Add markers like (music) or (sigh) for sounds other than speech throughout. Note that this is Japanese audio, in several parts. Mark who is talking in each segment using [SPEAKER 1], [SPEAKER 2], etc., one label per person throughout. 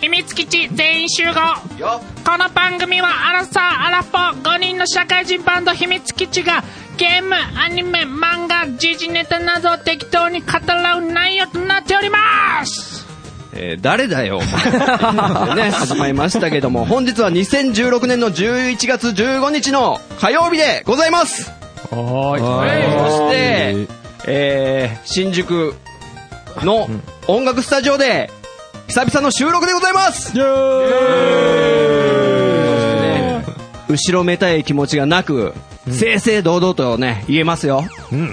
[SPEAKER 1] 日全員集合
[SPEAKER 2] よ
[SPEAKER 1] この番組はアラサー・アラフォー5人の社会人バンド秘密基地がゲーム、アニメ、漫画、時事ネタなどを適当に語らう内容となっております
[SPEAKER 3] えー誰だよ、お前 (laughs) ね、始まりましたけども、本日は2016年の11月15日の火曜日でございます
[SPEAKER 4] は
[SPEAKER 3] そして、えー新宿の音楽スタジオで、久々の収録でございますね後ろめたい気持ちがなく、正々堂々とね、言えますよ。今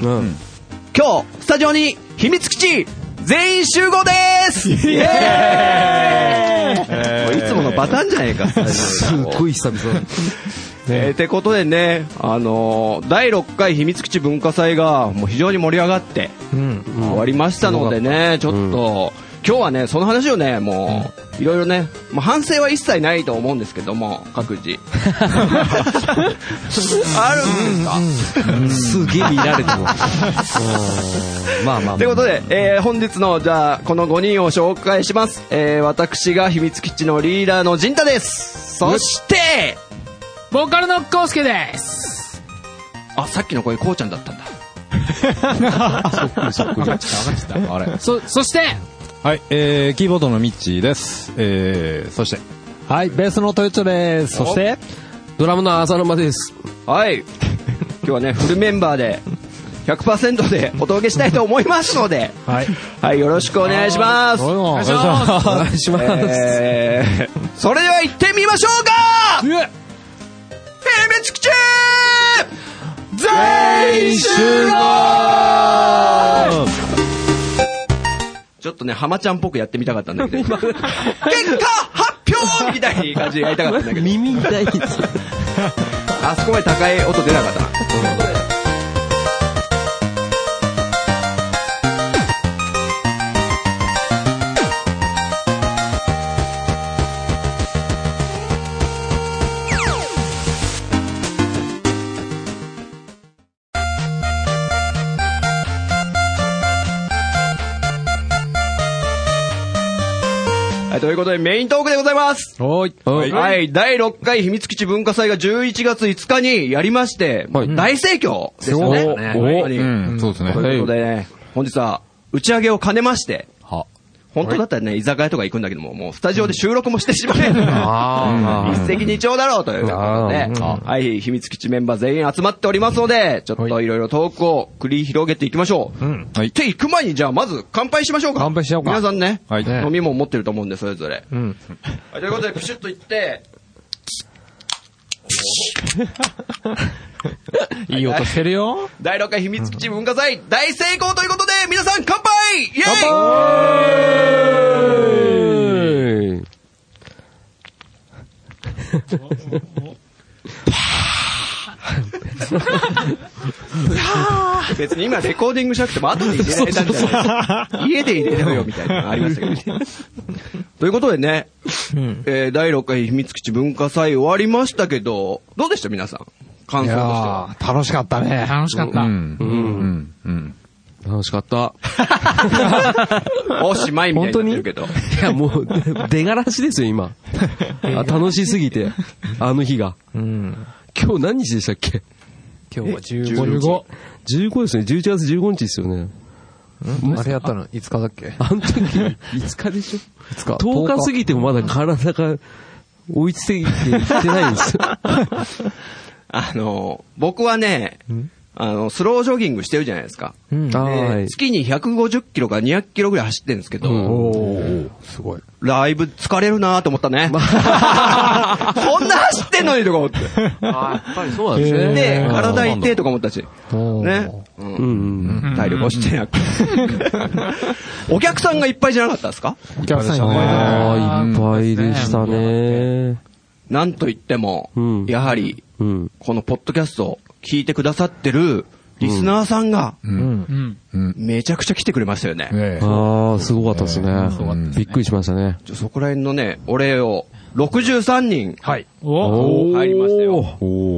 [SPEAKER 3] 日、スタジオに秘密基地全員集合ですイエーイいつものパターンじゃねえか、
[SPEAKER 4] すっごい久々
[SPEAKER 3] (laughs) えー、てことでね、あのー第6回秘密基地文化祭がもう非常に盛り上がって、終わりましたのでね、ちょっと、今日はね、その話をね、もう、いろいろね、もう反省は一切ないと思うんですけども、各自。
[SPEAKER 4] (laughs)
[SPEAKER 3] あるんですか、
[SPEAKER 4] すげえ見られてもまあまあ
[SPEAKER 3] ということで、えー本日の、じゃあ、この5人を紹介します。えー私が秘密基地のリーダーの陣太です。そして、
[SPEAKER 1] ボーカルのコウスケです
[SPEAKER 3] あ、さっきの声、こうちゃんだったんだ。
[SPEAKER 1] そ、そして、
[SPEAKER 5] はい、えー、キーボードのミッチーです。えー、そして、
[SPEAKER 4] はいベースのトヨッチョですそして
[SPEAKER 6] ドラムの浅沼です。
[SPEAKER 3] はい。今日はね、フルメンバーで、100%でお届けしたいと思いますので、
[SPEAKER 4] はい
[SPEAKER 3] はい、よろしくお願いします。
[SPEAKER 4] お願いし
[SPEAKER 1] ます
[SPEAKER 4] お願いしま
[SPEAKER 3] えー、それでは行ってみましょうか秘密基地全員集合ちょっとね、浜ちゃんっぽくやってみたかったんだ
[SPEAKER 6] (laughs)
[SPEAKER 3] けど、結果発表みたいな感じでやりたかったんだけど、
[SPEAKER 6] 耳痛いです。
[SPEAKER 3] あそこまで高い音出なかったな。はい、ということでメイントークでございます
[SPEAKER 4] はい
[SPEAKER 3] はい、第6回秘密基地文化祭が11月5日にやりまして、
[SPEAKER 5] はい
[SPEAKER 3] 大盛況でしたね。ね本当に
[SPEAKER 5] うん、そうですね。
[SPEAKER 3] ということでね、本日は打ち上げを兼ねまして、
[SPEAKER 5] は、
[SPEAKER 3] 本当だったらね、居酒屋とか行くんだけども、もうスタジオで収録もしてしまえ。
[SPEAKER 6] あ
[SPEAKER 3] 一石二鳥だろうということで、はい、秘密基地メンバー全員集まっておりますので、ちょっといろいろトークを繰り広げていきましょう。
[SPEAKER 4] ん
[SPEAKER 5] はい
[SPEAKER 3] って行く前に、じゃあまず乾杯しましょうか。
[SPEAKER 4] 乾杯しようか
[SPEAKER 3] 皆さんね、
[SPEAKER 5] はいね
[SPEAKER 3] 飲み物持ってると思うんで、それぞれ。
[SPEAKER 4] ん
[SPEAKER 3] はい、ということで、プシュッと行って、
[SPEAKER 4] いい音してるよ
[SPEAKER 3] 第6回秘密基地文化祭大成功ということで、皆さん乾杯イェイ
[SPEAKER 6] ー
[SPEAKER 3] 別に今レコーディングしなくても後で入れられたみたいな。家で入れろよみたいなのありましたけど。ということでね、えー第6回秘密基地文化祭終わりましたけど、どうでした皆さん感
[SPEAKER 4] い
[SPEAKER 3] 想として
[SPEAKER 4] や
[SPEAKER 3] は。
[SPEAKER 4] ー楽しかったね
[SPEAKER 1] 楽しかった。
[SPEAKER 5] うん、うん、うん。
[SPEAKER 6] 楽しかった。
[SPEAKER 3] おしまいみたいになってるけど。
[SPEAKER 6] いや、もう、出がらしですよ、今。あ楽しすぎて、あの日が。
[SPEAKER 4] うん
[SPEAKER 6] 今日何日でしたっけ
[SPEAKER 4] 今日は15日
[SPEAKER 6] ?15 ですね、11月15日ですよね。
[SPEAKER 4] あれやったのいつかだっけ
[SPEAKER 6] あの時、5日でしょ
[SPEAKER 4] いつか
[SPEAKER 6] ?10 日過ぎてもまだ体が追いついていってないんですよ。
[SPEAKER 3] あの、僕はね、あの、スロージョギングしてるじゃないですか。
[SPEAKER 4] うん
[SPEAKER 6] あ
[SPEAKER 3] で
[SPEAKER 6] はい
[SPEAKER 3] 月に150キロから200キロぐらい走ってるんですけど、
[SPEAKER 4] おーすごい
[SPEAKER 3] ライブ疲れるなと思ったね。こんな (laughs) 走ってんのにとか思って。
[SPEAKER 6] あやっぱりそうなんですね。
[SPEAKER 3] で、体痛えとか思ったし。ね。うん
[SPEAKER 6] うんうん。
[SPEAKER 3] 体力落ちてなくお客さんがいっぱいじゃなかったですか
[SPEAKER 4] お客さんいっぱいだね
[SPEAKER 6] ああ、いっぱいでしたね。
[SPEAKER 3] なんといっても、
[SPEAKER 6] うん
[SPEAKER 3] やはり、
[SPEAKER 6] うん。
[SPEAKER 3] このポッドキャストを聞いてくださってるリスナーさんが、
[SPEAKER 1] うん。
[SPEAKER 3] めちゃくちゃ来てくれましたよね。
[SPEAKER 5] ね
[SPEAKER 6] ああ、すごかったですね。びっくりしましたね。
[SPEAKER 3] ちょそこら辺のね、お礼を、63人
[SPEAKER 4] はい
[SPEAKER 1] お
[SPEAKER 6] おー
[SPEAKER 3] 入りましたよ。
[SPEAKER 5] お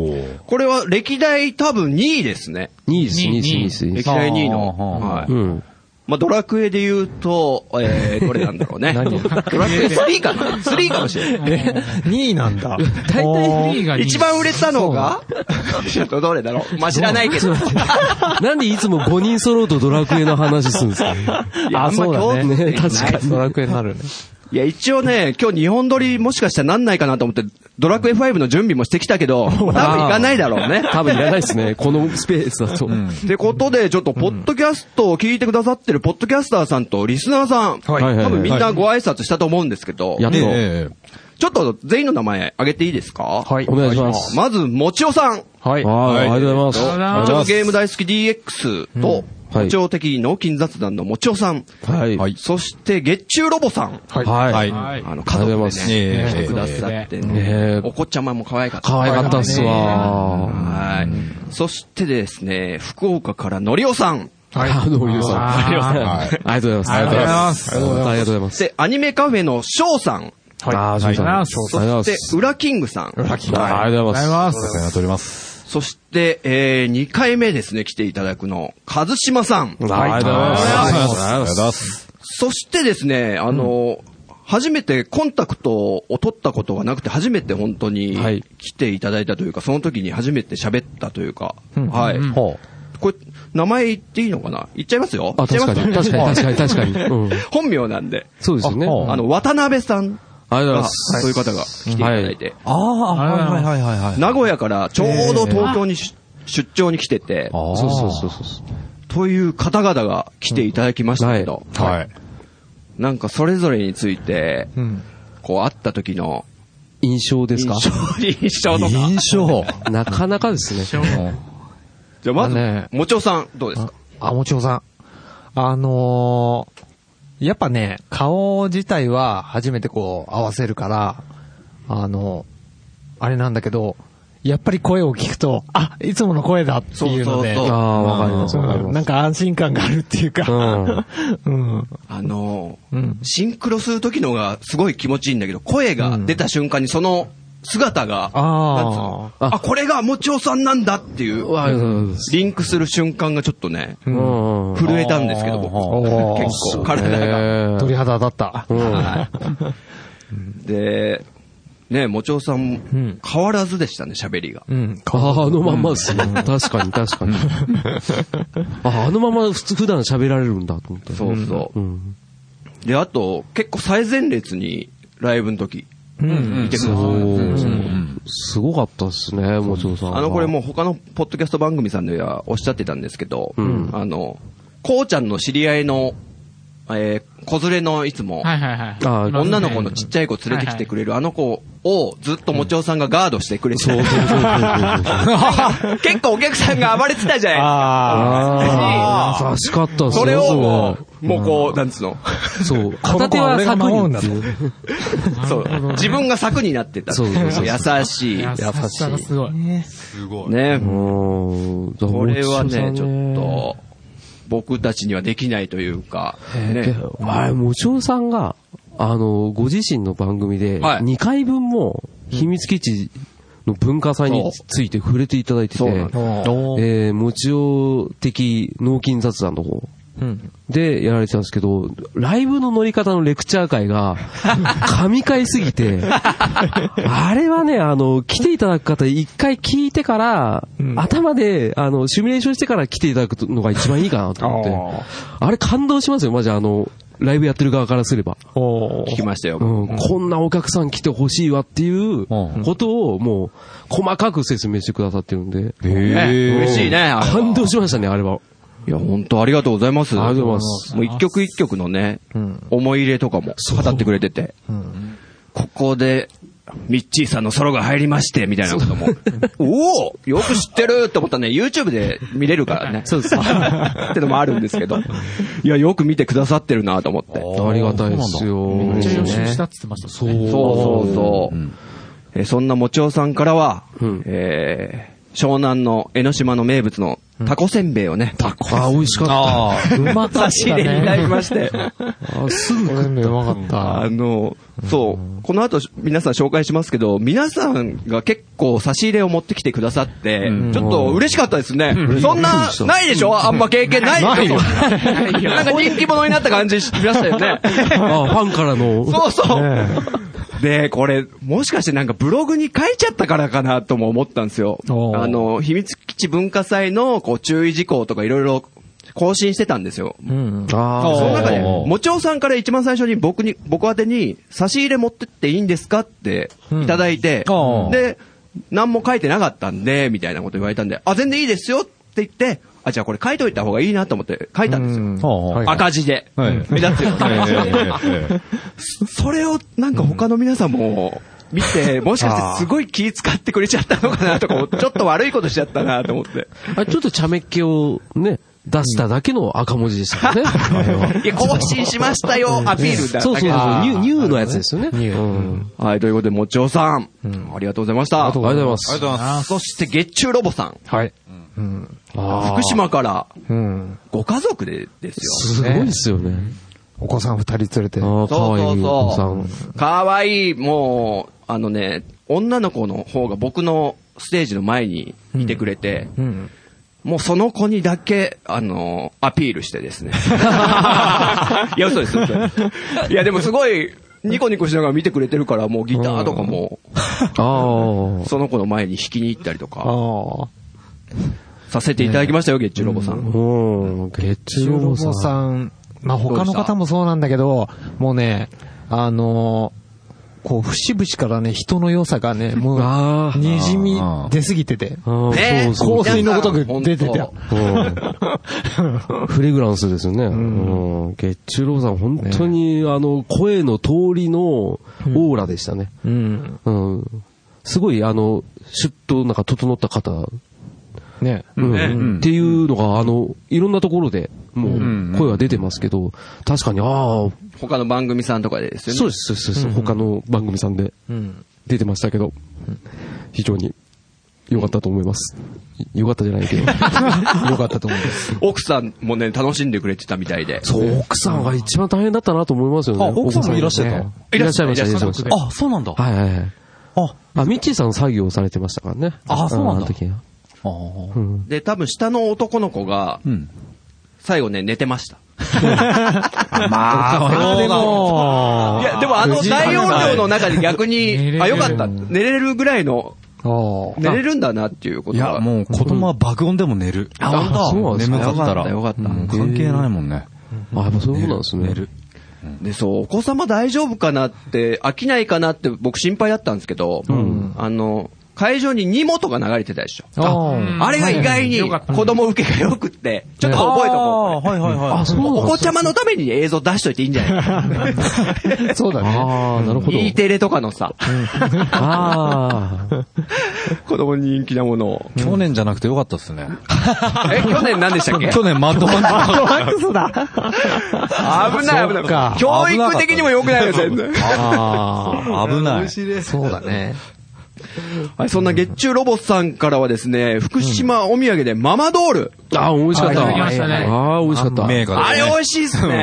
[SPEAKER 5] ー。
[SPEAKER 3] これは歴代多分2位ですね。
[SPEAKER 6] 2位です、2位です、2位で
[SPEAKER 3] 歴
[SPEAKER 6] す。
[SPEAKER 3] 代2位の。
[SPEAKER 5] はあはあ
[SPEAKER 3] はい
[SPEAKER 6] うん。
[SPEAKER 3] まあ、ドラクエで言うと、え
[SPEAKER 5] (laughs)
[SPEAKER 3] ー、どれなんだろうね。ド
[SPEAKER 5] 何
[SPEAKER 3] ラクエ3かな ?3 かもしれない。
[SPEAKER 5] 2位なんだ。
[SPEAKER 1] 大体フリーが
[SPEAKER 3] 一番売れたのが、ちょっとどれだろうまあ、知らないけど。
[SPEAKER 6] (laughs) なんでいつも5人揃うとドラクエの話するんですか
[SPEAKER 3] いや
[SPEAKER 5] あ、
[SPEAKER 3] んま
[SPEAKER 5] そうだ
[SPEAKER 3] 興
[SPEAKER 5] ね。
[SPEAKER 3] 味ない
[SPEAKER 5] 確かに。ドラクエになるね。
[SPEAKER 3] いや、一応ね、今日日本撮りもしかしたらなんないかなと思って、ドラクエ5の準備もしてきたけど、多分行かないだろうね。
[SPEAKER 6] (laughs) 多分いらないで
[SPEAKER 3] (laughs)
[SPEAKER 6] すね。このスペースだと。
[SPEAKER 3] ってことで、ちょっと、ポッドキャストを聞いてくださってるポッドキャスターさんとリスナーさん、
[SPEAKER 5] はい
[SPEAKER 6] はいはい
[SPEAKER 3] 多分みんなご挨拶したと思うんですけど、
[SPEAKER 6] やっと。
[SPEAKER 5] え
[SPEAKER 3] ちょっと全員の名前挙げていいですか
[SPEAKER 5] はい
[SPEAKER 6] お願いします。
[SPEAKER 3] まず、もちおさん。
[SPEAKER 5] え。はい。
[SPEAKER 6] はい、ありがとうご
[SPEAKER 1] ありがとうございます
[SPEAKER 6] ざいま。
[SPEAKER 1] す
[SPEAKER 3] ちょっとゲーム大好き DX と、
[SPEAKER 6] うんはい
[SPEAKER 3] もちお的脳筋雑談のもちおさん。
[SPEAKER 6] はい。
[SPEAKER 5] は
[SPEAKER 6] はいい。
[SPEAKER 3] そして、月中ロボさん。
[SPEAKER 5] はい。
[SPEAKER 6] はい
[SPEAKER 5] は
[SPEAKER 1] はい
[SPEAKER 3] あの、家族で
[SPEAKER 6] ありがとうご
[SPEAKER 3] ね、
[SPEAKER 6] ざいます
[SPEAKER 5] え
[SPEAKER 3] 来
[SPEAKER 5] え
[SPEAKER 3] てくださってね
[SPEAKER 6] ねえ。
[SPEAKER 3] お子ちゃまも可愛かった。
[SPEAKER 6] 可愛かったっすわ。
[SPEAKER 3] はい。そしてですね、福岡からのりおさん。
[SPEAKER 6] あの、ゆうさん。
[SPEAKER 1] あー
[SPEAKER 6] ありがとうございます。ありがとうございます。ありがとうございます。ありがとうございます。
[SPEAKER 3] で、アニメカフェのしょうさん。
[SPEAKER 6] ああ、そうですね。
[SPEAKER 1] は
[SPEAKER 6] あ
[SPEAKER 1] い
[SPEAKER 6] りがとうござ
[SPEAKER 3] で
[SPEAKER 6] います。、
[SPEAKER 3] ウラキングさん。
[SPEAKER 6] ありがとうございます。
[SPEAKER 5] お世話になっております。
[SPEAKER 3] そして、えー、2回目ですね、来ていただくの、和島さん。
[SPEAKER 6] ありがとうございます。
[SPEAKER 5] あ
[SPEAKER 6] あ
[SPEAKER 5] り
[SPEAKER 6] り
[SPEAKER 5] が
[SPEAKER 6] が
[SPEAKER 5] とうござ
[SPEAKER 6] とうござ
[SPEAKER 5] い
[SPEAKER 6] い
[SPEAKER 5] ま。
[SPEAKER 6] ます
[SPEAKER 3] そしてですね、あの、初めてコンタクトを取ったことがなくて、初めて本当に
[SPEAKER 6] はい
[SPEAKER 3] 来ていただいたというか、その時に初めて喋ったというか、
[SPEAKER 5] うん
[SPEAKER 3] はい。
[SPEAKER 6] ほう
[SPEAKER 3] これ、名前言っていいのかな言っちゃいますよ。
[SPEAKER 6] あ、
[SPEAKER 3] 言っ
[SPEAKER 6] 確
[SPEAKER 3] ちゃ
[SPEAKER 6] か
[SPEAKER 3] います
[SPEAKER 6] に、確かに、確かに、確
[SPEAKER 3] (laughs)
[SPEAKER 6] かに。うん。
[SPEAKER 3] 本名なんで、
[SPEAKER 6] そうですよね。
[SPEAKER 5] あ
[SPEAKER 3] あの、渡辺さん
[SPEAKER 6] ありがとうござい
[SPEAKER 3] が、
[SPEAKER 6] ます。
[SPEAKER 3] そういう方が来ていただいて、
[SPEAKER 5] ああ、はいはいはいはい。
[SPEAKER 3] 名古屋からちょうど東京に出出張に来てて、
[SPEAKER 5] ああ。
[SPEAKER 6] そうそうそうそう。
[SPEAKER 3] という方々が来ていただきましたけど、
[SPEAKER 5] はい。
[SPEAKER 3] なんかそれぞれについて、
[SPEAKER 5] うん。
[SPEAKER 3] こう会った時の
[SPEAKER 6] 印象です
[SPEAKER 3] 印
[SPEAKER 6] か
[SPEAKER 3] 象、印象とか。
[SPEAKER 5] 印象。
[SPEAKER 6] なかなかですね。
[SPEAKER 3] じゃあま
[SPEAKER 5] あね
[SPEAKER 3] ず、もちおさん、どうです
[SPEAKER 5] あ
[SPEAKER 3] か、
[SPEAKER 5] あもちろさん。あのー、やっぱね、顔自体は初めてこう合わせるから、あの、あれなんだけど、やっぱり声を聞くと、あ、いつもの声だっていうので、
[SPEAKER 3] そうそう
[SPEAKER 6] あ
[SPEAKER 3] そう
[SPEAKER 6] あ、わかります、
[SPEAKER 5] うん
[SPEAKER 6] わかります。
[SPEAKER 5] なんか安心感があるっていうか、 (laughs) うん。
[SPEAKER 3] あのー
[SPEAKER 5] うん
[SPEAKER 3] シンクロする時のがすごい気持ちいいんだけど、声が出た瞬間にその姿が、
[SPEAKER 5] あー
[SPEAKER 3] なんつうのあこれがもちおさんなんだっていう、
[SPEAKER 6] ありがとうございます。
[SPEAKER 3] リンクする瞬間がちょっとね、
[SPEAKER 6] うん。
[SPEAKER 3] 震えたんですけど、僕
[SPEAKER 5] おー
[SPEAKER 3] 結構体が。
[SPEAKER 5] 鳥肌だった。
[SPEAKER 3] はいで、ね、もちおさん、変わらずでしたね、喋りが。
[SPEAKER 5] うん。
[SPEAKER 6] あのまんまですね。確かに、確かに。あ、あのまま普通、普段喋られるんだと思って。
[SPEAKER 3] そうそう
[SPEAKER 6] う。ん。
[SPEAKER 3] で、あと、結構最前列に、ライブの時、いてくださ
[SPEAKER 6] そ
[SPEAKER 3] って
[SPEAKER 6] う。すごかったですね、もちろんさんは。
[SPEAKER 3] あの、これもう他のポッドキャスト番組さんではおっしゃってたんですけど、あの、こうちゃんの知り合いの、えー、子連れのいつも、
[SPEAKER 1] はいはいはい。
[SPEAKER 6] あー
[SPEAKER 3] 女の子のちっちゃい子連れてきてくれるあの子をずっともちおさんがガードしてくれてた、 (laughs) 結構お客さんが暴れてたじゃない
[SPEAKER 6] ああ、優しかったっすね。
[SPEAKER 3] それを
[SPEAKER 6] そう
[SPEAKER 3] もう、もうこう、なんつうの、
[SPEAKER 6] そう。
[SPEAKER 5] この
[SPEAKER 6] 片
[SPEAKER 5] 子
[SPEAKER 6] 手
[SPEAKER 5] は
[SPEAKER 6] は
[SPEAKER 5] 俺が
[SPEAKER 6] 柵
[SPEAKER 5] 守るん
[SPEAKER 6] に
[SPEAKER 5] だ
[SPEAKER 6] っていう。
[SPEAKER 3] そう、自分が柵になってたってい
[SPEAKER 6] そうそうそう
[SPEAKER 3] 優しい。
[SPEAKER 1] 優しさがすごい。
[SPEAKER 3] ね。
[SPEAKER 6] うん。
[SPEAKER 3] これはね、ちょっ
[SPEAKER 6] と
[SPEAKER 3] と、僕たちにはできないというか、
[SPEAKER 6] で
[SPEAKER 3] ね。
[SPEAKER 6] あれ、もちろんさんが、あの、ご自身の番組で、
[SPEAKER 3] はい
[SPEAKER 6] 2回分も、秘密基地の文化祭について触れていただいてて、
[SPEAKER 3] そうなん
[SPEAKER 5] おー
[SPEAKER 6] えー、もちお的脳筋雑談の方
[SPEAKER 5] うん。
[SPEAKER 6] でやられてたんですけど、ライブの乗り方のレクチャー会が、神回すぎて、あれはね、あの、来ていただく方、一回聞いてから、
[SPEAKER 5] うん
[SPEAKER 6] 頭で、あの、シミュレーションしてから来ていただくのが一番いいかなと思って。あれ感動しますよ、マジあの、ライブやってる側からすれば。
[SPEAKER 5] お
[SPEAKER 3] 聞きましたよ。
[SPEAKER 6] うん、こんなお客さん来てほしいわってい
[SPEAKER 5] う
[SPEAKER 6] う
[SPEAKER 5] ん
[SPEAKER 6] ことをもう、細かく説明してくださってるんで。
[SPEAKER 3] ね嬉しいね。あれは
[SPEAKER 6] 感動しましたね、あれは。
[SPEAKER 3] いや、本当ありがとうございます。
[SPEAKER 6] ありがとうございます
[SPEAKER 3] もう一曲一曲のね、
[SPEAKER 5] ん
[SPEAKER 3] 思い入れとかも語ってくれてて、ここで、ミッチーさんのソロが入りまして、みたいなことも。おおよく知ってると思ったらね、YouTube で見れるからね。そうです。 (laughs) ってのもあるんですけど。いや、よく見てくださってるなと思って。
[SPEAKER 6] ありがたいですよ。
[SPEAKER 1] めっちゃ予習したっ
[SPEAKER 6] ね
[SPEAKER 1] て言ってました。そう。
[SPEAKER 3] そうそうそう。えーそんなもちおさんからは、
[SPEAKER 6] うん
[SPEAKER 3] えー湘南の江ノ島の名物のタコせんべいをね、タコ
[SPEAKER 6] あ、美味しかった。
[SPEAKER 5] うまか
[SPEAKER 3] (laughs) 差
[SPEAKER 5] っ
[SPEAKER 3] し入れになりまして。
[SPEAKER 6] あすぐ
[SPEAKER 5] 全部うまかっ
[SPEAKER 3] (laughs) あ
[SPEAKER 5] た。
[SPEAKER 3] の、そう、この後皆さん紹介しますけど、皆さんが結構差し入れを持ってきてくださって、ちょっと嬉しかったですね。そんな、ないでしょあんま経験ないでしょ (laughs) なんか人気者になった感じしましたよ (laughs) ね。
[SPEAKER 6] あファンからの。
[SPEAKER 3] そうそう。で、これ、もしかしてなんかブログに書いちゃったからかなとも思ったんですよ。
[SPEAKER 5] おう
[SPEAKER 3] あの、秘密基地文化祭のこう注意事項とかいろいろ更新してたんですよ。
[SPEAKER 5] うん。
[SPEAKER 6] あ
[SPEAKER 3] その
[SPEAKER 6] ー
[SPEAKER 3] 中で、もちおさんから一番最初に僕に、僕宛てに、差し入れ持ってっていいんですかっていただいて、
[SPEAKER 5] うんああ
[SPEAKER 3] で、何も書いてなかったんで、みたいなこと言われたんで、あ、全然いいですよって言って、あ、じゃあこれ書いといた方がいいなと思って書いたんですよ。
[SPEAKER 5] はいはい
[SPEAKER 3] 赤字で。
[SPEAKER 2] はい
[SPEAKER 3] 目立つよね。それをなんか他の皆さんも見 (laughs) て、もしかしてすごい気使ってくれちゃったのかなと (laughs) か、ちょっと悪いことしちゃったなと思って。
[SPEAKER 6] あちょっと茶目っ気をね、出しただけの赤文字でしたからね。あれはい
[SPEAKER 3] や、更新しま (laughs) したよ、アピールだ。
[SPEAKER 6] そうそうそう、ニ
[SPEAKER 3] だけど
[SPEAKER 6] ューニューのやつですよね。
[SPEAKER 5] ニュー
[SPEAKER 6] うん
[SPEAKER 3] はい、ということで、もちおさん,、ありがとうございました。
[SPEAKER 6] ありがとうございます。
[SPEAKER 2] とうございま
[SPEAKER 3] そして、月中ロボさん。
[SPEAKER 5] はい。うん。
[SPEAKER 6] あー
[SPEAKER 3] 福島から、
[SPEAKER 5] うん。
[SPEAKER 3] ご家族でですよ。
[SPEAKER 6] すごいですよね。
[SPEAKER 5] お子さん二人連れて。
[SPEAKER 6] ああ、か
[SPEAKER 3] そう
[SPEAKER 6] わいい
[SPEAKER 3] そう
[SPEAKER 6] お子さ
[SPEAKER 3] そ
[SPEAKER 6] ん。
[SPEAKER 3] う。かわいい、もう、あのね、女の子の方が僕のステージの前にいてくれて、
[SPEAKER 5] うん。
[SPEAKER 3] もうその子にだけ、あのアピールしてですね。 (laughs) いや、嘘です、嘘ですいや、でもすごい、ニコニコしながら見てくれてるから、もうギターとかも、 (laughs)
[SPEAKER 6] あ
[SPEAKER 3] その子の前に弾きに行ったりとか、
[SPEAKER 5] ああ。
[SPEAKER 3] させていただきましたよ、月中ロボさん
[SPEAKER 6] あ。。うん。月
[SPEAKER 5] 中
[SPEAKER 6] 曜
[SPEAKER 5] ロ
[SPEAKER 6] ロボ
[SPEAKER 5] ボ
[SPEAKER 6] さん。
[SPEAKER 5] さん、まあ他の方もそうなんだけど、もうね、あのーこう、節々からね、人の良さがね、もう、
[SPEAKER 6] (laughs) あ
[SPEAKER 5] にじみ出すぎてて。
[SPEAKER 6] あ。ああ
[SPEAKER 3] ね
[SPEAKER 6] そうそう
[SPEAKER 5] 香水のごとく出て
[SPEAKER 3] 皆さん
[SPEAKER 5] た
[SPEAKER 3] 本。
[SPEAKER 6] うんフレグランスですよね。うん。月中ロボさん、本当に、あの、声の通りのオーラでしたね。
[SPEAKER 5] うん。
[SPEAKER 6] うん。すごい、あの、シュッとなんか整った方。
[SPEAKER 5] ね。
[SPEAKER 6] うん
[SPEAKER 2] ね
[SPEAKER 6] っていうのが、あの、いろんなところで、も
[SPEAKER 2] ん
[SPEAKER 6] う、声は出てますけど、確かに、ああ、
[SPEAKER 3] 他の番組さんとかでですよね。
[SPEAKER 6] そうです、そうです、そうです他の番組さんで
[SPEAKER 5] うん。
[SPEAKER 6] 出てましたけど、非常に良かったと思います。良かったじゃない (laughs) けど。
[SPEAKER 5] よかったと思います。
[SPEAKER 3] 奥さんもね、楽しんでくれてたみたいで。
[SPEAKER 6] そう、奥さんが一番大変だったなと思いますよね。
[SPEAKER 2] あ奥さんもいらっしゃった
[SPEAKER 6] ねいらっしゃいました、いらっしゃいました。
[SPEAKER 2] あ、そうなんだ。
[SPEAKER 6] はいはいはい。
[SPEAKER 2] あ、
[SPEAKER 6] あ、ミッチーさん作業されてましたからね。
[SPEAKER 2] あそうなんだ
[SPEAKER 6] あの時は
[SPEAKER 2] あー
[SPEAKER 6] うん。
[SPEAKER 3] で、多分下の男の子が
[SPEAKER 2] う、ん。
[SPEAKER 3] 最後ね、寝てました。
[SPEAKER 2] まあ、
[SPEAKER 5] でも
[SPEAKER 3] いや、でもあの大容量の中で逆に、あ、よかった。寝れるぐらいの、
[SPEAKER 5] あ
[SPEAKER 3] 寝れるんだなっていうこと
[SPEAKER 2] い
[SPEAKER 3] が。
[SPEAKER 2] や、もう子供は爆音でも寝る。
[SPEAKER 6] あそうなんですか
[SPEAKER 2] 眠かったら。
[SPEAKER 3] よかったよかった
[SPEAKER 2] うん関係ないもんね。
[SPEAKER 6] あ、やっぱそういうことなんですね。
[SPEAKER 2] 寝る。
[SPEAKER 3] で、そう、お子様大丈夫かなって、飽きないかなって僕心配だったんですけど、あの、会場に荷物が流れてたでしょ。
[SPEAKER 5] あ。あ
[SPEAKER 3] あれが意外に子供受けが良くって、ちょっと覚えとこ
[SPEAKER 2] あ
[SPEAKER 3] うこ
[SPEAKER 2] ーはいはいはい。
[SPEAKER 6] あ、そう
[SPEAKER 3] れ。
[SPEAKER 6] なん
[SPEAKER 3] お
[SPEAKER 6] で
[SPEAKER 3] 子
[SPEAKER 6] す
[SPEAKER 3] ちゃまのために映像出しといていいんじゃないかな。
[SPEAKER 5] あ。そうだね。
[SPEAKER 6] ああ、なるほど。
[SPEAKER 3] E テレとかのさ、
[SPEAKER 6] ああ。
[SPEAKER 3] 子供に人気なものを。
[SPEAKER 2] 去年じゃなくてよかったっすね。
[SPEAKER 3] え、去年何でしたっけ
[SPEAKER 2] 去年マッドマックス。
[SPEAKER 3] 危ない危な
[SPEAKER 5] そ
[SPEAKER 3] い
[SPEAKER 5] っか。
[SPEAKER 3] 教育的にも良くないよ、全然。
[SPEAKER 5] あ
[SPEAKER 2] 危ない。
[SPEAKER 5] あ。そうだね。
[SPEAKER 3] はい、そんな月中ロボさんからはですね、福島お土産でママドール。
[SPEAKER 6] あー、美味しかった。
[SPEAKER 1] あいただきましたね
[SPEAKER 6] ああ、美味しかった。
[SPEAKER 2] メーカー
[SPEAKER 3] あ
[SPEAKER 2] で
[SPEAKER 3] れ
[SPEAKER 2] すね
[SPEAKER 3] 美味しいっすね。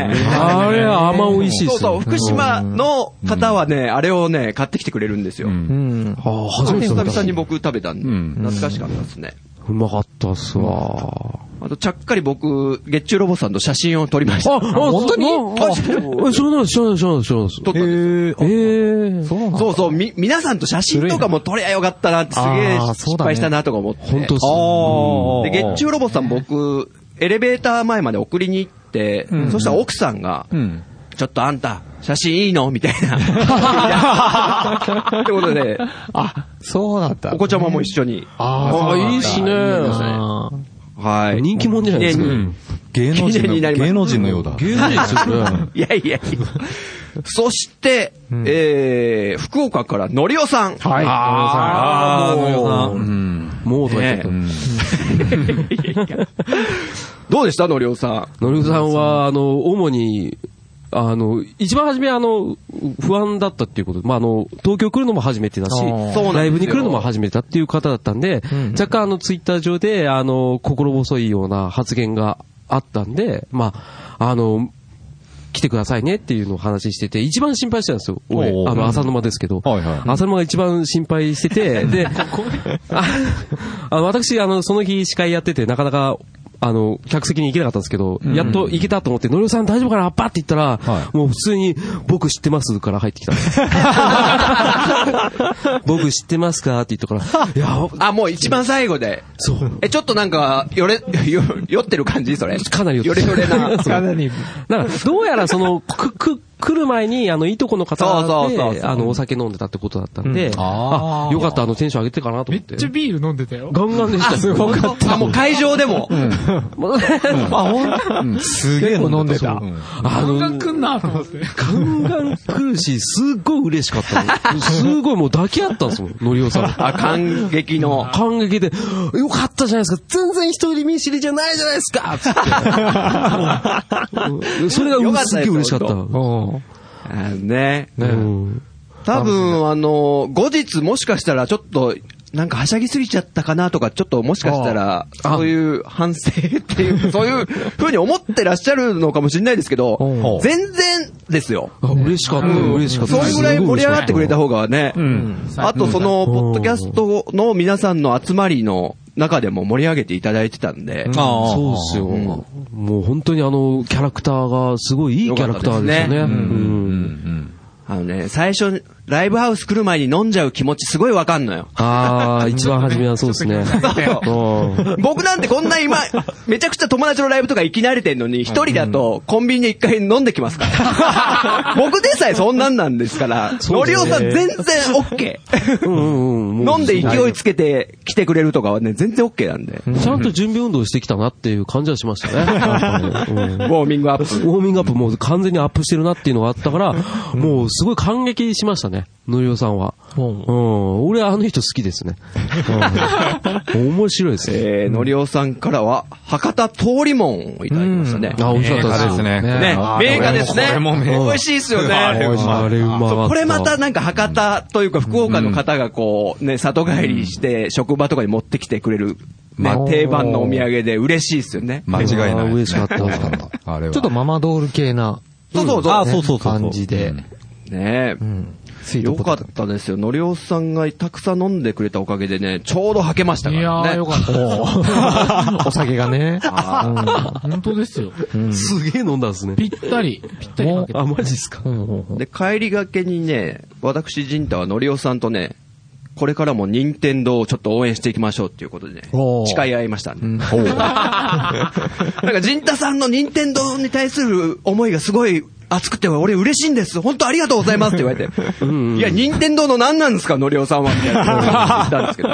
[SPEAKER 6] あれ、甘美味しいっ
[SPEAKER 3] そう
[SPEAKER 6] すね。
[SPEAKER 3] そう、福島の方はね、あれをね、買ってきてくれるんですよ
[SPEAKER 2] う。。
[SPEAKER 5] うんん。
[SPEAKER 6] ああ、初めて
[SPEAKER 3] 久
[SPEAKER 6] 食べ
[SPEAKER 3] 々に
[SPEAKER 6] た。
[SPEAKER 3] 僕食べたん
[SPEAKER 2] う
[SPEAKER 3] で、
[SPEAKER 2] ん
[SPEAKER 3] 懐かしかったですね。
[SPEAKER 6] うまかったっすわ。
[SPEAKER 3] あと、ちゃっかり僕、月中ロボさんと写真を撮りました。
[SPEAKER 6] あ、本当にあ、知らない、知らない、知らない、知らない、知らな
[SPEAKER 3] 撮
[SPEAKER 6] い。
[SPEAKER 3] ったんです
[SPEAKER 6] ええー。
[SPEAKER 5] そうなんだ
[SPEAKER 3] そうそう、み、皆さんと写真とかも撮りゃよかったなって、すげえ
[SPEAKER 5] あーそ
[SPEAKER 3] 失
[SPEAKER 5] うだね
[SPEAKER 3] 敗したなとか思って。
[SPEAKER 6] 本当っすね。
[SPEAKER 3] で、月中ロボさん僕、エレベーター前まで送りに行って、そしたら奥さんが、
[SPEAKER 2] うん。
[SPEAKER 3] ちょっとあんた、写真いいのみたいな。ってことで、
[SPEAKER 5] そうだった。
[SPEAKER 3] お子ちゃまも一緒に。
[SPEAKER 5] あ
[SPEAKER 6] あ
[SPEAKER 5] あ、
[SPEAKER 6] いいっすね
[SPEAKER 5] ですね。
[SPEAKER 3] はい。
[SPEAKER 6] 人気者じゃないですか。うん
[SPEAKER 2] 芸能人
[SPEAKER 3] 記念
[SPEAKER 2] の、
[SPEAKER 3] になります
[SPEAKER 2] 芸能人のようだ。
[SPEAKER 6] 芸能人ですよね。
[SPEAKER 3] (laughs) いやいやいや。そして、えー、福岡からのりおさん。
[SPEAKER 5] はい。
[SPEAKER 2] あー、
[SPEAKER 3] もう
[SPEAKER 2] うん。
[SPEAKER 6] もうとか言っちゃった
[SPEAKER 2] う。ん。
[SPEAKER 3] どうでしたのりおさん。
[SPEAKER 6] のりこさんは、あの、主に、あの、一番初め、あの、不安だったっていうことで、まあ、あの、東京来るのも初めてだし、
[SPEAKER 3] よ
[SPEAKER 6] ライブに来るのも初めてだっていう方だったんで、若干あの、ツイッター上で、あの、心細いような発言があったんで、まあ、あの、来てくださいねっていうのを話してて、一番心配してたんですよ。俺
[SPEAKER 2] おうおう
[SPEAKER 6] あの、浅沼ですけど。
[SPEAKER 2] はいはい。
[SPEAKER 6] 浅沼が一番心配してて、で、ああの私、あの、その日司会やってて、なかなか、あの、客席に行けなかったんですけど、やっと行けたと思って、のりおさん大丈夫かなパッて言ったら、
[SPEAKER 2] は
[SPEAKER 6] もう普通に、僕知ってますから入ってきたんです。僕知ってますかって言ったから、いや、
[SPEAKER 3] あ、もう一番最後で。
[SPEAKER 6] そう。
[SPEAKER 3] え、ちょっとなんか、よれ、よ、酔ってる感じそれ。
[SPEAKER 6] かなり
[SPEAKER 3] よれよれな。
[SPEAKER 6] そうなんか、どうやらその、く、く、来る前に、あの、いとこの方
[SPEAKER 3] そうそうそう
[SPEAKER 6] で、
[SPEAKER 3] そう
[SPEAKER 6] あの、お酒飲んでたってことだったんで、
[SPEAKER 2] あ
[SPEAKER 6] あ、よかった、あの、テンション上げてかなと
[SPEAKER 7] め
[SPEAKER 6] 思
[SPEAKER 7] っ
[SPEAKER 6] って。
[SPEAKER 7] ちゃビール飲んでたよ。
[SPEAKER 6] ガンガンでした。すごかっ
[SPEAKER 3] あ、もう会場でも。
[SPEAKER 5] すげえ飲んでた。
[SPEAKER 6] あの、ガ
[SPEAKER 7] ガン来んなと思って。
[SPEAKER 6] ンガン来るし、すっごい嬉しかったの。すごいもう抱き合ったんですもん、のりおさん。
[SPEAKER 3] あ、感激の。
[SPEAKER 6] 感激で、よかったじゃないですか全然一人見知りじゃないじゃないです
[SPEAKER 3] (laughs)
[SPEAKER 6] かつってうんそれが
[SPEAKER 3] よか
[SPEAKER 6] う
[SPEAKER 3] ったです
[SPEAKER 6] すっげえ嬉しかった。
[SPEAKER 5] うん
[SPEAKER 3] あね。
[SPEAKER 6] うん
[SPEAKER 3] 多分、あの、後日もしかしたらちょっと、なんかはしゃぎすぎちゃったかなとか、ちょっともしかしたら、
[SPEAKER 6] あ
[SPEAKER 3] そういう反省って (laughs) いう、そういう風に思ってらっしゃるのかもしれないですけど、全然ですよ。
[SPEAKER 6] あ嬉しかった、嬉しかった。
[SPEAKER 3] それぐらい盛り上がってくれた
[SPEAKER 6] 方
[SPEAKER 3] 方がね、あとその、ポッドキャストの皆さんの集まりの中でも盛り上げていただいてたんで、
[SPEAKER 2] ああ
[SPEAKER 6] そうですよ、もう本当にあの、キャラクターが、すごいいいキャラクターですよね。
[SPEAKER 3] よかったですね
[SPEAKER 6] うん
[SPEAKER 3] あのね、最初、ライブハウス来る前に飲んじゃう気持ちすごいわかんの (laughs) よ。
[SPEAKER 6] ああ、一番初めはそうですね。うん
[SPEAKER 3] 僕なんてこんな今、めちゃくちゃ友達のライブとか行き慣れてんのに、一人だとコンビニで一回飲んできます (laughs) から。僕でさえそんなんなんですから、のりおさん全然 OK。 (laughs)
[SPEAKER 6] うんうん
[SPEAKER 3] 飲んで勢いつけて来てくれるとかはね、全然 OK なんで。
[SPEAKER 6] ちゃんと準備運動してきたなっていう感じはしました (laughs) ね。うん
[SPEAKER 3] ウォーミングアップ。
[SPEAKER 6] ウォーミングアップもう完全にアップしてるなっていうのがあったから、もうすごい感激しましたね、のりおさんは。うん。俺あの人好きですね。 (laughs) うん面白いですね。
[SPEAKER 3] えー、のりおさんからは、博多通りもんをいただきましたね。
[SPEAKER 6] あ、美味しかったです。
[SPEAKER 2] ね。
[SPEAKER 3] ね、名画ですね。
[SPEAKER 2] これも名
[SPEAKER 3] 美味しいですよね。
[SPEAKER 2] あれ美味しい
[SPEAKER 6] あれうまかっ
[SPEAKER 3] そ
[SPEAKER 6] た
[SPEAKER 3] うこれまたなんか博多というか福岡の方がこうね、里帰りして職場とかに持ってきてくれる、ね
[SPEAKER 5] うん、
[SPEAKER 3] 定番のお土産で嬉しいですよね。
[SPEAKER 2] 間違いない。
[SPEAKER 6] あー嬉しかった
[SPEAKER 2] 美味しかった。あれは。
[SPEAKER 5] ちょっとママドール系な
[SPEAKER 3] そうそうそう。
[SPEAKER 5] ね感じで。
[SPEAKER 3] ねえ。
[SPEAKER 5] スイート
[SPEAKER 3] よ
[SPEAKER 5] ポ
[SPEAKER 3] か
[SPEAKER 5] テ
[SPEAKER 3] った
[SPEAKER 5] ト
[SPEAKER 3] ですよ。のりおさんがたくさん飲んでくれたおかげでね、ちょうど吐けました
[SPEAKER 7] い
[SPEAKER 3] か
[SPEAKER 7] や
[SPEAKER 3] ら
[SPEAKER 7] ー、よ
[SPEAKER 3] ね。
[SPEAKER 7] かった。
[SPEAKER 5] (laughs) お酒がね。
[SPEAKER 7] 本当ですよ。
[SPEAKER 6] すげえ飲んだんですね。
[SPEAKER 7] ぴったり、ぴったりかけて。
[SPEAKER 6] あ、マジっすか。
[SPEAKER 3] で、帰りがけにね、私、陣太はのりおさんとね、これからも任天堂をちょっと応援していきましょうっていうことでね
[SPEAKER 5] お、ー
[SPEAKER 3] 誓い合いましたんで。 (laughs) なんか、陣太さんの任天堂に対する思いがすごい熱くて、俺嬉しいんです。本当ありがとうございますって言われて。いや、任天堂の何なんですか、のりおさんは、みたいなことを言ったんですけど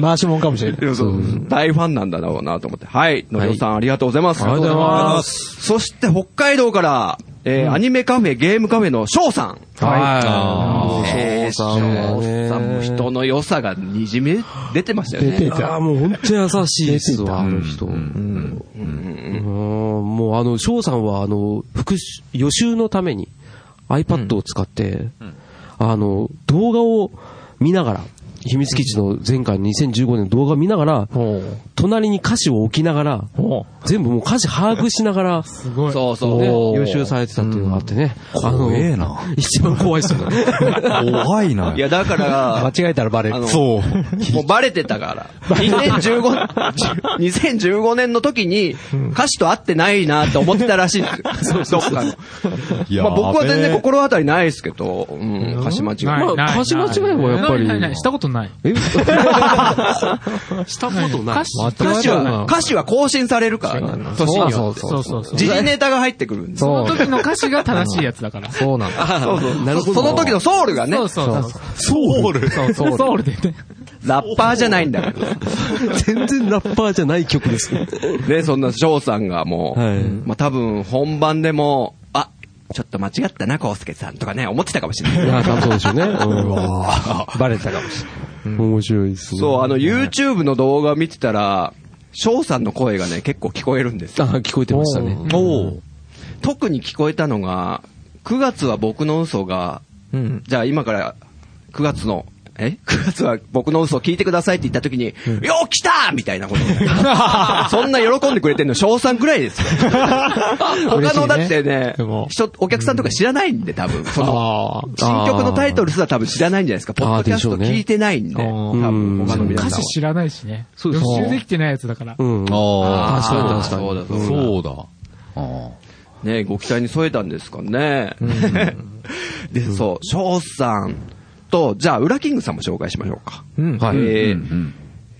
[SPEAKER 3] も。
[SPEAKER 6] (laughs)
[SPEAKER 5] 回しもんかもしれない。
[SPEAKER 3] いやそう大ファンなんだろうなと思って。はい。のりおさん、ありがとうございます。
[SPEAKER 6] ありがとうございます。
[SPEAKER 3] そして、北海道から、えーアニメカフェ、ゲームカフェの翔さん。
[SPEAKER 2] は
[SPEAKER 3] えー
[SPEAKER 6] 翔さん
[SPEAKER 3] 翔
[SPEAKER 6] ね
[SPEAKER 3] さんも人の良さがにじみ出てましたよね。
[SPEAKER 6] いやーもう本当に優しいですわ、あの人。うんもうあの、翔さんはあの、復習、予習のために iPad を使って、あの、動画を見ながら、秘密基地の前回の2015年の動画を見ながら、隣に歌詞を置きながら、全部もう歌詞把握しながら、
[SPEAKER 7] すごい。
[SPEAKER 3] そうそう。
[SPEAKER 6] ね
[SPEAKER 3] ね
[SPEAKER 6] 予習されてたっていうのがあってね。あの
[SPEAKER 2] 怖えな。
[SPEAKER 6] 一番怖いですよね。
[SPEAKER 2] 怖いな。
[SPEAKER 3] いや、だ
[SPEAKER 5] (laughs)
[SPEAKER 3] から、
[SPEAKER 5] 間違えたらバレ
[SPEAKER 3] あ
[SPEAKER 5] る。
[SPEAKER 3] の、
[SPEAKER 6] (laughs)
[SPEAKER 2] そう。
[SPEAKER 3] もうバレてたから。2015、2015年の時に歌詞と合ってないなって思ってたらしいんですよ。どっかの
[SPEAKER 2] いや
[SPEAKER 3] まあ僕は全
[SPEAKER 2] べえ
[SPEAKER 3] 然心当たりないですけど、うん、歌詞間違い。
[SPEAKER 7] ない、
[SPEAKER 6] まあ
[SPEAKER 7] ない。
[SPEAKER 6] 歌詞間違いはやっぱり
[SPEAKER 7] ないないない (laughs) したことない。
[SPEAKER 6] えしたことない
[SPEAKER 7] 歌。詞、
[SPEAKER 3] 歌
[SPEAKER 7] 歌詞
[SPEAKER 3] 詞
[SPEAKER 7] は
[SPEAKER 3] は、歌詞は更新されるからね、年によって。
[SPEAKER 7] そうそうそう。
[SPEAKER 3] 時事ネタが入ってくるんです
[SPEAKER 7] そ
[SPEAKER 3] よ。
[SPEAKER 7] の時の歌詞が正しいやつだから。
[SPEAKER 5] そうなんだ。
[SPEAKER 3] そうそうその時のソウルがね
[SPEAKER 7] そ、うそうそう。
[SPEAKER 6] ソウル
[SPEAKER 7] ソウルでね。
[SPEAKER 3] ラッパーじゃないんだから。
[SPEAKER 6] 全然ラッパーじゃない曲です。
[SPEAKER 3] ね、そんな翔さんがもう、
[SPEAKER 6] はい
[SPEAKER 3] まあ多分本番でも、あ、ちょっと間違ったな、コウスケさんとかね、思ってたかもしれない
[SPEAKER 6] い。や、多分そうでしょ
[SPEAKER 3] (laughs)
[SPEAKER 6] うね。うん
[SPEAKER 5] バレたかもしれない。
[SPEAKER 6] 面白いですね。
[SPEAKER 3] そう、あの、YouTube の動画見てたら、翔さんの声がね、結構聞こえるんですよ。
[SPEAKER 6] あ、聞こえてましたね。
[SPEAKER 3] お特に聞こえたのが、9月は僕の嘘が、
[SPEAKER 5] うん。
[SPEAKER 3] じゃあ今から9月の、え ?9 月は僕の嘘を聞いてくださいって言った時に、よう来たみたいなこと。 (laughs) そんな喜んでくれてるの、賞賛ぐらい (laughs) ですよ。他のだってね
[SPEAKER 5] でも、
[SPEAKER 3] 人、お客さんとか知らないんで、多分。その、
[SPEAKER 5] ああ。
[SPEAKER 3] 新曲のタイトルすら多分知らないんじゃないですか。ポッドキャスト聞いてないんで、
[SPEAKER 5] あーでし
[SPEAKER 3] 多
[SPEAKER 5] ょう
[SPEAKER 6] ね
[SPEAKER 3] 分他の皆さん
[SPEAKER 7] 歌
[SPEAKER 3] は
[SPEAKER 7] 詞。知らないしね。
[SPEAKER 6] そうです
[SPEAKER 7] 予習できてないやつだから。
[SPEAKER 6] うん。
[SPEAKER 2] あ
[SPEAKER 6] 確かに確かに。
[SPEAKER 3] そうだそうだ
[SPEAKER 2] そうだ。あ
[SPEAKER 3] ねご期待に添えたんですかね。 (laughs) で、そう、翔さんと、じゃあ、ウラキングさんも紹介しましょうか。
[SPEAKER 5] うん。
[SPEAKER 3] はい。え
[SPEAKER 2] ー
[SPEAKER 3] ー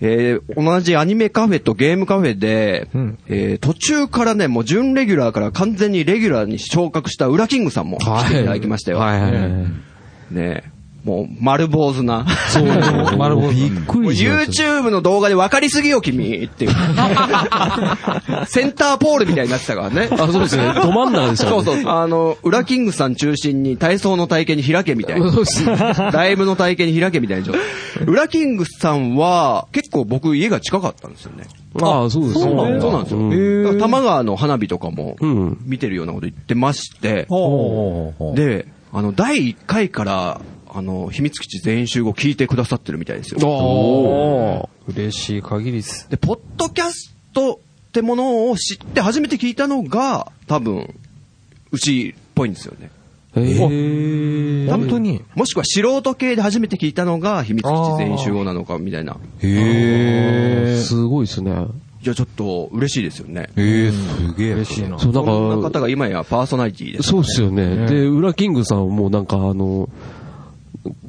[SPEAKER 3] えー同じアニメカフェとゲームカフェで、
[SPEAKER 5] うん
[SPEAKER 3] えー途中からね、もう準レギュラーから完全にレギュラーに昇格したウラキングさんも来ていただきましたよ。
[SPEAKER 6] はいはいはい。
[SPEAKER 3] ねもう丸坊主
[SPEAKER 5] (laughs)
[SPEAKER 3] な。
[SPEAKER 6] そう。丸坊主。びっく
[SPEAKER 3] もう
[SPEAKER 6] りしました。
[SPEAKER 3] YouTube の動画で分かりすぎよ、君
[SPEAKER 6] (laughs)
[SPEAKER 3] っていう。センターポールみたいになってたからね。
[SPEAKER 6] あ、そうですね。ど真ん中でした
[SPEAKER 3] そ
[SPEAKER 6] も
[SPEAKER 3] うん
[SPEAKER 6] ね。
[SPEAKER 3] そう。あの、裏キングさん中心に体操の体型に開けみたいな。
[SPEAKER 6] そうそう。
[SPEAKER 3] ライブの体型に開けみたいな状態。裏キングさんは、結構僕家が近かったんですよね。
[SPEAKER 6] ああ、そうです
[SPEAKER 3] そう
[SPEAKER 6] ね。
[SPEAKER 3] なんですよ。だから多摩川の花火とかも
[SPEAKER 6] うん、
[SPEAKER 3] 見てるようなこと言ってまして、
[SPEAKER 2] あ。で、
[SPEAKER 3] で、あの、第1回から、あの、秘密基地全員集合聞いてくださってるみたいですよ。
[SPEAKER 6] お
[SPEAKER 5] 嬉しい限りです。
[SPEAKER 3] で、ポッドキャストってものを知って初めて聞いたのが、多分、うちっぽいんですよね。
[SPEAKER 6] ー。へえ。
[SPEAKER 5] 本当に。
[SPEAKER 3] もしくは素人系で初めて聞いたのが秘密基地全員集合なのかみたいな。
[SPEAKER 2] へえ。
[SPEAKER 6] すごいですね。
[SPEAKER 3] いや、ちょっと嬉しいですよね。
[SPEAKER 2] ええ、すげえ。嬉しいな。
[SPEAKER 6] そう、
[SPEAKER 3] こん
[SPEAKER 6] な
[SPEAKER 3] なん
[SPEAKER 6] か、
[SPEAKER 3] 方が今やパーソナリティです。
[SPEAKER 6] そうですよね。で、裏キングさんはもうなんかあの、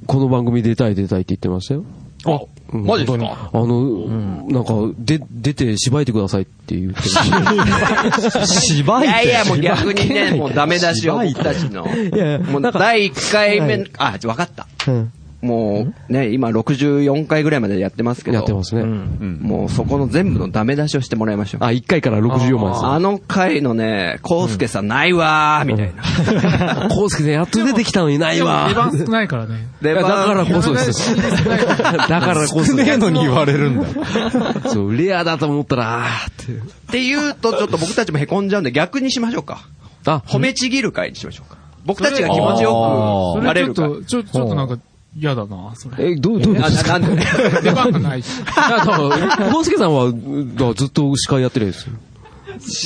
[SPEAKER 6] この番組出たい出たいって言ってましたよ。
[SPEAKER 3] あ、
[SPEAKER 6] うん
[SPEAKER 3] マジですか
[SPEAKER 6] あの、なんか、で、出て、しばいてくださいって言ってまし
[SPEAKER 3] いやいや、もう逆にね、もうダメ出しを僕たちの。もう第1回目、あ、わかった。
[SPEAKER 6] た。うん
[SPEAKER 3] もうね、今64回ぐらいまでやってますけど。
[SPEAKER 6] やってますね。
[SPEAKER 3] もうそこの全部のダメ出しをしてもらいましょう。
[SPEAKER 6] あ、1回から64万ですね
[SPEAKER 3] あの回のね、コウスケさんないわー、みたいな。
[SPEAKER 6] コウスケさんやっと出てきたのにないわ。
[SPEAKER 7] 出
[SPEAKER 6] い
[SPEAKER 7] 番少ないからね。
[SPEAKER 3] で
[SPEAKER 6] やだからこそですよ。だからこそ。ねえのに言われるんだ。そう、レアだと思ったら、あーって。
[SPEAKER 3] って言うと、ちょっと僕たちも凹んじゃうんで、逆にしましょうか。
[SPEAKER 6] あ、
[SPEAKER 3] 褒めちぎる会にしましょうか。僕たちが気持ちよ
[SPEAKER 7] そ
[SPEAKER 3] くなれ
[SPEAKER 7] れちょ
[SPEAKER 3] る
[SPEAKER 7] っ
[SPEAKER 3] 会。
[SPEAKER 7] と、ちょ、ちょっとなんか、嫌だな、それ。
[SPEAKER 6] え、どう、どういうことですか
[SPEAKER 3] あななんで
[SPEAKER 7] 出番がないし。
[SPEAKER 6] だから、コウスケさんは、だからずっと司会やってるんですよ。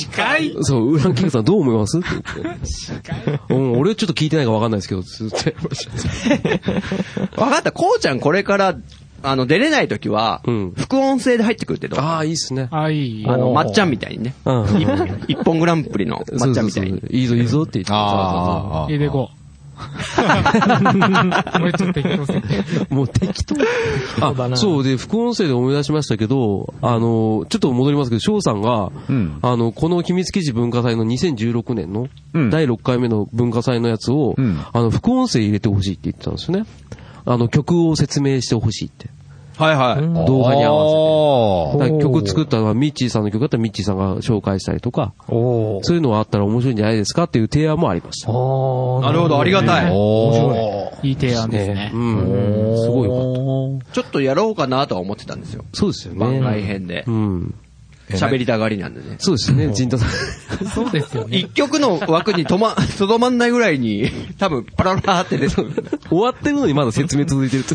[SPEAKER 7] 近い
[SPEAKER 6] そう、ウランキングさんどう思いますって言ってうん、俺ちょっと聞いてないか分かんないですけど、つって。
[SPEAKER 3] わかった、こうちゃんこれから、あの、出れない時は
[SPEAKER 6] うん、
[SPEAKER 3] 副音声で入ってくるってどう (laughs) あ
[SPEAKER 6] ああ、いいっすね。
[SPEAKER 7] あ、いい。
[SPEAKER 3] の、まっちゃんみたいにね。
[SPEAKER 6] うん。
[SPEAKER 3] 一本グランプリのまっちゃんみたい
[SPEAKER 6] (laughs) そう
[SPEAKER 3] に
[SPEAKER 6] そう。そういいぞ、いいぞって言って。
[SPEAKER 2] ああ。
[SPEAKER 7] 入れてこう。俺ちょっと適当すぎて。
[SPEAKER 6] (laughs) もう適当。あ、そうで、副音声で思い出しましたけど、あの、ちょっと戻りますけど、翔さんが、
[SPEAKER 2] うん
[SPEAKER 6] あの、この秘密記事文化祭の2016年の、
[SPEAKER 2] うん
[SPEAKER 6] 第6回目の文化祭のやつを、
[SPEAKER 2] うん
[SPEAKER 6] あの、副音声入れてほしいって言ってたんですよね。あの、曲を説明してほしいって。
[SPEAKER 3] はいはい。
[SPEAKER 6] 動画に合わせて。
[SPEAKER 2] わ
[SPEAKER 6] だから曲作ったのはミッチーさんの曲だったらミッチーさんが紹介したりとか、
[SPEAKER 5] おー
[SPEAKER 6] そういうのがあったら面白いんじゃないですかっていう提案もありました。
[SPEAKER 5] ああ。
[SPEAKER 3] なるほど、ありがたい。
[SPEAKER 2] おー。
[SPEAKER 7] いい提案ですね。
[SPEAKER 6] うん。すごいよかっ
[SPEAKER 3] ちょっとやろうかなとは思ってたんですよ。
[SPEAKER 6] た。そうですよ
[SPEAKER 3] 番外
[SPEAKER 6] ね。
[SPEAKER 3] 編で
[SPEAKER 6] う。ん。
[SPEAKER 3] 喋りたがりなんでね。
[SPEAKER 6] そうですね、陣
[SPEAKER 2] (laughs)
[SPEAKER 6] 田さん。
[SPEAKER 7] そうですよね
[SPEAKER 3] 一。曲の枠にとま、とどまんないぐらいに、 (laughs) 多分パラパラって出てくる。
[SPEAKER 6] (laughs) 終わってるのにまだ説明続いてると。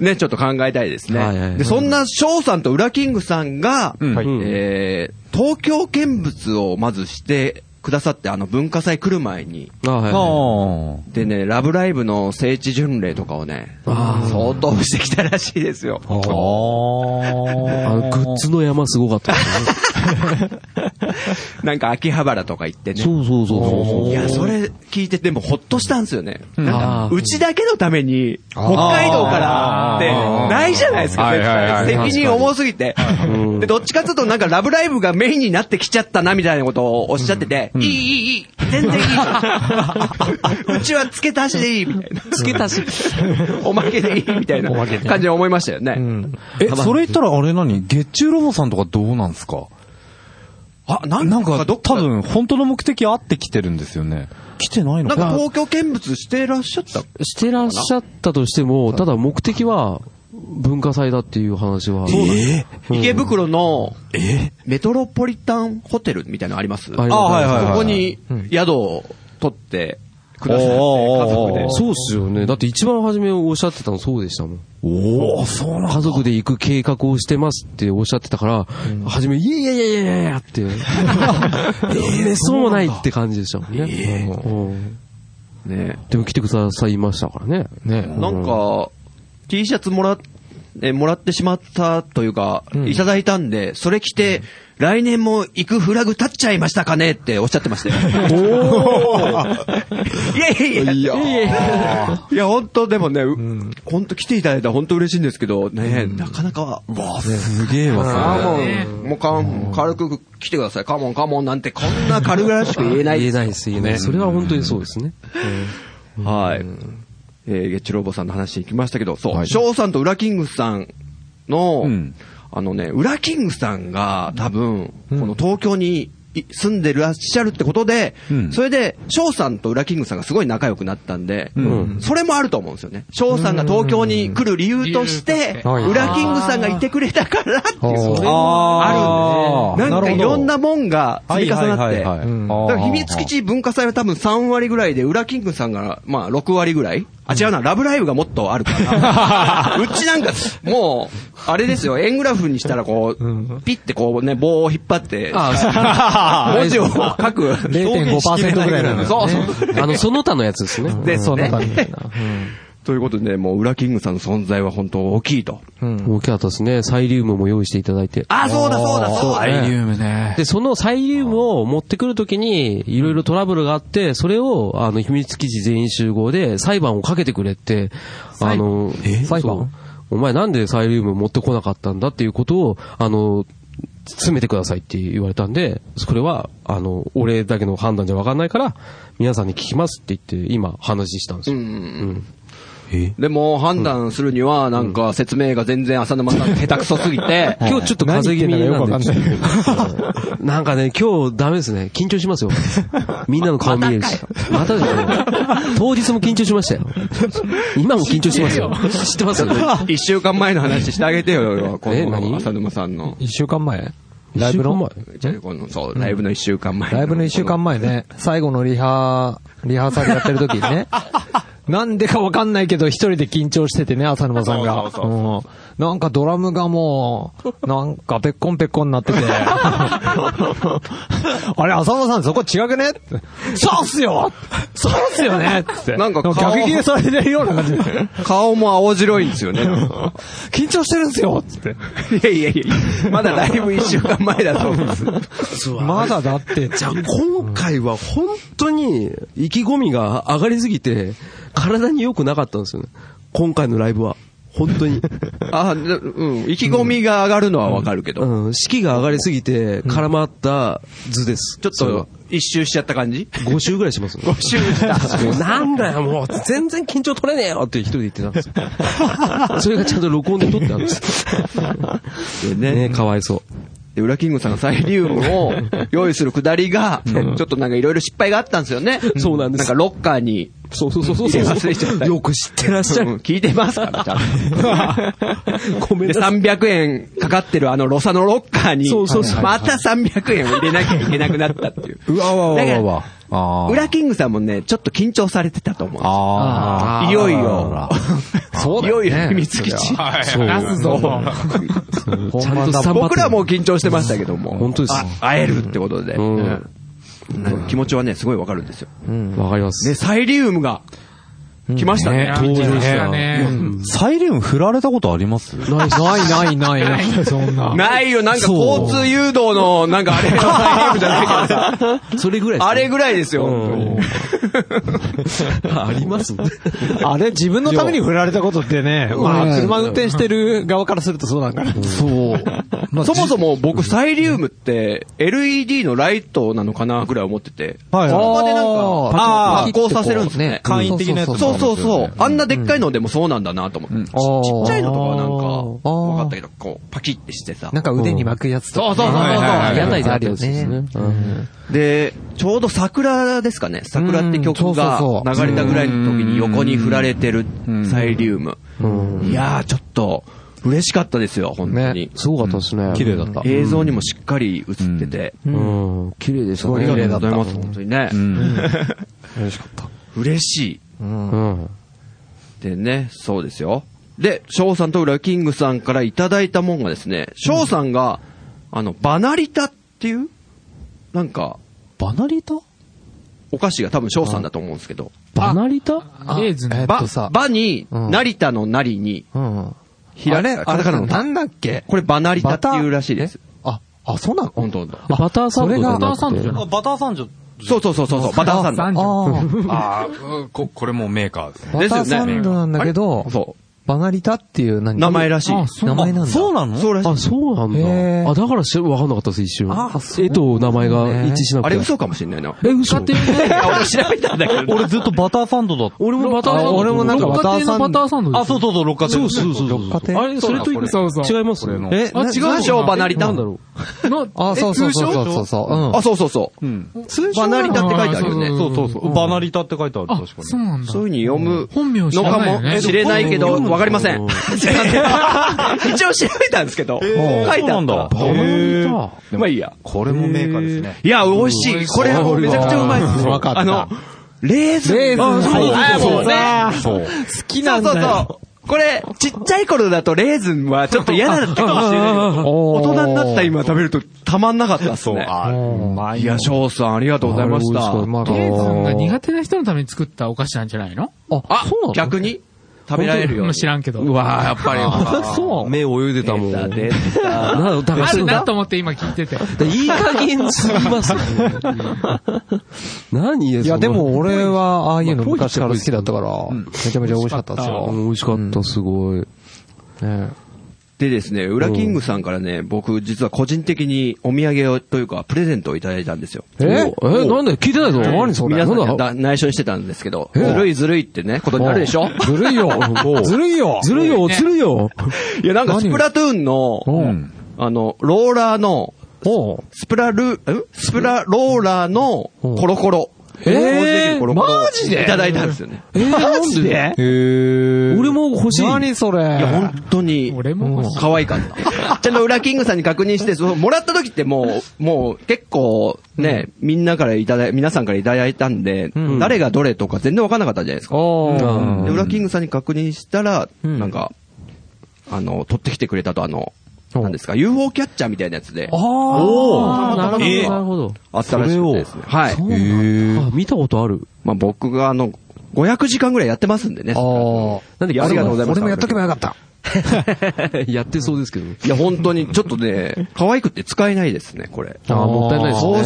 [SPEAKER 3] ね、ちょっと考えたいですね。
[SPEAKER 6] はいはいはい
[SPEAKER 3] で、そんな翔さんとウラキングさんが、
[SPEAKER 2] はい
[SPEAKER 3] えー東京見物をまずしてくださって、あの文化祭来る前に。
[SPEAKER 6] あはいはい。
[SPEAKER 2] あ
[SPEAKER 3] でね、ラブライブの聖地巡礼とかをね、
[SPEAKER 6] あー
[SPEAKER 3] 相当してきたらしいですよ。
[SPEAKER 6] あの、グッズの山すごかったですね。
[SPEAKER 3] なんか秋葉原とか行ってね。
[SPEAKER 6] そうそうそうそうそう。
[SPEAKER 3] いや、それ聞いててもほっとしたんですよね。なんか
[SPEAKER 6] あー
[SPEAKER 3] うちだけのために、北海道からってないじゃないですか、
[SPEAKER 2] はい
[SPEAKER 3] 絶
[SPEAKER 2] はいはい
[SPEAKER 3] 対。責任重すぎて。で、どっちかっていうとなんかラブライブがメインになってきちゃったなみたいなことをおっしゃってて、いいいいいい、全然いい。うちは付け足しでいい、みたいな。付け足し。 (laughs) おまけでいい、みたいな感じで思いましたよね。
[SPEAKER 2] え、それ言ったらあれ何月中ロボさんとかどうなんすか
[SPEAKER 3] あ、なん
[SPEAKER 2] なんか、
[SPEAKER 3] かどっか
[SPEAKER 2] 多分、本当の目的あって来てるんですよね。来てないの
[SPEAKER 3] なん
[SPEAKER 2] か
[SPEAKER 3] か
[SPEAKER 2] な
[SPEAKER 3] 東京見物してらっしゃった
[SPEAKER 6] してらっしゃったとしても、ただ目的は、文化祭だっていう話は。
[SPEAKER 3] えー池袋の、メトロポリタンホテルみたいなのあります
[SPEAKER 6] ありますあはいはいはいはい
[SPEAKER 3] ここに宿を取ってくださいって、
[SPEAKER 2] おー
[SPEAKER 3] 家族で。
[SPEAKER 6] そうっすよね。だって一番初めおっしゃってたのそうでしたもん。
[SPEAKER 2] おおそうなんだ
[SPEAKER 6] 家族で行く計画をしてますっておっしゃってたから、初め、いやいやいやいやいや (laughs) って。めそうもないって感じでしたもんね。うん
[SPEAKER 3] ね
[SPEAKER 6] でも来てくださいましたからね。ね
[SPEAKER 3] なんか、T シャツもらっえもらってしまったというか、いただいたんで、それ着て、来年も行くフラグ立っちゃいましたかねっておっしゃってましたよ。 (laughs) いやいやいや。いや、いや本当でもね、う本当来ていただいたら本当嬉しいんですけど、ね、なかなか、わすげえわ、カモン、もうカモン、軽く来てください、カモン、カモンなんてこんな軽々しく言えない
[SPEAKER 6] 言えないです、言えない。それは本当にそうですね。
[SPEAKER 3] はい。えー、ゲッチロボさんの話に行きましたけど、そう、翔、さんとウラキングスさんの、
[SPEAKER 2] うん
[SPEAKER 3] あのね、ウラキングスさんが多分、この東京にい住んでらっしゃるってことで、
[SPEAKER 2] うん
[SPEAKER 3] それで、翔さんとウラキングスさんがすごい仲良くなったんで、
[SPEAKER 2] ん
[SPEAKER 3] それもあると思うんですよね。翔さんが東京に来る理由として、
[SPEAKER 5] うん
[SPEAKER 3] ウラキングスさんがいてくれたからっていう、それもあ
[SPEAKER 2] あ
[SPEAKER 3] るんでね、なんかいろん
[SPEAKER 2] な
[SPEAKER 3] なもんが積み重なって、
[SPEAKER 5] うん
[SPEAKER 3] だから秘密基地文化祭は多分3割ぐらいで、裏キングさんが、まあ、6割ぐらい。あ、違うな、ラブライブがもっとある (laughs) から。うちなんか、もう、あれですよ、円グラフにしたらこう、ピッてこうね、棒を引っ張って、 (laughs) 文字を書く。
[SPEAKER 5] 0.5%ぐらいなのよね
[SPEAKER 3] そうそう。
[SPEAKER 6] あの、その他のやつですね。
[SPEAKER 3] ですね。
[SPEAKER 5] みたいな。
[SPEAKER 3] ということで、もう、裏キングさんの存在は本当大きいと。
[SPEAKER 5] うん。
[SPEAKER 6] 大きかったですね。サイリウムも用意していただいて。
[SPEAKER 3] あ、そうだそうだそうだ。
[SPEAKER 6] ね
[SPEAKER 4] アイリウムね。
[SPEAKER 6] で、そのサイリウムを持ってくるときに、いろいろトラブルがあって、それを、あの、秘密基地全員集合で裁判をかけてくれって、あの、裁判お前なんでサイリウム持ってこなかったんだっていうことを、あの、詰めてくださいって言われたんで、それは、あの、俺だけの判断じゃわかんないから、皆さんに聞きますって言って、今、話したんですよ。
[SPEAKER 3] でも、判断するには、なんか、説明が全然浅沼さん下手くそすぎて、
[SPEAKER 6] 今日ちょっと風邪気味なんで。
[SPEAKER 5] 何言ってん
[SPEAKER 6] ちょっとなんかね、今日ダメですね。緊張しますよ。みんなの顔見えるし。またですね。当日も緊張しましたよ。今も緊張してますよ。知ってますよね。
[SPEAKER 3] (laughs) 一週間前の話してあげてよ、こ
[SPEAKER 6] え
[SPEAKER 3] の
[SPEAKER 6] 何
[SPEAKER 3] 浅沼さんの。
[SPEAKER 5] 一週間前ライブの
[SPEAKER 3] じゃあこの、そう、ライブの一週間前。
[SPEAKER 5] ライブの一週間前ね、最後のリハ、リハーサルやってる時にね、なんでかわかんないけど一人で緊張しててね、浅沼さんが。うんなんかドラムがもう、なんかペッコンペッコンになってて。あれ、浅沼さんそこ違くねってそうっすよそうっすよねって。
[SPEAKER 3] なんか顔
[SPEAKER 5] 逆ギレされてるような感じで。
[SPEAKER 3] 顔も青白いんですよね。
[SPEAKER 5] 緊張してるんすよつって。
[SPEAKER 3] いやいやいや、まだライブ一週間前だと思うんです。
[SPEAKER 5] まだだ
[SPEAKER 6] (laughs)
[SPEAKER 5] って。
[SPEAKER 6] じゃあ今回は本当に意気込みが上がりすぎて、体に良くなかったんですよね。今回のライブは。本当 (laughs) に。
[SPEAKER 3] あ、でうん、意気込みが上がるのはわかるけど。
[SPEAKER 6] うん、式が上がりすぎて絡まった図です。
[SPEAKER 3] ちょっ
[SPEAKER 6] それは
[SPEAKER 3] と、一周しちゃった感じ
[SPEAKER 6] 5週ぐらいします。5週もう (laughs) なんだよ、もう全然緊張取れねえよって一人で言ってたんですよ。それがちゃんと録音で撮ってあるんですよ。ねかわいそ
[SPEAKER 3] で、裏キングさんがサイリウムを用意するくだり
[SPEAKER 6] (laughs)
[SPEAKER 3] が、ちょっとなんかいろいろ失敗があったんですよね。
[SPEAKER 6] そうなんです
[SPEAKER 3] なんかロッカーに
[SPEAKER 6] う。そうそうそうそう
[SPEAKER 3] 入れ忘れちゃったり
[SPEAKER 6] よく知ってらっしゃ
[SPEAKER 3] うん
[SPEAKER 6] る。
[SPEAKER 3] 聞いてますから、ちゃんと。
[SPEAKER 6] (laughs) ごめん
[SPEAKER 3] で、
[SPEAKER 6] なさい。
[SPEAKER 3] 300円かかってるあの、ロサのロッカーに、
[SPEAKER 6] そうそうそう
[SPEAKER 3] また300円を入れなきゃいけなくなったっていう。
[SPEAKER 4] うわわわ
[SPEAKER 3] だか
[SPEAKER 4] わ
[SPEAKER 3] ら
[SPEAKER 4] わ。あー
[SPEAKER 3] ウラキングさんもね、ちょっと緊張されてたと思う。
[SPEAKER 4] あー。
[SPEAKER 3] いよい
[SPEAKER 4] あ
[SPEAKER 3] よ
[SPEAKER 4] ら。
[SPEAKER 5] そうだ
[SPEAKER 3] いよ
[SPEAKER 5] よね
[SPEAKER 3] いよ秘密基地。
[SPEAKER 7] 出すぞ。
[SPEAKER 5] 本
[SPEAKER 6] ちゃん
[SPEAKER 5] 番
[SPEAKER 6] と
[SPEAKER 5] だ
[SPEAKER 6] スタンバっ
[SPEAKER 3] 僕
[SPEAKER 6] て
[SPEAKER 3] らはもう緊張してましたけども。
[SPEAKER 6] 本当です
[SPEAKER 3] あ会えるってことで。
[SPEAKER 6] ん
[SPEAKER 3] うんなんか気持ちはね、すごいわかるんですよ。
[SPEAKER 6] わかりま
[SPEAKER 3] で、
[SPEAKER 6] す。
[SPEAKER 3] サイリウムが、来ましたね。
[SPEAKER 7] 登場したね。
[SPEAKER 2] サイリウム振られたことあります
[SPEAKER 5] ないないないない。そんな。
[SPEAKER 3] ないよ、なんか交通誘導の、なんかあれのサイリウムじゃないからさ。
[SPEAKER 6] それぐらいですね
[SPEAKER 3] あれぐらいですよ、本
[SPEAKER 6] あります
[SPEAKER 5] (laughs) あれ、自分のために振られたことってね、まあ、車運転してる側からするとそうだから。 (laughs)
[SPEAKER 4] そう。
[SPEAKER 3] 当にそもそも僕、サイリウムって、LED のライトなのかなぐらい思ってて、
[SPEAKER 5] はい
[SPEAKER 3] その場でなんか、
[SPEAKER 5] あ
[SPEAKER 3] 発
[SPEAKER 5] ー
[SPEAKER 3] 光させるんですね。
[SPEAKER 5] 簡易的なや
[SPEAKER 3] そう
[SPEAKER 5] つ
[SPEAKER 3] そうそうそう。あんなでっかいのでもそうなんだなと思って。ちちっちゃいのとかはなんか、
[SPEAKER 5] あー
[SPEAKER 3] わかったけど、こう、パキってしてさ
[SPEAKER 5] なん。か腕に巻くやつとか
[SPEAKER 3] そ
[SPEAKER 5] ね。
[SPEAKER 3] うそうそうそう。
[SPEAKER 5] 屋
[SPEAKER 6] 屋
[SPEAKER 5] 台で
[SPEAKER 6] 台で
[SPEAKER 5] あ
[SPEAKER 6] あ
[SPEAKER 5] る
[SPEAKER 6] る
[SPEAKER 5] よ
[SPEAKER 6] やつです
[SPEAKER 5] ね
[SPEAKER 6] ね。。うん
[SPEAKER 3] で、ちょうど桜ですかね。桜って
[SPEAKER 5] う
[SPEAKER 3] 曲
[SPEAKER 5] んそ
[SPEAKER 3] が
[SPEAKER 5] うそうそう
[SPEAKER 3] 流れたぐらいの時に横に振られてるサイリウム。いやー、ちょっと、嬉しかったですよ、本当に。
[SPEAKER 6] すごかったですね。綺麗だった。
[SPEAKER 3] 映像にもしっかり映ってて。
[SPEAKER 6] うん、綺麗でした
[SPEAKER 3] あ
[SPEAKER 6] ね。
[SPEAKER 3] りがとうございます、本当にね。嬉しい。
[SPEAKER 6] うん。
[SPEAKER 3] でね、そうですよ。で、翔さんと裏キングさんからいただいたもんがですね、翔さんが、あの、バナリタっていう、なんか、
[SPEAKER 4] バナリタ
[SPEAKER 3] お菓子が多分翔さんだと思うんですけど、
[SPEAKER 6] バナリタ
[SPEAKER 7] レーズン
[SPEAKER 5] えっ
[SPEAKER 3] ば
[SPEAKER 5] とさ、、
[SPEAKER 3] ばに、
[SPEAKER 5] うん
[SPEAKER 3] 成田のなりに、
[SPEAKER 5] うん。
[SPEAKER 3] ひら、
[SPEAKER 5] あれ、
[SPEAKER 3] カタカナの
[SPEAKER 5] なんだっけ
[SPEAKER 3] これバナリタっていうらしいです。。
[SPEAKER 5] バターえあ、あ、そうなの
[SPEAKER 3] ほんとほんと。
[SPEAKER 6] バターサンドじ
[SPEAKER 5] そ
[SPEAKER 6] ゃ
[SPEAKER 5] れがバタ
[SPEAKER 6] な
[SPEAKER 5] ーサンド
[SPEAKER 6] く
[SPEAKER 5] じ
[SPEAKER 6] て
[SPEAKER 5] ゃ。な
[SPEAKER 2] バター三女。
[SPEAKER 3] そうそうそうそう、バターサンド。
[SPEAKER 5] あー
[SPEAKER 8] あーこ、これもうメーカーですね。
[SPEAKER 5] バ
[SPEAKER 3] です
[SPEAKER 5] タ
[SPEAKER 3] よ
[SPEAKER 5] ー
[SPEAKER 3] ね
[SPEAKER 5] サンドなんだけど、
[SPEAKER 3] そ
[SPEAKER 5] バナリタっていう
[SPEAKER 3] う。
[SPEAKER 5] 何
[SPEAKER 3] 名前らしい。
[SPEAKER 5] 名前なんだ。
[SPEAKER 2] そうなの
[SPEAKER 3] そうらしい
[SPEAKER 6] あ、。そうな
[SPEAKER 5] へー
[SPEAKER 6] んだ。あ、だからしわかんなかったです、一瞬。
[SPEAKER 5] あそう
[SPEAKER 6] 絵と名前が一致しなくて。
[SPEAKER 3] あれ嘘かもしんないな。
[SPEAKER 6] え、嘘って
[SPEAKER 3] 俺調べたんだけど。
[SPEAKER 2] 俺ずっとバターサンドだった。
[SPEAKER 6] 俺もバターサン
[SPEAKER 5] あ
[SPEAKER 6] ド。
[SPEAKER 5] 俺もなんかバターサンド
[SPEAKER 7] バターサンドです
[SPEAKER 2] あ、そうそうそう、六花亭。
[SPEAKER 6] そうそうそうそう。
[SPEAKER 5] 家庭
[SPEAKER 6] あれ、それと違
[SPEAKER 7] そうそう
[SPEAKER 6] います
[SPEAKER 8] 俺の
[SPEAKER 5] え、な
[SPEAKER 7] あ違う
[SPEAKER 3] 通称バナリタ
[SPEAKER 6] なんだ。ろ
[SPEAKER 7] の
[SPEAKER 5] あ、そうそうそうそうそうそう。うん。
[SPEAKER 3] あ、そうそうそう。
[SPEAKER 2] 通
[SPEAKER 3] バナリタって書いてあるよ
[SPEAKER 7] あ
[SPEAKER 3] ね。
[SPEAKER 2] そうそうそう。バナリタって書いてある、
[SPEAKER 7] あ
[SPEAKER 2] 確、か
[SPEAKER 7] そう
[SPEAKER 2] に。
[SPEAKER 7] なんだ。
[SPEAKER 3] そういう風に読む
[SPEAKER 7] 本名知
[SPEAKER 3] の
[SPEAKER 7] ら
[SPEAKER 3] か
[SPEAKER 7] ないよ
[SPEAKER 3] も
[SPEAKER 7] ね。
[SPEAKER 3] しれないけど、わかりません。 (laughs) 一応調べたんですけど、書いてあ
[SPEAKER 2] そうなんだ
[SPEAKER 3] っ。
[SPEAKER 2] へー
[SPEAKER 3] た。まあいいや。
[SPEAKER 2] これもメーカーですね。
[SPEAKER 3] いや、美味しい。これ、めちゃくちゃうまいです。
[SPEAKER 5] わかった
[SPEAKER 3] あの、レーズン。
[SPEAKER 5] レーズン
[SPEAKER 3] あそうそうそう。あもうね
[SPEAKER 2] そう。
[SPEAKER 5] 好き
[SPEAKER 3] そうそうそう。これ、ちっちゃい頃だとレーズンはちょっと嫌だったかもしれないけど。大人になった今食べるとたまんなかったっすね。
[SPEAKER 2] あうまい
[SPEAKER 3] いや、翔さんありがとうございました。
[SPEAKER 5] まだ。
[SPEAKER 7] レーズンが苦手な人のために作ったお菓子なんじゃないの
[SPEAKER 3] あ、逆に食べられるよう
[SPEAKER 7] まあ
[SPEAKER 3] に。
[SPEAKER 7] 知らんけど。
[SPEAKER 3] うわーやっぱり。
[SPEAKER 6] う。目泳いでたもん。な
[SPEAKER 3] 出た
[SPEAKER 6] だから
[SPEAKER 7] あ
[SPEAKER 6] そ
[SPEAKER 7] る
[SPEAKER 6] う
[SPEAKER 7] な
[SPEAKER 6] だ
[SPEAKER 7] と思って今聞いて
[SPEAKER 3] (laughs)
[SPEAKER 7] て。
[SPEAKER 6] いい加減すぎますよ。何
[SPEAKER 5] いや、で、も俺は、ああいうの昔から好きだったから、めちゃめちゃ美味しかったです
[SPEAKER 6] その
[SPEAKER 5] よ。
[SPEAKER 6] うん美味しかった、すごい。
[SPEAKER 5] ね
[SPEAKER 3] でですね、裏キングさんからね、僕実は個人的にお土産をというかプレゼントをいただいたんですよ。
[SPEAKER 6] ええ、なんだよ、聞いてないぞ。何それ。
[SPEAKER 3] 皆さん
[SPEAKER 6] な
[SPEAKER 3] に
[SPEAKER 6] ん
[SPEAKER 3] だ
[SPEAKER 6] だ
[SPEAKER 3] 内緒にしてたんですけど、ずるいずるいってね、ことになるでしょ
[SPEAKER 5] ずるい
[SPEAKER 6] (laughs)
[SPEAKER 5] よ。ずるいよ。
[SPEAKER 6] ずるいよ、ずるいよ。
[SPEAKER 3] いや、なんかスプラトゥーンの、あの、ローラーの、
[SPEAKER 5] おう
[SPEAKER 3] スプラル、んスプラローラーのコロコロ。
[SPEAKER 6] えー
[SPEAKER 3] 工事できるコロコロを
[SPEAKER 6] マジで
[SPEAKER 3] いただいたんですよね。
[SPEAKER 6] えー、なんで俺も欲しい。
[SPEAKER 5] 何そ
[SPEAKER 3] いや、
[SPEAKER 5] れ。
[SPEAKER 3] 本当に。
[SPEAKER 7] 俺も欲しい
[SPEAKER 3] 可愛かった。 (laughs) ちゃんと裏キングさんに確認して、そのもらった時ってもう、もう結構ね、みんなからいただい、皆さんからいただいたんで、誰がどれとか全然わかんなかったじゃないですか。
[SPEAKER 5] おー
[SPEAKER 3] で、裏キングさんに確認したら、なんか、あの、取ってきてくれたと、あの、なんですか、UFO キャッチャーみたいなやつで、
[SPEAKER 6] ああ、なるほど、
[SPEAKER 2] えー
[SPEAKER 6] なるほど。
[SPEAKER 3] あったらしくてですね。はい
[SPEAKER 6] そ。うなんだあ、見たことある。
[SPEAKER 3] まあ僕があの、500時間ぐらいやってますんでね。
[SPEAKER 5] おー
[SPEAKER 3] なんで、ありがとうございます。
[SPEAKER 5] 俺もやっとけばよかった。
[SPEAKER 6] (laughs) やってそうですけど。
[SPEAKER 3] いや、本当に、ちょっとね、可愛くて使えないですね、これ。
[SPEAKER 6] ああ、もったいないです
[SPEAKER 3] そう
[SPEAKER 6] ね。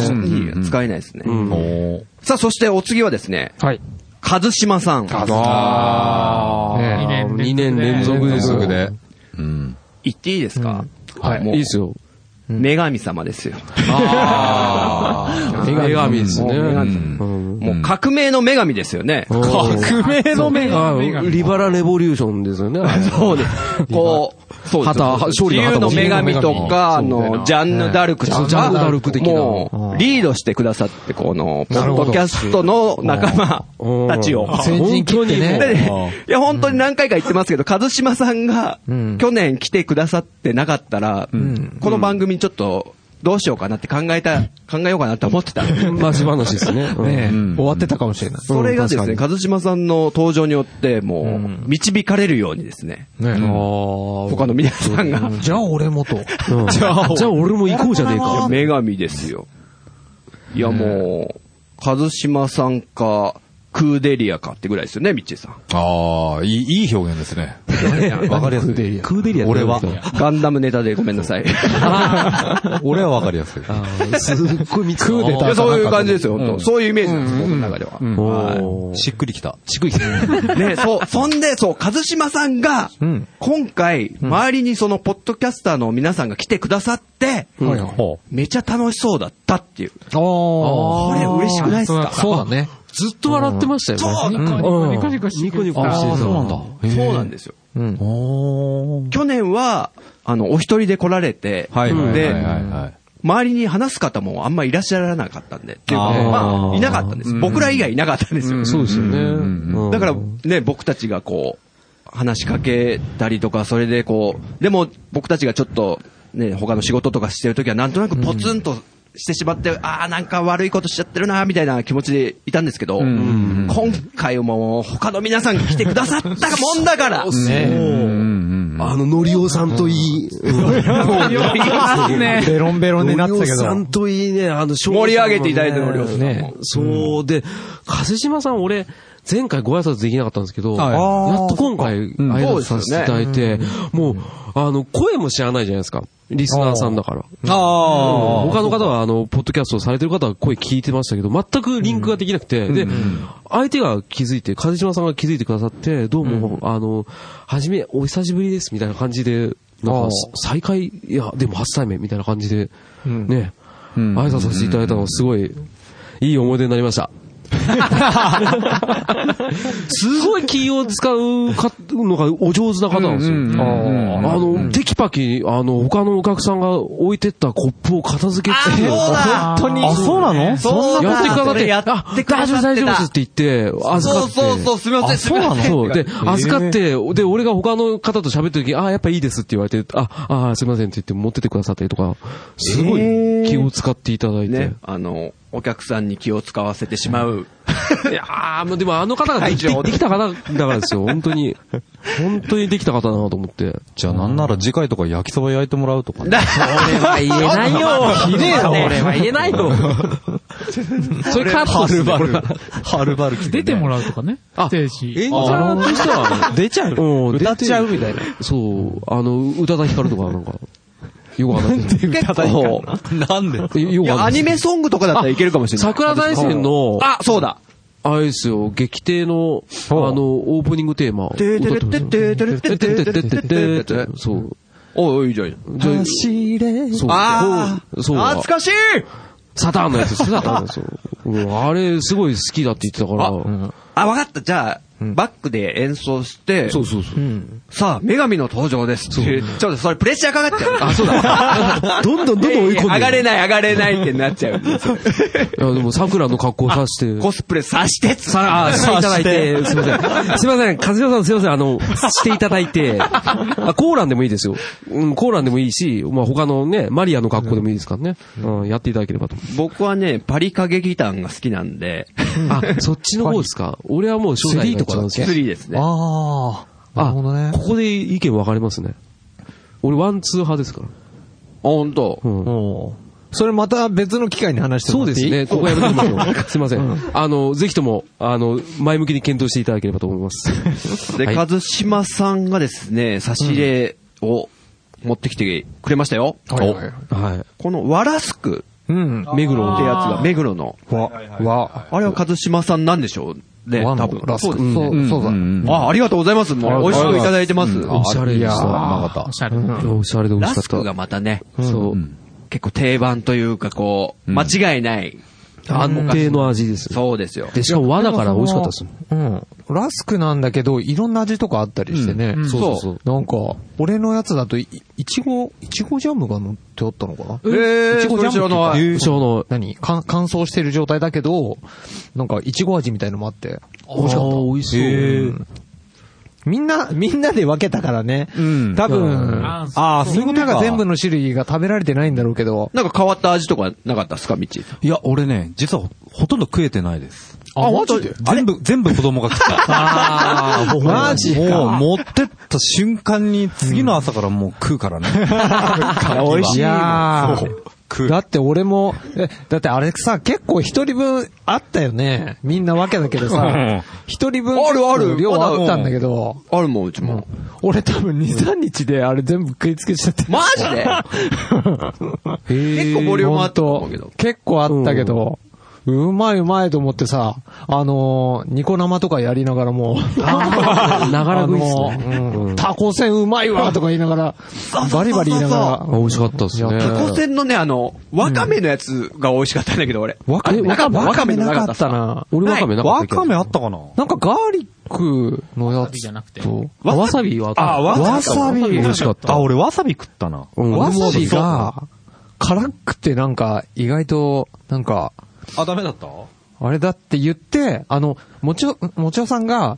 [SPEAKER 3] し使えないですね。
[SPEAKER 6] うん
[SPEAKER 3] さあ、そしてお次はですね、
[SPEAKER 5] はい。
[SPEAKER 3] 和島さん。
[SPEAKER 5] ね
[SPEAKER 7] ね
[SPEAKER 6] 二年連続ですよ。
[SPEAKER 8] で。
[SPEAKER 3] 言っていいですか、
[SPEAKER 6] はい。いい
[SPEAKER 3] もう
[SPEAKER 6] ですよ。
[SPEAKER 3] 女神様ですよ。
[SPEAKER 6] 女神ですね。うん
[SPEAKER 3] もう革命の女神ですよね。
[SPEAKER 6] 革命の女神。リバラレボリューションですよね。
[SPEAKER 3] そうね。
[SPEAKER 6] (laughs)
[SPEAKER 3] こう、そうです
[SPEAKER 6] 旗
[SPEAKER 3] そうです
[SPEAKER 6] 勝利の旗も
[SPEAKER 3] 自由の女神とか、あの、ジャンヌ・ダルクとか、
[SPEAKER 6] ジャンヌダルク的な
[SPEAKER 3] もう、リードしてくださって、この、ポッドキャストの仲間たちを。
[SPEAKER 5] 先人切ってね。
[SPEAKER 6] (laughs)
[SPEAKER 3] でねいや、本当に何回か言ってますけど、和島さんが、去年来てくださってなかったら、この番組ちょっと、どうしようかなって考えた、考えようかなって思ってたんで。
[SPEAKER 6] マジ話ですね。うん
[SPEAKER 5] ね終わってたかもしれない。
[SPEAKER 3] それがですね、和島さんの登場によって、もう、導かれるようにですね、他の皆さんが、
[SPEAKER 5] じゃあ俺もと。
[SPEAKER 6] うんじゃあじゃあ俺も行こうじゃねえか。
[SPEAKER 3] 女神ですよ。いや、もう、和島さんか、クーデリアかってぐらいですよね、ミッチーさん。
[SPEAKER 8] ああ、いい、いい表現ですね。
[SPEAKER 2] わかりやす
[SPEAKER 8] (laughs)
[SPEAKER 2] い。
[SPEAKER 6] クーデリアって
[SPEAKER 2] 俺は。
[SPEAKER 3] ガンダムネタでごめんなさい。
[SPEAKER 2] 俺はわかりやすい。
[SPEAKER 6] すっごい見つ
[SPEAKER 5] クーデ
[SPEAKER 3] い
[SPEAKER 5] ター
[SPEAKER 3] やそういう感じですよ、本当、そういうイメージなんです、僕の中では。
[SPEAKER 6] おー
[SPEAKER 2] しっくりきた。
[SPEAKER 6] しっくりきた。
[SPEAKER 3] ね、そう、そんで、そう、和島さんが、今回、周りにその、ポッドキャスターの皆さんが来てくださって、めちゃ楽しそうだったっていう。
[SPEAKER 5] お
[SPEAKER 3] これ嬉しくないですか
[SPEAKER 5] そうだね。
[SPEAKER 6] ずっと笑ってましたよね。そう
[SPEAKER 7] ニコニコして
[SPEAKER 6] ニコニコしてた。そうなんだ。
[SPEAKER 3] そうなんですよ。去年は、あの、お一人で来られて、
[SPEAKER 8] はいはいはい
[SPEAKER 3] で
[SPEAKER 8] はい、はい。
[SPEAKER 3] 周りに話す方もあんまいらっしゃらなかったんで、っていうか、
[SPEAKER 6] あー
[SPEAKER 3] まあ、いなかったんです。僕ら以外いなかったんですよ。
[SPEAKER 6] そうですよね。
[SPEAKER 8] うん
[SPEAKER 6] うん
[SPEAKER 3] だから、ね、僕たちがこう、話しかけたりとか、それでこう、でも僕たちがちょっと、ね、他の仕事とかしてるときは、なんとなくポツンとしてしまって、ああ、なんか悪いことしちゃってるな、みたいな気持ちでいたんですけど、今回も他の皆さん来てくださったもんだから、
[SPEAKER 6] あの、のりおさんといい。
[SPEAKER 7] ね。
[SPEAKER 5] ベロンベロンになってたけ
[SPEAKER 6] のりおさ
[SPEAKER 5] ど
[SPEAKER 6] ん。といいね、あの、盛
[SPEAKER 3] 盛り上げていただいたのりょうさんも
[SPEAKER 6] ね。そう、で、風島さん、俺、前回ご挨拶できなかったんですけど、
[SPEAKER 8] はい
[SPEAKER 6] やっと今回挨拶させていただいて、もう、あの、声も知らないじゃないですか。リスナーさんだから。
[SPEAKER 8] あ
[SPEAKER 6] 他の方は、あの、ポッドキャストをされてる方は声聞いてましたけど、全くリンクができなくて、で、相手が気づいて、風島さんが気づいてくださって、どうも、あの、はじめ、お久しぶりです、みたいな感じで、なんか、再会、いや、でも初対面みたいな感じで、ね、
[SPEAKER 8] ん
[SPEAKER 6] 挨拶させていただいたのがすごい、いい思い出になりま (laughs) した。すごい気を使うかのがお上手な方なんですよ。あの、テキパキ、あの、他のお客さんが置いてったコップを片付けつけて、
[SPEAKER 3] あそうだ
[SPEAKER 6] 本当に、
[SPEAKER 2] あ、そうなの
[SPEAKER 3] そう
[SPEAKER 6] やってくださっ
[SPEAKER 3] それ
[SPEAKER 6] て、
[SPEAKER 3] やって
[SPEAKER 6] あ
[SPEAKER 3] くだ
[SPEAKER 6] 大丈
[SPEAKER 3] さ
[SPEAKER 6] 夫
[SPEAKER 3] ってた
[SPEAKER 6] 大丈夫ですって言って、預か
[SPEAKER 3] そ
[SPEAKER 6] っ
[SPEAKER 3] う
[SPEAKER 6] て。
[SPEAKER 3] そうそう、すみません、すみません。
[SPEAKER 6] そう。で、預かって、で、俺が他の方と喋ってる時、ああ、やっぱいいですって言われて、あ、ああ、すいませんって言って持ってってくださったりとか、すごい気を使っていただいて。
[SPEAKER 3] ね、あの、お客さんに気を使わせてしまう。
[SPEAKER 6] いやーもうでもあの方ができできた方だからですよ、本当に。本当にできた方だなと思って。
[SPEAKER 8] じゃあなんなら次回とか焼きそば焼いてもらうとかね。
[SPEAKER 6] 言えないよひでえな、俺は言えないよそれカットする
[SPEAKER 2] はるばる来
[SPEAKER 7] 出てもらうとかね。
[SPEAKER 6] あ
[SPEAKER 7] ステージ。
[SPEAKER 6] 演者としては、
[SPEAKER 2] 出ちゃう
[SPEAKER 6] うん、
[SPEAKER 2] 歌っちゃうみたいな。
[SPEAKER 6] そう、あの、宇多田ヒカルとかなんか、よくわかんない。
[SPEAKER 3] 結構、
[SPEAKER 2] なんで
[SPEAKER 6] よ
[SPEAKER 3] い
[SPEAKER 6] くわ
[SPEAKER 3] や
[SPEAKER 6] か
[SPEAKER 3] ア
[SPEAKER 6] んな
[SPEAKER 3] ニ
[SPEAKER 6] い。
[SPEAKER 3] メソングとかだったらいけるかもしれない。
[SPEAKER 6] 桜大戦の、
[SPEAKER 3] あ、そうだ。
[SPEAKER 6] あれですよ、劇艇の、あの、オープニングテーマ。
[SPEAKER 3] てててててててててててて
[SPEAKER 6] そう。
[SPEAKER 3] おいおい、いいじゃんいいじゃん。
[SPEAKER 6] でそう。
[SPEAKER 3] あ
[SPEAKER 6] そう。
[SPEAKER 3] 懐かしい
[SPEAKER 6] サターンのやつです、サターンのやつ。うんあれ、すごい好きだって言ってたから。
[SPEAKER 3] あ、わかった。じゃあ、バックで演奏して、
[SPEAKER 6] そうそうそう。
[SPEAKER 3] さあ、女神の登場ですって。ちょっとそれプレッシャーかかっちゃう。
[SPEAKER 6] あ、そうだ。どんどんどんどん追い込んでる。
[SPEAKER 3] 上がれない、上がれないってなっちゃう。
[SPEAKER 6] いや、でも、桜の格好させて。
[SPEAKER 3] コスプレさしてつ。
[SPEAKER 6] さあ、していただいて、すいません。すいません、和代さんすいません、あの、していただい (laughs) て、あ、コーランでもいいですよ。うん、コーランでもいいし、まあ他のね、マリアの格好でもいいですからね。うん、やっていただければと。
[SPEAKER 3] 僕はね、パリ影ギターが好きなんで、
[SPEAKER 6] あ、そっちの方ですか。俺はもう初代が一番好き。
[SPEAKER 3] 3ですね。
[SPEAKER 5] ああ。なる
[SPEAKER 6] あ
[SPEAKER 5] ほどね、
[SPEAKER 6] こ。こで意見分かれますね。俺、ワンツー派ですから。
[SPEAKER 3] ほんと。
[SPEAKER 6] うん。
[SPEAKER 5] おうそれまた別の機会に話して
[SPEAKER 6] そ
[SPEAKER 5] も
[SPEAKER 6] う
[SPEAKER 5] らっ
[SPEAKER 6] で
[SPEAKER 5] てい
[SPEAKER 6] す
[SPEAKER 5] い
[SPEAKER 6] ね。ここやめてみましょ (laughs) う。すいません。あの、ぜひとも、あの、前向きに検討していただければと思います。
[SPEAKER 3] で、
[SPEAKER 6] はい
[SPEAKER 3] 和島さんがですね、差し入れを持ってきてくれましたよ。
[SPEAKER 6] は
[SPEAKER 3] このワラスク
[SPEAKER 5] うん。
[SPEAKER 6] い。目黒
[SPEAKER 3] って
[SPEAKER 6] の。
[SPEAKER 3] やつが、目黒の。
[SPEAKER 5] わ、わ、
[SPEAKER 3] あれは和島さんなんでしょうね、
[SPEAKER 5] 和
[SPEAKER 3] 多
[SPEAKER 5] の
[SPEAKER 3] 分。
[SPEAKER 5] ラスク。
[SPEAKER 3] そうです
[SPEAKER 5] そう、そうだ。
[SPEAKER 3] あ、ありがとうございます。もう、美味しくいただいてます。
[SPEAKER 6] おしゃれでした。うまか
[SPEAKER 7] おしゃれ。
[SPEAKER 6] った。おしゃれで美
[SPEAKER 3] ラ
[SPEAKER 6] 味
[SPEAKER 3] ス
[SPEAKER 6] しか
[SPEAKER 3] ク
[SPEAKER 6] っ
[SPEAKER 3] が
[SPEAKER 6] た。
[SPEAKER 3] またね、
[SPEAKER 6] そう。
[SPEAKER 3] 結構定番というか、こう、間違いない。
[SPEAKER 6] 安定の味です。
[SPEAKER 3] そうですよ。
[SPEAKER 6] で、しかも和だから美味しかったですもん。
[SPEAKER 5] うん。ラスクなんだけど、いろんな味とかあったりしてね。
[SPEAKER 6] そうそうそう。
[SPEAKER 5] なんか、俺のやつだとい、いちご、いちごジャムが乗っておったのかな
[SPEAKER 3] えー
[SPEAKER 5] いちごジャムって
[SPEAKER 3] それ知
[SPEAKER 5] いう
[SPEAKER 3] ら
[SPEAKER 5] か
[SPEAKER 3] ない
[SPEAKER 5] えー
[SPEAKER 6] 知らない
[SPEAKER 5] 何かん乾燥してる状態だけど、なんか、いちご味みたいのもあって。
[SPEAKER 6] 美味しかった。美味しそう。
[SPEAKER 5] みんな、みんなで分けたからね。
[SPEAKER 8] うん
[SPEAKER 5] 多分、
[SPEAKER 7] ん
[SPEAKER 5] ああ、そういうことが全部の種類が食べられてないんだろうけど。
[SPEAKER 3] なんか変わった味とかなかったですか、道。
[SPEAKER 8] いや、俺ね、実はほとんど食えてないです。
[SPEAKER 5] あ、マ
[SPEAKER 3] ジで
[SPEAKER 8] 全部、全部子供が食った。
[SPEAKER 5] マジ
[SPEAKER 8] もう
[SPEAKER 5] か。
[SPEAKER 8] 持ってった瞬間に次の朝からもう食うからね。(laughs)
[SPEAKER 5] 美味しいやー
[SPEAKER 8] 食う。
[SPEAKER 5] だって俺も、え、だってあれさ、結構一人分あったよね。みんな分けだけど
[SPEAKER 8] うん
[SPEAKER 5] さ、一人分
[SPEAKER 3] あるある
[SPEAKER 5] 量あったんだけど、
[SPEAKER 3] あるもん、うちも。
[SPEAKER 5] 俺多分2、3日であれ全部食いつけちゃって。
[SPEAKER 3] マジで
[SPEAKER 5] 結
[SPEAKER 3] 構ボリュームあったと思うけど
[SPEAKER 5] 結構あったけど、うまいうまいと思ってさ、あのーニコ生とかやりながらもう、
[SPEAKER 6] ながら食いっ
[SPEAKER 5] (laughs)
[SPEAKER 6] す
[SPEAKER 5] あ
[SPEAKER 6] ね。
[SPEAKER 5] のーうんタコせんうまいわとか言いながら、バリバリ言いなが
[SPEAKER 6] あ美味しかったですね。
[SPEAKER 3] タコ船のね、あの、わかめのやつが美味しかったんだけど、俺。
[SPEAKER 5] ら、わかめ、
[SPEAKER 3] あ
[SPEAKER 5] わ
[SPEAKER 3] な
[SPEAKER 5] か
[SPEAKER 3] か
[SPEAKER 5] め、
[SPEAKER 3] わかめ
[SPEAKER 5] な
[SPEAKER 3] な
[SPEAKER 5] か
[SPEAKER 3] か
[SPEAKER 5] っ
[SPEAKER 3] ったた
[SPEAKER 5] な。
[SPEAKER 6] 俺わかめなかった
[SPEAKER 2] わ
[SPEAKER 6] け
[SPEAKER 2] か
[SPEAKER 6] ど。
[SPEAKER 2] めあったかな
[SPEAKER 5] なんかガーリックのや
[SPEAKER 7] 旅じゃ
[SPEAKER 5] つ
[SPEAKER 7] なくて。
[SPEAKER 5] と、
[SPEAKER 6] あわさびはあった。
[SPEAKER 2] あわ
[SPEAKER 6] わさび美味しかった。
[SPEAKER 2] あ、俺わさび食ったな。
[SPEAKER 6] うん
[SPEAKER 5] わさびが、辛くてなんか、意外と、なんか、
[SPEAKER 2] あ、ダメだった
[SPEAKER 5] あれだって言って、あの、もちお、もちおさんが、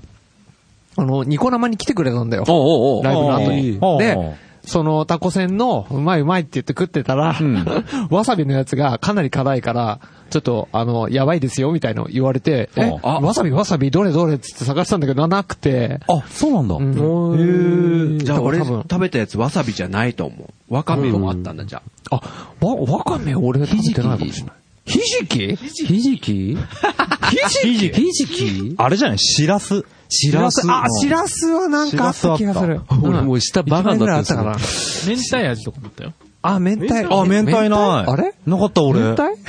[SPEAKER 5] あの、ニコ生に来てくれたんだよ。
[SPEAKER 6] おうおうおう
[SPEAKER 5] ライブの後に
[SPEAKER 2] おう。お
[SPEAKER 5] で
[SPEAKER 2] う、
[SPEAKER 5] そのタコせんの、うまいうまいって言って食ってたら、 (laughs) わさびのやつがかなり辛いから、ちょっと、あの、やばいですよ、みたいの言われて、え、
[SPEAKER 6] あ
[SPEAKER 5] わさびわさびどれどれっつって探したんだけど、なくて、
[SPEAKER 2] あ、そうなんだ。
[SPEAKER 5] うん
[SPEAKER 3] じゃあ俺
[SPEAKER 5] 多分
[SPEAKER 3] 食べたやつわさびじゃないと思う。わかめもあったんだ、じゃ
[SPEAKER 5] あ、わ、わかめ俺食べてないかもしれない。ひじき
[SPEAKER 6] ひじきひじきひじき
[SPEAKER 2] あれじゃないしらす。
[SPEAKER 6] しらす。
[SPEAKER 5] あ、しらすはなんかあった気がする。
[SPEAKER 6] 俺もう下バカに
[SPEAKER 5] ぐらい
[SPEAKER 6] な
[SPEAKER 5] あ
[SPEAKER 6] っ
[SPEAKER 5] った
[SPEAKER 6] て
[SPEAKER 5] か
[SPEAKER 6] る
[SPEAKER 5] な。
[SPEAKER 7] 明太味とかもあったよ。
[SPEAKER 5] あ、明太。
[SPEAKER 2] あ、明太ない。
[SPEAKER 5] あれ
[SPEAKER 2] なかった俺。
[SPEAKER 5] 明太
[SPEAKER 6] (laughs)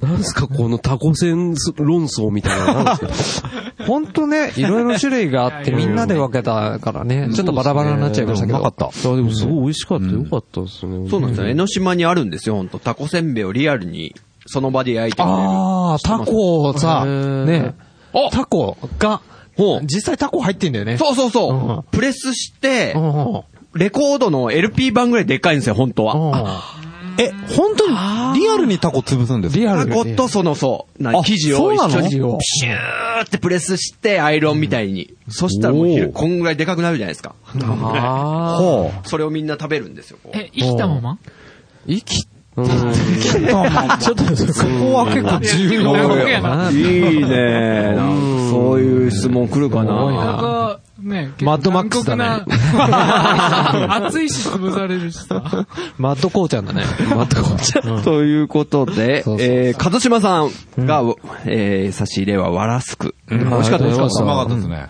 [SPEAKER 6] なんすか、このタコせん論争みたいな。なんですか
[SPEAKER 5] (laughs) 本当ね、いろいろ種類が
[SPEAKER 6] (laughs)
[SPEAKER 5] あって、
[SPEAKER 7] いやい
[SPEAKER 5] み
[SPEAKER 7] や
[SPEAKER 5] んなで分けたからね、ちょっとバラバラになっちゃいましたけど。
[SPEAKER 2] でもうまかっ
[SPEAKER 6] いやでもすごい美味しかった。よかったですね。
[SPEAKER 3] あ。そうなんですよ。江ノ島にあるんですよ、ほんと。タコせんべいをリアルに、その場で焼いてくれる。
[SPEAKER 5] ああ、タコをさ、
[SPEAKER 6] へー
[SPEAKER 5] ね、タコが、実際タコ入ってんだよね。
[SPEAKER 3] そうそうそう。
[SPEAKER 5] うん
[SPEAKER 3] プレスして
[SPEAKER 5] う、んうんうん
[SPEAKER 3] レコードの LP 版ぐらいでっかいんですよ、本当は。
[SPEAKER 2] え、本当にリアルにタコ潰すんですか
[SPEAKER 5] リア
[SPEAKER 3] タ
[SPEAKER 5] ル
[SPEAKER 3] コ
[SPEAKER 5] に。
[SPEAKER 3] とその、そう、な
[SPEAKER 2] あ
[SPEAKER 3] 生地を
[SPEAKER 5] そうな
[SPEAKER 3] 一緒
[SPEAKER 5] の
[SPEAKER 3] に、
[SPEAKER 5] を。
[SPEAKER 3] シューってプレスして、アイロンみたいに。そしたらもうひる、こんぐらいでかくなるじゃないですか。
[SPEAKER 6] ああ。
[SPEAKER 2] ほ
[SPEAKER 3] それをみんな食べるんですよ、こう
[SPEAKER 7] え、生きたまま
[SPEAKER 6] 生き、うん
[SPEAKER 2] う。そこは結構重要
[SPEAKER 7] いや結構
[SPEAKER 2] よ
[SPEAKER 7] や。
[SPEAKER 3] いいねなんかそういう質問来るかな。
[SPEAKER 7] なかなか、ね、
[SPEAKER 5] マッドマックスだね
[SPEAKER 7] 結構残酷な熱いし潰されるしさ。
[SPEAKER 5] マッドコーちゃんだ
[SPEAKER 6] (laughs)
[SPEAKER 5] ね。マッドコーちゃん。
[SPEAKER 3] ということで、
[SPEAKER 5] そうそうそう
[SPEAKER 3] えー、かずしまさんが、えー差し入れはわらすく。美味しかった、美味しかっ
[SPEAKER 2] う
[SPEAKER 3] た。
[SPEAKER 2] まかったですね。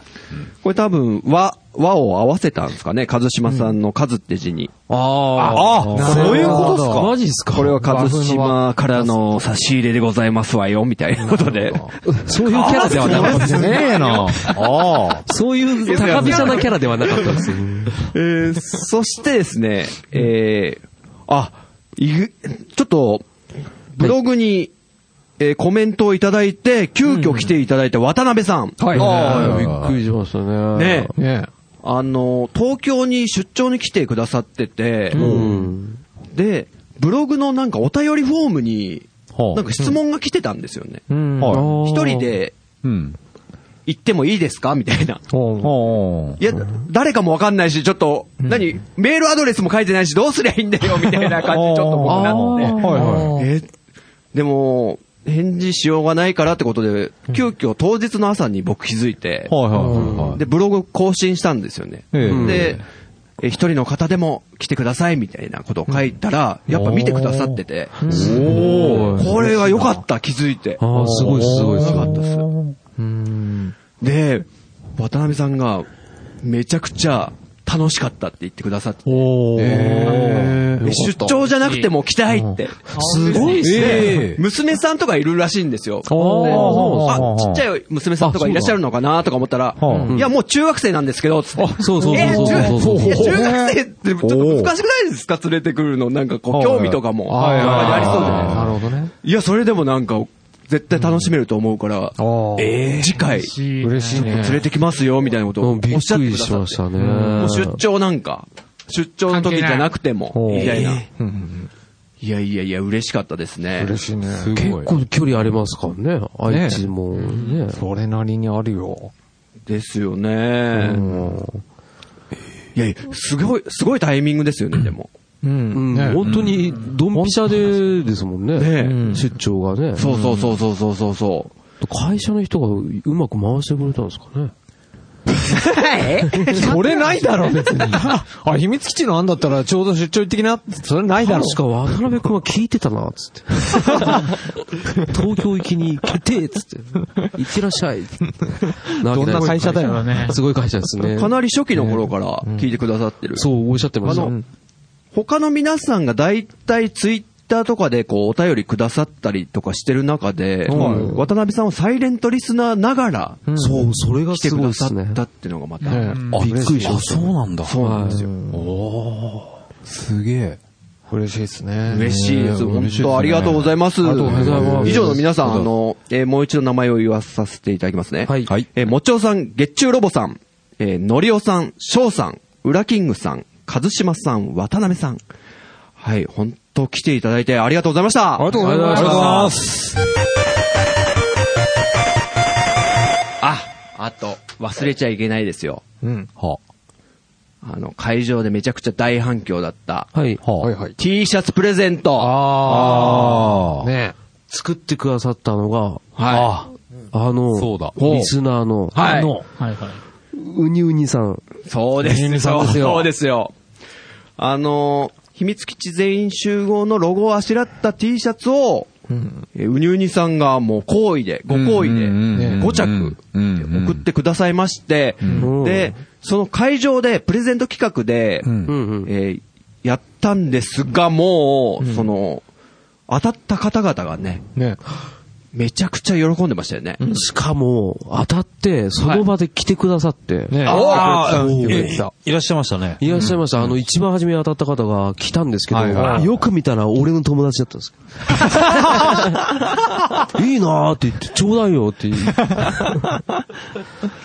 [SPEAKER 3] これ多分、和、和を合わせたんですかね。かずしまさんのかずって字に。
[SPEAKER 6] ああ。
[SPEAKER 5] あそういうことっすか
[SPEAKER 6] マジっすか
[SPEAKER 3] これはかずしまからの差し入れでございますわよ、みたいなことで。
[SPEAKER 6] そういうキャラではなかった。
[SPEAKER 2] すげえな。ああ。
[SPEAKER 6] そういう高飛車なキャラではなかったですよ。
[SPEAKER 3] えー、そしてですね、えー、あ、いぐ、ちょっと、ブログに、えーコメントをいただいて、急遽来ていただいた渡辺さん。
[SPEAKER 5] はい。
[SPEAKER 6] びっくりしました
[SPEAKER 3] ね、
[SPEAKER 6] ね。
[SPEAKER 5] ね
[SPEAKER 3] あの、東京に出張に来てくださってて、
[SPEAKER 6] うん。
[SPEAKER 3] で、ブログのなんかお便りフォームに、なんか質問が来てたんですよね。
[SPEAKER 5] うん。
[SPEAKER 2] はい
[SPEAKER 6] あー
[SPEAKER 3] 一人。で
[SPEAKER 2] うん。
[SPEAKER 3] 行ってもいいですかみたいな。
[SPEAKER 5] おう
[SPEAKER 2] ほ
[SPEAKER 3] いや、誰かもわかんないし、ちょっと、何メールアドレスも書いてないし、どうすりゃいいんだよ、みたいな感じにちょっと僕なって。
[SPEAKER 2] はいはい。
[SPEAKER 3] えでも、返事しようがないからってことで、急遽当日の朝に僕気づいて、
[SPEAKER 2] はいはいはい。
[SPEAKER 3] で、ブログ更新したんですよね。
[SPEAKER 2] ええ
[SPEAKER 3] で、え一人の方でも来てくださいみたいなことを書いたら、やっぱ見てくださってて、おーこれは良かった、気づいて。
[SPEAKER 6] ああ、すごいすごいす
[SPEAKER 3] 良
[SPEAKER 6] ご
[SPEAKER 3] か
[SPEAKER 6] い。
[SPEAKER 3] ったっす。で、渡辺さんが、めちゃくちゃ楽しかったって言ってくださってて、え出張じゃなくても来たいって。
[SPEAKER 7] すごい
[SPEAKER 2] ええ。
[SPEAKER 3] 娘さんとかいるらしいんですよ。
[SPEAKER 2] おー
[SPEAKER 3] あ、ちっちゃい娘さんとかいらっしゃるのかなとか思ったら
[SPEAKER 2] そうだ、
[SPEAKER 3] いや、もう中学生なんですけど、つって。
[SPEAKER 6] そうそうそうそうそうそう
[SPEAKER 3] いや中学生ってちょっと難しくないですか連れてくるの。なんかこう、興味とかも。
[SPEAKER 5] はいは
[SPEAKER 3] や
[SPEAKER 5] い
[SPEAKER 3] っぱりありそうじゃないです
[SPEAKER 5] な
[SPEAKER 3] か。
[SPEAKER 5] るほどね。
[SPEAKER 3] いや、それでもなんか、絶対楽しめると思うから、
[SPEAKER 5] おー
[SPEAKER 3] 次回、ち
[SPEAKER 7] し
[SPEAKER 5] 嬉しい
[SPEAKER 3] ょっと
[SPEAKER 5] ね
[SPEAKER 3] 連。れてきますよ、みたいなことをお
[SPEAKER 6] うんびっ
[SPEAKER 3] っしゃっ
[SPEAKER 6] く
[SPEAKER 3] てく
[SPEAKER 6] り
[SPEAKER 3] だ
[SPEAKER 6] し
[SPEAKER 3] さっ
[SPEAKER 6] ま
[SPEAKER 3] て
[SPEAKER 6] したね。
[SPEAKER 3] もう出張なんか、出張の時じゃなくても、
[SPEAKER 5] 関係
[SPEAKER 3] みた
[SPEAKER 5] ない
[SPEAKER 3] いな。いやいやいや、嬉しかったですね。
[SPEAKER 5] 嬉しいね。
[SPEAKER 6] 結構距離ありますからね。愛知もね。
[SPEAKER 5] それなりにあるよ。
[SPEAKER 3] ですよね。いやいや、すごい、すごいタイミングですよね、でも。
[SPEAKER 5] うん
[SPEAKER 6] うん
[SPEAKER 5] ね
[SPEAKER 6] 本当に、ドンピシャでですもんね。
[SPEAKER 5] ね
[SPEAKER 6] 出張がね。
[SPEAKER 3] そうそうそうそうそうそうそう。
[SPEAKER 6] 会社の人がうまく回してくれたんですかね。
[SPEAKER 5] それないだろ、別に。 (laughs) あ、秘密基地の案だったらちょうど出張行ってきな。それないだろ。
[SPEAKER 6] 確か渡辺君は聞いてたな、つって。東京行きに決定、つって。行ってらっしゃい。ど
[SPEAKER 5] どんな会社だよ。
[SPEAKER 7] ね。
[SPEAKER 6] すごい会社ですね。
[SPEAKER 3] かなり初期の頃から聞いてくださってる。
[SPEAKER 6] そう、おっしゃってました。
[SPEAKER 3] 他の皆さんが大体ツイッターとかでこうお便りくださったりとかしてる中で、渡辺さんはサイレントリスナーながら
[SPEAKER 6] そう、それが
[SPEAKER 3] 来て
[SPEAKER 6] す
[SPEAKER 3] くだ
[SPEAKER 6] ごいで
[SPEAKER 3] さ
[SPEAKER 6] すね
[SPEAKER 3] っ。たっていうのがまた、
[SPEAKER 2] あ、
[SPEAKER 6] びっくりしま
[SPEAKER 2] あ、
[SPEAKER 6] した
[SPEAKER 2] そうなんだ。
[SPEAKER 3] そうなんですよ。
[SPEAKER 2] すげえ。
[SPEAKER 5] 嬉しいですね。
[SPEAKER 3] 嬉しいです。
[SPEAKER 2] ねえ
[SPEAKER 3] 本
[SPEAKER 2] 嬉しいですね
[SPEAKER 3] 当ありがとうございます。
[SPEAKER 6] りがとうございます
[SPEAKER 3] 以上の皆さん、あの、えーもう一度名前を言わさせていただきますね。
[SPEAKER 6] はいはい
[SPEAKER 3] えーもちおさん、月中ロボさん、えーのりおさん、しょうさん、うらきんぐさん、かずしまさん、渡辺さん。はい、本当来ていただいてありがとうございました。ありがとうございます。ありがとうございます。あ、あと、忘れちゃいけないですよ。
[SPEAKER 5] うん。
[SPEAKER 3] あの、会場でめちゃくちゃ大反響だった、
[SPEAKER 6] はい。
[SPEAKER 5] はいはい。
[SPEAKER 3] T シャツプレゼント。
[SPEAKER 5] ああ。ね
[SPEAKER 6] 作ってくださったのが、
[SPEAKER 3] は
[SPEAKER 6] あの、
[SPEAKER 2] そうだ
[SPEAKER 6] リスナーの、
[SPEAKER 3] い。はい。
[SPEAKER 7] はいはい。
[SPEAKER 6] ウニウニさん。
[SPEAKER 3] そうですよ。そうですよ。あのー、秘密基地全員集合のロゴをあしらった T シャツを、えーうにゅうにさんがもう好意で、ご好意で、
[SPEAKER 2] うん
[SPEAKER 3] 5着
[SPEAKER 2] うんうん
[SPEAKER 3] 送ってくださいまして、
[SPEAKER 6] ん
[SPEAKER 3] で、その会場でプレゼント企画で、
[SPEAKER 6] うんうん。
[SPEAKER 3] えーやったんですが、もう、その、当たった方々がね、
[SPEAKER 5] え。ね
[SPEAKER 3] めちゃくちゃ喜んでましたよね。
[SPEAKER 6] しかも、当たって、その場で来てくださって、
[SPEAKER 5] え。ねえ。
[SPEAKER 2] あ
[SPEAKER 5] おー
[SPEAKER 2] えいらっしゃいましたね。
[SPEAKER 6] いらっしゃいました。あの、一番初めに当たった方が来たんですけど、
[SPEAKER 2] はいはい
[SPEAKER 6] よく見たら俺の友達だったんですいいなーって言って、ちょうだいよって言う。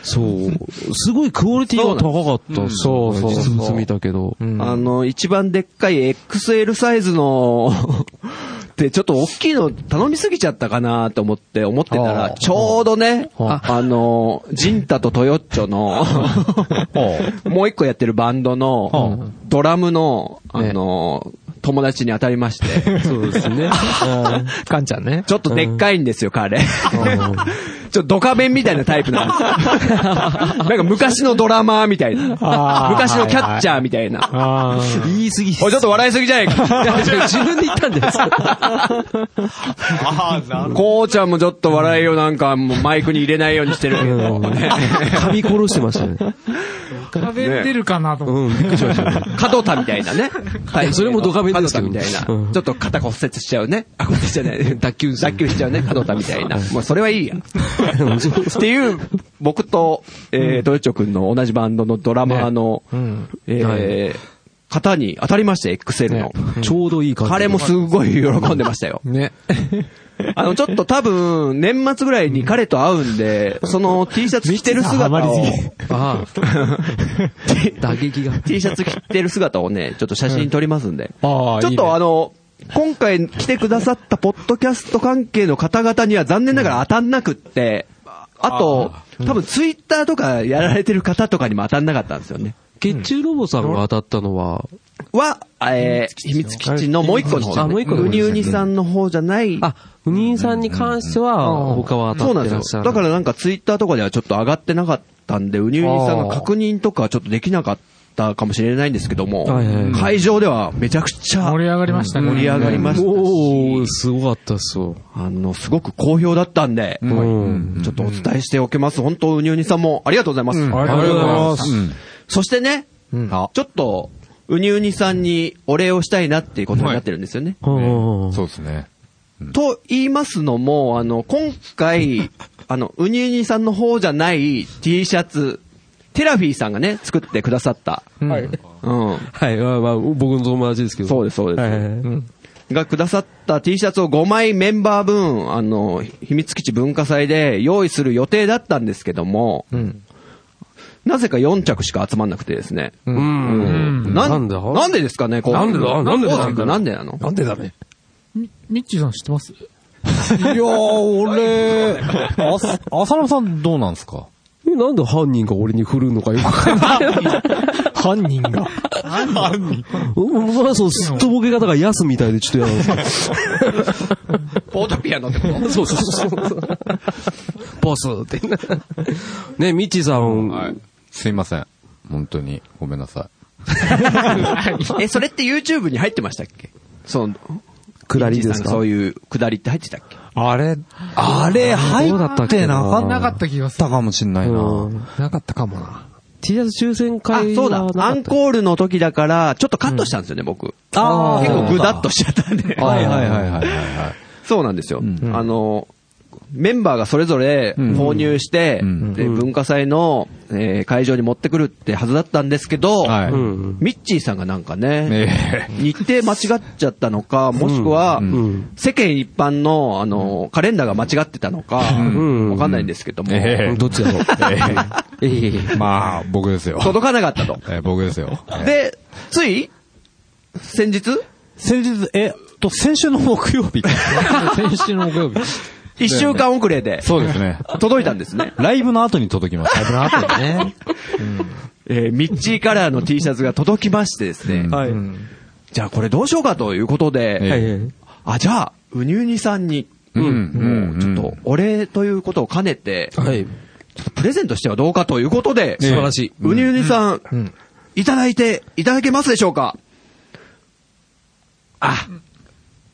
[SPEAKER 6] そう。すごいクオリティが高かったっすね。
[SPEAKER 5] そうそう
[SPEAKER 6] 実物見たけど。
[SPEAKER 5] うん
[SPEAKER 3] あの、一番でっかい XL サイズの、 (laughs) で、ちょっと大きいの頼みすぎちゃったかなと思って、思ってた
[SPEAKER 5] あ
[SPEAKER 3] ら、
[SPEAKER 5] ー
[SPEAKER 3] ちょうどね、
[SPEAKER 5] あ
[SPEAKER 3] あの、ジンタとトヨッチョ
[SPEAKER 5] (laughs)
[SPEAKER 3] の、もう一個やってるバンドの、ドラムの、あの、友達に当たりまして、
[SPEAKER 5] (laughs)
[SPEAKER 6] そうですね。
[SPEAKER 5] かんちゃんね。
[SPEAKER 3] ちょっとでっかいんですよ、 (laughs) 彼。ちょっとドカベンみたいなタイプ
[SPEAKER 5] (laughs)
[SPEAKER 3] なんですよなんか昔のドラマーみたいな。
[SPEAKER 5] あー
[SPEAKER 3] 昔のキャッチャーみたいな。
[SPEAKER 5] あ
[SPEAKER 6] 言い過ぎ
[SPEAKER 3] おい、ちょっと笑いすぎじゃない
[SPEAKER 5] (laughs)
[SPEAKER 3] か。
[SPEAKER 6] 自分で言ったん (laughs) です。
[SPEAKER 3] こうちゃんもちょっと笑いをなんかもうマイクに入れないようにしてるけど、ね、
[SPEAKER 6] 噛み殺してましたね。
[SPEAKER 7] 食べてるかなと思っ
[SPEAKER 6] うん、びっくりしましたね。
[SPEAKER 3] 角田みたいな (laughs) ね。はい
[SPEAKER 6] それもドカベンですけど
[SPEAKER 3] 角田みたいな。
[SPEAKER 6] うん
[SPEAKER 3] ちょっと肩骨折しちゃうね。あ、骨折じゃない。 (laughs) 脱臼脱臼しちゃうね。角田みたいな。もうそれはい (laughs) いや。っていう、僕と、えー、ドヨチョ君の同じバンドのドラマーの、
[SPEAKER 5] ん
[SPEAKER 3] えー、方に当たりました、XL の。
[SPEAKER 6] ちょうどいい感じ。
[SPEAKER 3] 彼もすごい喜んでましたよ。
[SPEAKER 5] あ。ね。
[SPEAKER 3] あの、ちょっと多分、年末ぐらいに彼と会うんで、その T シャツ着てる姿を、
[SPEAKER 6] あ (laughs) あ。打撃
[SPEAKER 3] (laughs)
[SPEAKER 6] が。
[SPEAKER 3] T シャツ着てる姿をね、ちょっと写真撮りますんで。
[SPEAKER 5] ああ、
[SPEAKER 3] ちょっとあの、今回来てくださったポッドキャスト関係の方々には残念ながら当たんなくって、あと、多分ツイッターとかやられてる方とかにも当たんなかったんですよね。
[SPEAKER 6] 月中ロボさんが当たったのは、
[SPEAKER 3] は、えー、秘密基地のもう一個の方。
[SPEAKER 6] あもう一個の方
[SPEAKER 3] う
[SPEAKER 6] です
[SPEAKER 3] に
[SPEAKER 6] ね
[SPEAKER 3] うにさんの方じゃない。
[SPEAKER 6] あ、ウニンさんに関しては、他は
[SPEAKER 3] そ
[SPEAKER 6] 当
[SPEAKER 3] う
[SPEAKER 6] た
[SPEAKER 3] な
[SPEAKER 6] っ
[SPEAKER 3] ん
[SPEAKER 6] てら
[SPEAKER 3] で
[SPEAKER 6] っし
[SPEAKER 3] す
[SPEAKER 6] ゃ
[SPEAKER 3] よ。
[SPEAKER 6] る。
[SPEAKER 3] だからなんかツイッターとかではちょっと上がってなかったんで、うにうにさんの確認とかはちょっとできなかったかもしれないんですけども
[SPEAKER 6] はいはいはい、
[SPEAKER 3] 会場ではめちゃくち
[SPEAKER 7] て
[SPEAKER 3] ゃ
[SPEAKER 7] 盛り上がりましたね。
[SPEAKER 3] 盛り上がりました
[SPEAKER 6] おー、
[SPEAKER 3] し、
[SPEAKER 6] すごかったっすよ。
[SPEAKER 3] あの、すごく好評だったんで、
[SPEAKER 6] うん。
[SPEAKER 3] ちょっとお伝えしておきます。本当、うにゅうにさんもありがとうございます。
[SPEAKER 7] ありがとうございます。
[SPEAKER 3] そしてね、
[SPEAKER 5] ん
[SPEAKER 3] ちょっと、うにゅうにさんにお礼をしたいなっていうことになってるんですよね。
[SPEAKER 6] うん
[SPEAKER 2] そうですね。
[SPEAKER 3] と言いますのも、あの、今回、 (laughs) あの、うにゅうにさんの方じゃない T シャツ、テラフィーさんがね、作ってくださった。
[SPEAKER 5] はい。
[SPEAKER 3] うん。
[SPEAKER 6] はい、まあまあ、僕の友達ですけど。
[SPEAKER 3] そうです、そうです。
[SPEAKER 6] はいはいはい
[SPEAKER 3] がくださった T シャツを5枚メンバー分、あの、秘密基地文化祭で用意する予定だったんですけども、なぜか4着しか集まんなくてですね。
[SPEAKER 6] うん。
[SPEAKER 3] な
[SPEAKER 6] なんんだ
[SPEAKER 3] なんでですかね、こう。
[SPEAKER 6] なんでだなんでだ
[SPEAKER 3] こうなんだなんでなの
[SPEAKER 5] なんでだね。
[SPEAKER 7] みミッチーさん知ってます
[SPEAKER 2] いやー、俺、あす、浅野さんどうなんですか
[SPEAKER 6] えなんで犯人が俺に振るのかよくわかんない。
[SPEAKER 5] 犯人が。
[SPEAKER 6] うんまあそう、すっとぼけ方が安みたいでちょっと嫌なんです
[SPEAKER 3] ポートピアノってこと
[SPEAKER 6] けどそうそうそう。ボスって。ね、ミッチーさん、
[SPEAKER 2] すいません。本当に。ごめんなさ
[SPEAKER 3] え、それって YouTube に入ってましたっけその、
[SPEAKER 6] くだりです
[SPEAKER 3] イッチーさんが
[SPEAKER 6] か
[SPEAKER 3] そういうくだりって入ってたっけ
[SPEAKER 5] あれ、あれ入
[SPEAKER 6] どうだったっ
[SPEAKER 5] っ
[SPEAKER 6] け
[SPEAKER 5] てな
[SPEAKER 6] な
[SPEAKER 5] か
[SPEAKER 7] な
[SPEAKER 5] っ
[SPEAKER 7] かった気がす
[SPEAKER 2] た
[SPEAKER 7] る。
[SPEAKER 2] かもしんないな。
[SPEAKER 5] た。なかったかもな。
[SPEAKER 6] T シャツ抽選
[SPEAKER 3] あ
[SPEAKER 6] 会、
[SPEAKER 3] そうだ
[SPEAKER 6] はな。か
[SPEAKER 3] ア
[SPEAKER 6] った
[SPEAKER 3] ンコールの時だから、ちょっとカットしたんですよね、僕。
[SPEAKER 2] あー
[SPEAKER 3] 結構グダッとしちゃったんで。
[SPEAKER 8] はいはいはいはい。
[SPEAKER 3] そうなんですよ。あの、メンバーがそれぞれ
[SPEAKER 8] ん
[SPEAKER 3] 購入して、
[SPEAKER 8] うん
[SPEAKER 3] で文化祭の、えー会場に持ってくるってはずだったんですけど、
[SPEAKER 8] はい。
[SPEAKER 6] う
[SPEAKER 8] うん
[SPEAKER 6] ん。
[SPEAKER 3] ミッチーさんがなんかね、
[SPEAKER 8] え
[SPEAKER 3] 日程間違っちゃったのか、もしくは、
[SPEAKER 6] うん。
[SPEAKER 3] 世間一般の、あの、カレンダーが間違ってたのか、
[SPEAKER 6] ん
[SPEAKER 3] わかんないんですけども、
[SPEAKER 8] え
[SPEAKER 6] どっちだろう。ええ
[SPEAKER 8] えまあ、僕ですよ。
[SPEAKER 3] 届かなかったと。
[SPEAKER 8] ええ僕ですよ。ええ
[SPEAKER 3] で、つい、先日
[SPEAKER 2] 先日、えっと、先週の木曜日。
[SPEAKER 5] 先週の木曜日。
[SPEAKER 3] 一週間遅れで、
[SPEAKER 8] そうですね。
[SPEAKER 3] 届いたんですね。
[SPEAKER 8] ライブの後に届きます。
[SPEAKER 5] その後にね。
[SPEAKER 3] えーミッチーカラーの T シャツが届きましてですね、
[SPEAKER 8] うん
[SPEAKER 2] はい。
[SPEAKER 3] じゃあこれどうしようかということで、
[SPEAKER 8] ええ
[SPEAKER 3] あ、じゃあ、ウニウニさんに、
[SPEAKER 8] うん
[SPEAKER 3] もうちょっとお礼ということを兼ねて、
[SPEAKER 6] はい。
[SPEAKER 3] プレゼントしてはどうかということで、
[SPEAKER 8] 素晴ら
[SPEAKER 6] しい
[SPEAKER 3] ウニウニさん、いただいて、いただけますでしょうかあ、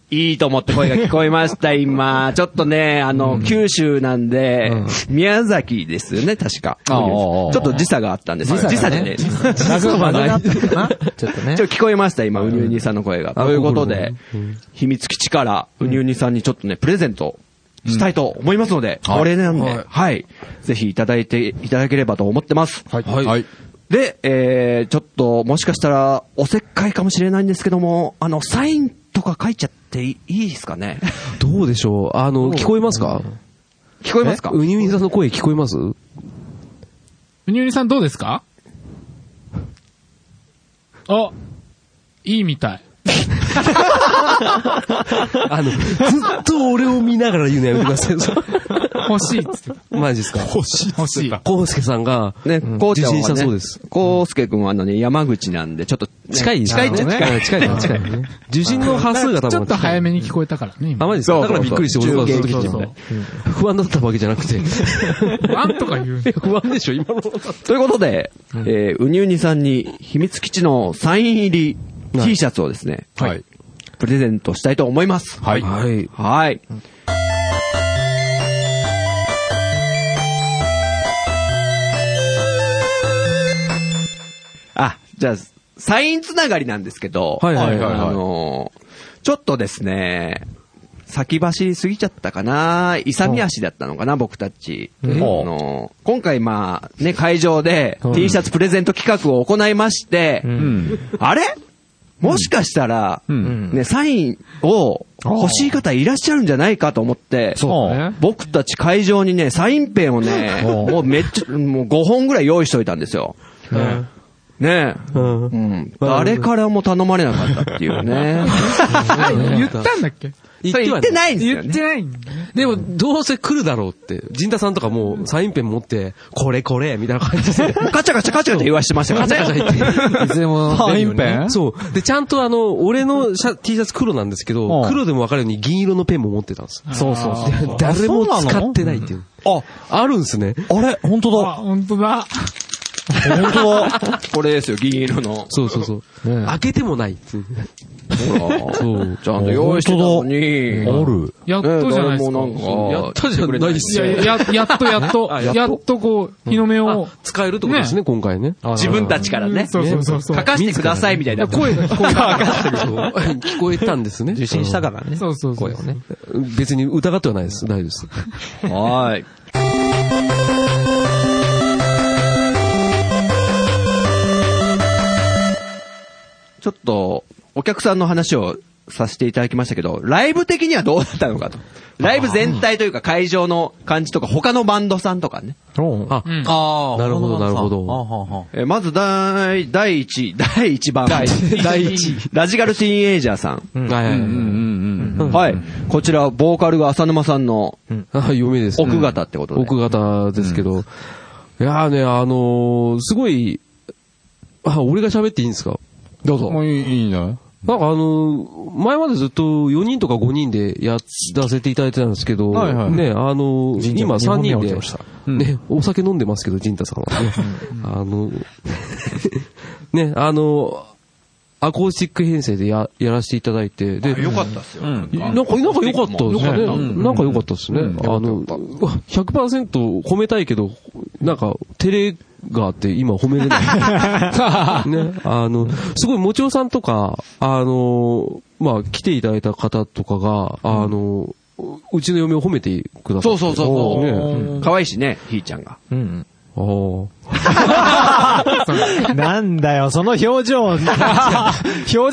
[SPEAKER 3] いいと思って声が聞こえま (laughs) した、今。ちょっとね、あの、九州なんで、宮崎ですよね、確か。ち
[SPEAKER 8] ああああ
[SPEAKER 3] ょっと時差があったんです。時差でね。
[SPEAKER 5] 落語がなかったかなちょっとね
[SPEAKER 3] ちょ。っと聞こえました、今、ウニウニさんの声が。ということで、秘密基地からウニウニさんにちょっとね、プレゼントしたいと思いますので、お礼なんで、はい。ぜひいただいていただければと思ってます。
[SPEAKER 8] はい。はい。
[SPEAKER 3] で、えー、ちょっと、もしかしたら、おせっかいかもしれないんですけども、あの、サインとか書いちゃっていいですか (laughs) ね
[SPEAKER 6] どうでしょうあの、聞こえますか
[SPEAKER 3] 聞こえますか
[SPEAKER 6] ウニウニさんの声聞こえます
[SPEAKER 7] うにゅうにさんどうですかあ、いいみたい。
[SPEAKER 6] あの、ずっと俺を見ながら言うのやめてください。
[SPEAKER 7] 欲しいっつってた。
[SPEAKER 6] マジですか
[SPEAKER 7] 欲しい。
[SPEAKER 6] コウスケさんが、
[SPEAKER 3] ね、こうちゃんは、ね、
[SPEAKER 6] 受信したそうです。
[SPEAKER 3] こうすけくんはあのね、山口なんで、ちょっとね、
[SPEAKER 6] 近い
[SPEAKER 3] 近いっちゃ近い。
[SPEAKER 6] い。近い、近い。受信の波数が多分。
[SPEAKER 7] ちょっと早めに聞こえたからね、
[SPEAKER 6] あ、
[SPEAKER 7] 今。
[SPEAKER 6] マジですかだからびっくりして、俺がずっと聞いて
[SPEAKER 7] そう
[SPEAKER 6] る不安だったわけじゃなくて。
[SPEAKER 7] 不安とか言う。
[SPEAKER 6] (laughs) 不安でしょ、今の。
[SPEAKER 3] ということで、えー、うにうにさんに秘密基地のサイン入り T シャツをですね、
[SPEAKER 8] はい。
[SPEAKER 3] プレゼントしたいと思います。
[SPEAKER 8] はい。
[SPEAKER 6] はい。
[SPEAKER 3] はい。あ、じゃあ、サインつながりなんですけど、
[SPEAKER 6] はいはいはいはい
[SPEAKER 3] あのーちょっとですね、先走りすぎちゃったかな勇み足だったのかな、僕たち。あのー今回まあ、ね、会場で T シャツプレゼント企画を行いまして、
[SPEAKER 8] うん。
[SPEAKER 3] あれもしかしたら、
[SPEAKER 8] ん
[SPEAKER 3] ね、サインを欲しい方いらっしゃるんじゃないかと思って、
[SPEAKER 8] そうね。
[SPEAKER 3] 僕たち会場にね、サインペンをね、もうめっちゃ、もう5本ぐらい用意しといたんですよ。ねえ。うん。誰からも頼まれなかったっていう
[SPEAKER 7] (laughs)
[SPEAKER 3] ね。
[SPEAKER 7] 言ったんだっけ
[SPEAKER 3] それ言ってないんですよ
[SPEAKER 7] 言っ
[SPEAKER 3] ね。
[SPEAKER 7] てないんだね。
[SPEAKER 6] でも、どうせ来るだろうって。陣田さんとかもう、サインペン持って、これこれ、みたいな感じで。
[SPEAKER 3] もうガチャガチャガチャガチャ言わして (laughs) ましたから
[SPEAKER 6] ガチャガチ
[SPEAKER 3] ね。
[SPEAKER 6] ャ言って。
[SPEAKER 5] いつでも
[SPEAKER 8] サインペン
[SPEAKER 6] そう。で、ちゃんとあの、俺のシャ T シャツ黒なんですけど
[SPEAKER 8] う、ん
[SPEAKER 6] 黒でもわかるように銀色のペンも持ってたんです。
[SPEAKER 7] そうそうそう。
[SPEAKER 6] 誰も使ってないっていう。
[SPEAKER 8] あ、
[SPEAKER 6] あるんですね。
[SPEAKER 8] あれ本当だ。
[SPEAKER 7] あ、本当
[SPEAKER 8] 本
[SPEAKER 7] だ。
[SPEAKER 8] 当だ。
[SPEAKER 3] これですよ、銀色の。
[SPEAKER 6] そうそうそう。開けてもないっていう。
[SPEAKER 3] ほら
[SPEAKER 6] そう。
[SPEAKER 3] ちゃんと用意してたのに。
[SPEAKER 8] ある。
[SPEAKER 7] やっとじゃないで
[SPEAKER 3] ね誰も
[SPEAKER 7] すか。
[SPEAKER 3] なんか。
[SPEAKER 6] やったじゃないっ
[SPEAKER 7] い
[SPEAKER 6] す
[SPEAKER 7] や
[SPEAKER 6] よ。
[SPEAKER 7] いや、や、やっとやっと、
[SPEAKER 6] あやっと
[SPEAKER 7] やっとこう、日の目を。
[SPEAKER 6] 使えるってことですね、今回ね。
[SPEAKER 3] 自分たちからね。
[SPEAKER 7] そうそうそうそう
[SPEAKER 3] 書。かしてくださいみたいな。
[SPEAKER 7] 声
[SPEAKER 3] (laughs)
[SPEAKER 7] が聞こえた。
[SPEAKER 6] 聞こえたんですね。
[SPEAKER 5] 受信したからね。
[SPEAKER 7] そうそうそう。ね。
[SPEAKER 6] 別に疑ってはないです。大丈夫です。
[SPEAKER 3] はい。ちょっと、お客さんの話をさせていただきましたけど、ライブ的にはどうだったのかと。ライブ全体というか会場の感じとか、他のバンドさんとかね。
[SPEAKER 6] あ、
[SPEAKER 7] うん。
[SPEAKER 8] あ
[SPEAKER 6] なるほどなるほど
[SPEAKER 8] あはんはん
[SPEAKER 3] えーまず、第、第一位、第一番。第一ラジカルティーンエイジャーさん。
[SPEAKER 6] はいはい
[SPEAKER 8] うんうんうん。
[SPEAKER 3] はい。こちら、ボーカルが浅沼さんの
[SPEAKER 6] はい。嫁ですね。
[SPEAKER 3] 奥方ってことで。
[SPEAKER 6] 奥方ですけど。いやーね、あのー、すごい、あ、俺が喋っていいんですかどうぞ
[SPEAKER 8] もういいいいんじゃない
[SPEAKER 6] なんかあのー、前までずっと4人とか5人でやらせていただいてたんですけど、
[SPEAKER 8] はいはい
[SPEAKER 6] ね、あのー、今3人で、
[SPEAKER 8] ん
[SPEAKER 6] ね、お酒飲んでますけど、陣太さんはね。 (laughs) あの、ね、あのー、アコースティック編成でややらせていただいて、で、
[SPEAKER 3] よかったっすよ。
[SPEAKER 8] ん
[SPEAKER 6] なんか、なんか良かったですね。
[SPEAKER 8] うん
[SPEAKER 6] なんか良かったですね。
[SPEAKER 8] うん
[SPEAKER 6] あの、うわ100%褒めたいけど、なんか、照れガーって今褒めれない。 (laughs) ね。あの、すごい、もちおさんとか、あの、まあ、来ていただいた方とかが、あの、うちの嫁を褒めてくださ
[SPEAKER 3] そ
[SPEAKER 6] っ
[SPEAKER 3] う
[SPEAKER 6] て。
[SPEAKER 3] そうそうそう。
[SPEAKER 6] ね
[SPEAKER 3] うん可愛いしね、ひーちゃんが。
[SPEAKER 5] うん。
[SPEAKER 6] あー
[SPEAKER 5] なんだよ、その表 (laughs) 情、表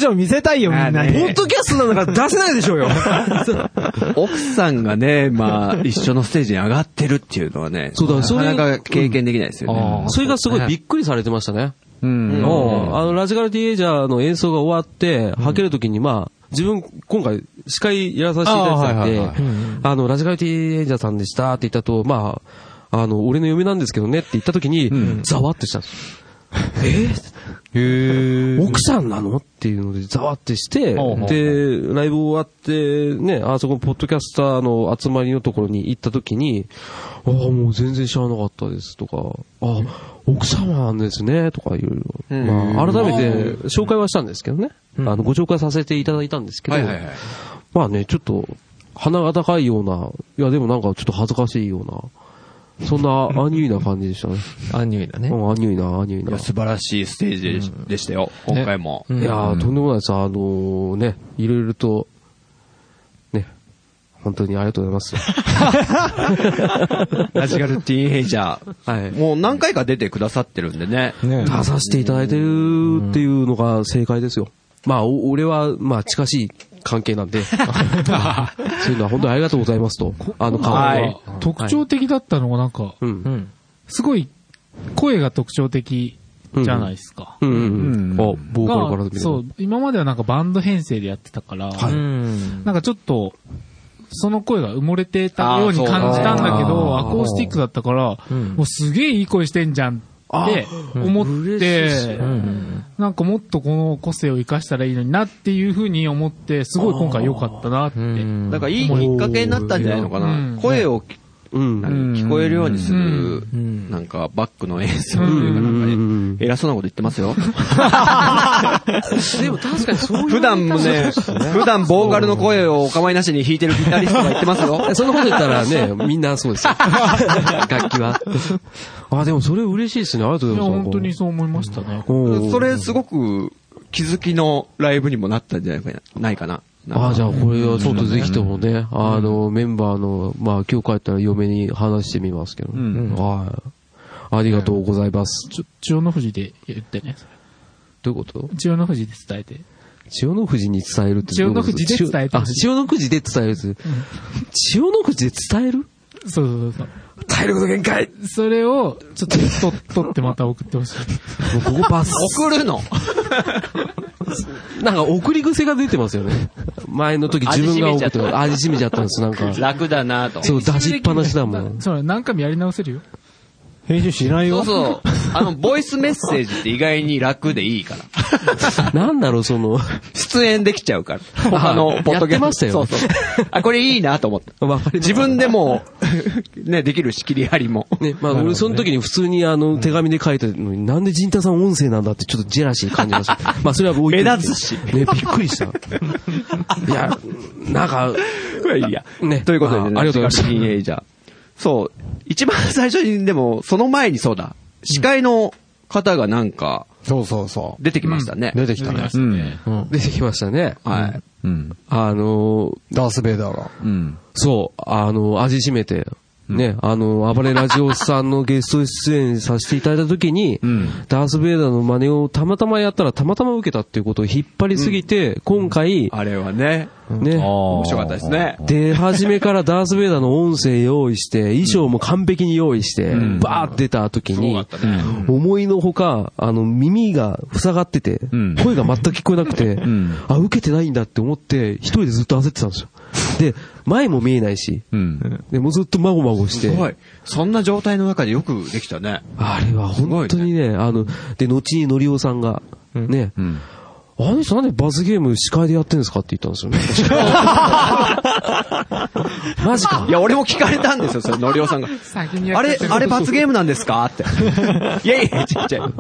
[SPEAKER 5] 情見せたいよ、みんなに。
[SPEAKER 4] ポッドキャストなんだから出せないでしょうよ。
[SPEAKER 3] 奥さんがね、まあ、一緒のステージに上がってるっていうのはね、
[SPEAKER 6] そうだそれ
[SPEAKER 3] なかなか経験できないですよね。
[SPEAKER 6] それがすごいびっくりされてましたね。
[SPEAKER 3] うん
[SPEAKER 6] うんあの、ラジカルティエイジャーの演奏が終わって、はけるときに、まあ、自分、今回、司会やらさせていただいてたんで、あの、ラジカルティエイジャーさんでしたって言ったと、まあ、あの、俺の嫁なんですけどねって言ったときに、ざわってしたんです。えー、奥さんなのっていうので、ざわってして、で、ライブ終わって、ね、あそこのポッドキャスターの集まりのところに行ったときに、ああ、もう全然知らなかったですとか、ああ、奥様なんですね、とかいろいろ。まあ、改めて紹介はしたんですけどね。あの、ご紹介させていただいたんですけど、まあね、ちょっと、鼻が高いような、いやでもなんかちょっと恥ずかしいような、そんなアニュイな感じでしたね。
[SPEAKER 5] アンニュイだね
[SPEAKER 6] う。 (laughs) ん、アニュイな、アニュイ
[SPEAKER 3] い
[SPEAKER 6] な
[SPEAKER 3] や。素晴らしいステージでしでしたよ、今回も。
[SPEAKER 6] いやー、とんでもないです。あのーね、いろいろと、ね、本当にありがとうございます。
[SPEAKER 3] (laughs) ラジカルティーンエイジャ
[SPEAKER 6] (laughs) はい
[SPEAKER 3] ー。もう何回か出てくださってるんでね。
[SPEAKER 6] 出させていただいてるっていうのが正解ですよ。まあ、お俺は、まあ、近しい関係 (laughs) なんで、そういうのは本当にありがとうございますと、あの顔は。
[SPEAKER 3] はい
[SPEAKER 7] 特徴的だったのがなんか、
[SPEAKER 6] うん。うん
[SPEAKER 7] すごい、声が特徴的じゃないですか。
[SPEAKER 6] うんうん。あ、ボーカルから見
[SPEAKER 7] が
[SPEAKER 6] て
[SPEAKER 7] そう、今まではなんかバンド編成でやってたから、
[SPEAKER 5] うん。
[SPEAKER 7] なんかちょっと、その声が埋もれてたように感じたんだけ
[SPEAKER 5] あーそう
[SPEAKER 7] ど、
[SPEAKER 5] だ
[SPEAKER 7] ア
[SPEAKER 5] ね
[SPEAKER 7] コースティックだったから、
[SPEAKER 5] ん
[SPEAKER 7] もうすげえいい声してんじゃんって思って、なんかもっとこの個性を活かしたらいいのになっていうふうに思って、すごい今回良かったなって。
[SPEAKER 5] うん
[SPEAKER 3] なんかいいきっかけになったんじゃないのか
[SPEAKER 7] う。
[SPEAKER 3] なん声をき
[SPEAKER 6] うん。うん
[SPEAKER 3] 何聞こえるようにする
[SPEAKER 5] う、ん
[SPEAKER 3] なんかバックの演奏というか、
[SPEAKER 6] う
[SPEAKER 3] なんかね
[SPEAKER 6] ん。
[SPEAKER 3] 偉そうなこと言ってます
[SPEAKER 6] (laughs)
[SPEAKER 3] よ。
[SPEAKER 6] でも確かにそういう。
[SPEAKER 3] 普段もね、普段ボーカルの声をお構いなしに弾いてるギタリストが言ってますよ。
[SPEAKER 6] そんなこと言ったら (laughs) ね、みんなそうですよ。楽器は。あ、でもそれ嬉しいですね。ありがとう
[SPEAKER 7] い
[SPEAKER 6] ご
[SPEAKER 7] や、
[SPEAKER 6] ざいます。
[SPEAKER 7] 本当にそう思いましたね。
[SPEAKER 6] うん。
[SPEAKER 3] それすごく気づきのライブにもなったんじゃないかなないかな。なんか
[SPEAKER 6] ああ、じゃあこれはちょっとぜひともね、あの、メンバーの、まあ今日帰ったら嫁に話してみますけど。はい。ありがとうございます。
[SPEAKER 7] ちょ、千代の富士で言ってね。
[SPEAKER 6] どういうこと
[SPEAKER 7] 千代の富士で伝えて。
[SPEAKER 6] 千代の富士に伝えるってどういうこと
[SPEAKER 7] 千代の富士で伝えて
[SPEAKER 6] あ、
[SPEAKER 7] ほしい
[SPEAKER 6] 千代の富士で伝えるって。千代の富士で伝える
[SPEAKER 7] そうそうそう
[SPEAKER 6] 体力の限界
[SPEAKER 7] そう。それを、ちょっと、と、取ってまた送ってほしい。
[SPEAKER 6] もうここバス。
[SPEAKER 3] 送るの
[SPEAKER 6] (laughs) なんか送り癖が出てますよね。前の時自分が送って、味しみちゃったんです、なん (laughs) か。
[SPEAKER 3] 楽だなと。そ
[SPEAKER 6] そう、出しっぱなしだも (laughs) ん。
[SPEAKER 7] そう、何回もやり直せるよ。
[SPEAKER 2] 編集しないよ
[SPEAKER 3] う。そう。あの、ボイスメッセージって意外に楽でいいから。
[SPEAKER 6] なんだろう、そ (laughs) の、
[SPEAKER 3] (laughs) 出演できちゃうから。他のポッドキャスト。
[SPEAKER 6] やってましたよ
[SPEAKER 3] そうそう。あ、これいいなと思って。
[SPEAKER 6] わかります
[SPEAKER 3] 自分でも、 (laughs) ね、できるし、切り張りも。 (laughs)
[SPEAKER 6] ね、まあ、俺その時に普通にあの、手紙で書いたのに、なんで陣太さん音声なんだってちょっとジェラシー感じ
[SPEAKER 3] (laughs)
[SPEAKER 6] ました。まあ、それは置い
[SPEAKER 3] 目立つし
[SPEAKER 6] ね、びっ
[SPEAKER 3] (laughs)
[SPEAKER 6] くりした。いや、なんか、
[SPEAKER 3] いや。
[SPEAKER 6] ね
[SPEAKER 3] ということでね。
[SPEAKER 6] あありがとうございます
[SPEAKER 3] います。じゃあそう。一番最初に、でも、その前にそうだ。司会の方がなんか、
[SPEAKER 5] そうそうそう。
[SPEAKER 3] 出てきましたね。
[SPEAKER 5] 出てきたね。
[SPEAKER 6] 出てきましたね。
[SPEAKER 3] はい。
[SPEAKER 8] うん。
[SPEAKER 6] あの、
[SPEAKER 5] ダース・ベイダーが。
[SPEAKER 8] うん。
[SPEAKER 6] そう、あの、味しめて、ね、あの、暴れラジオさんのゲスト出演させていただいたときに、
[SPEAKER 8] ん
[SPEAKER 6] ダース・ベイダーの真似をたまたまやったらたまたま受けたっていうことを引っ張りすぎて、今回、
[SPEAKER 3] あれはね、
[SPEAKER 6] ね、
[SPEAKER 3] 面白かったですね。
[SPEAKER 6] 出始めからダース・ベイダーの音声用意して、衣装も完璧に用意して、バーって出たときに、思いのほか、あの、耳が塞がってて、
[SPEAKER 8] ん
[SPEAKER 6] 声が全く聞こえなくて、
[SPEAKER 8] ん
[SPEAKER 6] あ、受けてないんだって思って、一人でずっと焦ってたんですよ。で、前も見えないし、
[SPEAKER 8] うん。
[SPEAKER 6] で、もうずっとまごまごし
[SPEAKER 3] す
[SPEAKER 6] て。
[SPEAKER 3] ごい。そんな状態の中でよくできたね。
[SPEAKER 6] あれは本当にね、あの、で、後にのりおさんが、ね、
[SPEAKER 8] ん
[SPEAKER 6] ああの人なんでバズゲーム司会でやってんですかって言ったんですよね。マジか
[SPEAKER 3] い。や、俺も聞かれたんですよ、それ、のりおさんが。
[SPEAKER 7] 先にや
[SPEAKER 3] あ
[SPEAKER 7] っちゃっ
[SPEAKER 3] れ
[SPEAKER 7] て、る
[SPEAKER 3] あれ罰ゲームなんですか (laughs) って。いやいや、ちっちゃい。